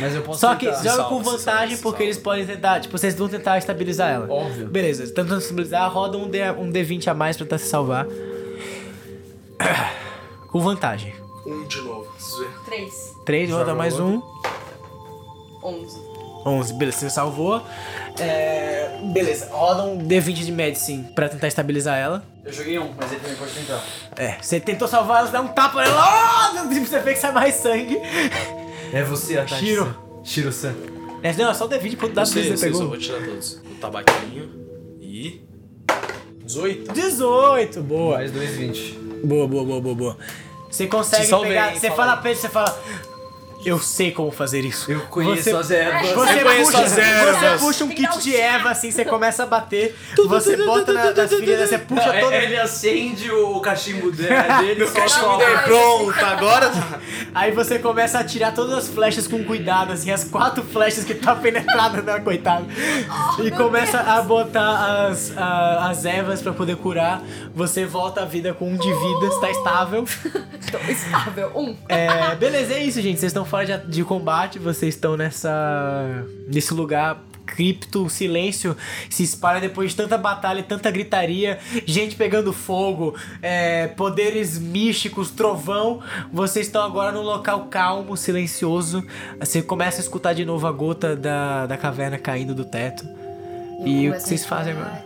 Speaker 4: Mas eu posso
Speaker 1: Só que
Speaker 4: tentar.
Speaker 1: joga
Speaker 2: salva,
Speaker 1: com
Speaker 2: se
Speaker 1: vantagem
Speaker 2: salva, se
Speaker 1: porque
Speaker 2: salva.
Speaker 1: eles podem tentar. Tipo, vocês vão tentar estabilizar ela.
Speaker 4: Óbvio.
Speaker 1: Beleza, tentando estabilizar, roda um, D, um D20 a mais pra tentar se salvar. Com vantagem.
Speaker 2: Um de novo, preciso ver.
Speaker 3: tá. 3,
Speaker 1: 3, roda
Speaker 4: Joga
Speaker 1: mais
Speaker 4: outro.
Speaker 1: um.
Speaker 3: 11.
Speaker 1: 11, beleza, você salvou. É, beleza, roda um D20 de medicine pra tentar estabilizar ela.
Speaker 6: Eu joguei um, mas ele também pode tentar.
Speaker 1: É, você tentou salvar ela, você dá um tapa nela. Oh, meu Deus, [LAUGHS] você vê que sai mais sangue. [LAUGHS]
Speaker 4: É você, Atashi.
Speaker 1: Shiro.
Speaker 4: Shiro-san.
Speaker 1: É, Não, é só o D20 quanto dá pra
Speaker 2: Eu sei,
Speaker 1: você
Speaker 2: eu sei, só
Speaker 1: pegou.
Speaker 2: vou tirar todos. O tabaquinho e. 18.
Speaker 1: 18, boa.
Speaker 4: Mais dois, vinte.
Speaker 1: Boa, boa, boa, boa, boa. Você consegue
Speaker 2: Te salvei,
Speaker 1: pegar.
Speaker 2: hein,
Speaker 1: Você
Speaker 2: fala
Speaker 1: fala pra ele, você fala. Eu sei como fazer isso.
Speaker 4: Eu conheço
Speaker 1: você,
Speaker 4: as ervas.
Speaker 1: Você,
Speaker 2: Eu conheço
Speaker 1: puxa,
Speaker 2: as ervas.
Speaker 1: você puxa um
Speaker 3: Tem que dar
Speaker 1: kit
Speaker 3: um
Speaker 1: de
Speaker 3: chá.
Speaker 1: erva assim, você começa a bater, você bota na, nas filhas, você puxa
Speaker 4: [LAUGHS] Não, é-
Speaker 1: toda.
Speaker 4: Ele acende o
Speaker 1: [LAUGHS]
Speaker 4: cachimbo dele, solta
Speaker 3: cachimbo
Speaker 4: o
Speaker 3: dele.
Speaker 2: É, pronto, agora. tá.
Speaker 1: Aí você começa a tirar todas as flechas com cuidado, assim, as quatro flechas que tá penetrada na coitada. e
Speaker 3: meu
Speaker 1: começa a botar as, a- as ervas pra poder curar. Você volta à vida com um de vida, está estável.
Speaker 3: [LAUGHS] Então, estável. 1.
Speaker 1: É, beleza, é isso, gente. Vocês estão fora de, de combate, vocês estão nessa. nesse lugar. Cripto, o silêncio se espalha depois de tanta batalha, e tanta gritaria, gente pegando fogo, é, poderes místicos, trovão. Vocês estão agora num local calmo, silencioso. Você começa a escutar de novo a gota da, da caverna caindo do teto. E o que
Speaker 3: é
Speaker 1: vocês fazem agora?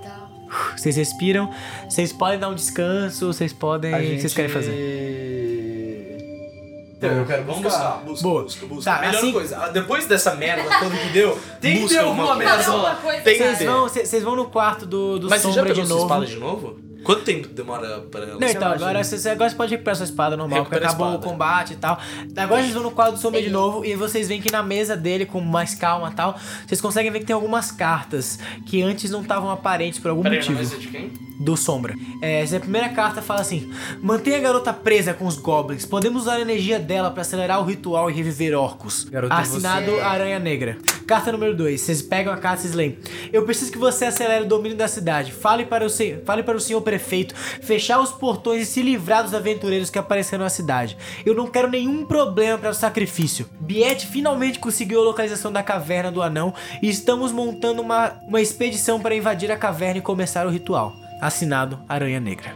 Speaker 1: Vocês respiram, vocês podem dar um descanso, vocês podem. O que vocês querem fazer?
Speaker 6: fazer?
Speaker 4: Então, eu quero
Speaker 2: Vamos buscar, busca,
Speaker 1: Boa.
Speaker 2: busca, busca.
Speaker 1: Tá,
Speaker 2: Melhor
Speaker 1: assim-
Speaker 2: coisa, ah, depois dessa merda toda que deu,
Speaker 4: Tem que
Speaker 2: busca
Speaker 4: ter alguma
Speaker 2: coisa.
Speaker 4: merda.
Speaker 3: Cada uma coisa,
Speaker 2: Tem
Speaker 3: cara.
Speaker 2: que
Speaker 1: Vocês
Speaker 2: ter.
Speaker 1: vão, vocês- vocês vão no quarto do, do
Speaker 2: Mas você já
Speaker 1: Sombra
Speaker 2: pegou
Speaker 1: de
Speaker 2: sua
Speaker 1: novo.
Speaker 2: espada de é novo? Quanto tempo demora pra ela?
Speaker 1: Não, então, agora você, agora você pode recuperar sua espada normal, porque
Speaker 2: Recupera a
Speaker 1: acabou o
Speaker 2: espada.
Speaker 1: combate e tal. Agora vocês vão no quadro do Soma de
Speaker 3: Sim.
Speaker 1: novo e vocês veem que na mesa dele, com mais calma e tal, vocês conseguem ver que tem algumas cartas que antes não estavam aparentes por algum
Speaker 2: Peraí,
Speaker 1: um motivo.
Speaker 2: não vai ser de quem?
Speaker 1: do Sombra. É, essa é a primeira carta fala assim: mantenha a garota presa com os goblins. Podemos usar a energia dela para acelerar o ritual e reviver orcos.
Speaker 4: Garota,
Speaker 1: Assinado
Speaker 3: você-
Speaker 1: Aranha Negra. Carta número 2. Vocês pegam a carta e vocês leem. Eu preciso que você acelere o domínio da cidade. Fale para, o se... Fale para o senhor prefeito fechar os portões e se livrar dos aventureiros que apareceram na cidade. Eu não quero nenhum problema para o sacrifício. Biet finalmente conseguiu a localização da caverna do anão e estamos montando uma, uma expedição para invadir a caverna e começar o ritual. Assinado Aranha Negra.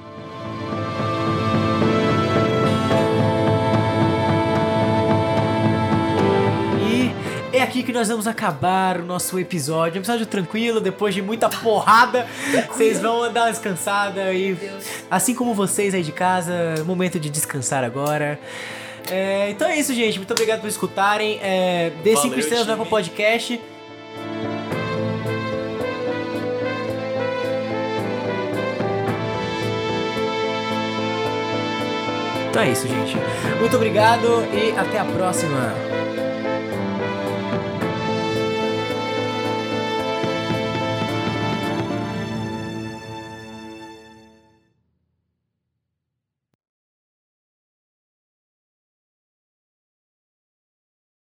Speaker 1: E é aqui que nós vamos acabar o nosso episódio. Um episódio tranquilo, depois de muita porrada. Vocês vão dar uma descansada e.
Speaker 3: Deus.
Speaker 1: Assim como vocês aí de casa, momento de descansar agora. É, então é isso, gente. Muito obrigado por escutarem. É, dê
Speaker 2: Valeu,
Speaker 1: 5 estrelas no
Speaker 2: time.
Speaker 1: Apple Podcast. Então é isso, gente. Muito obrigado e até a próxima.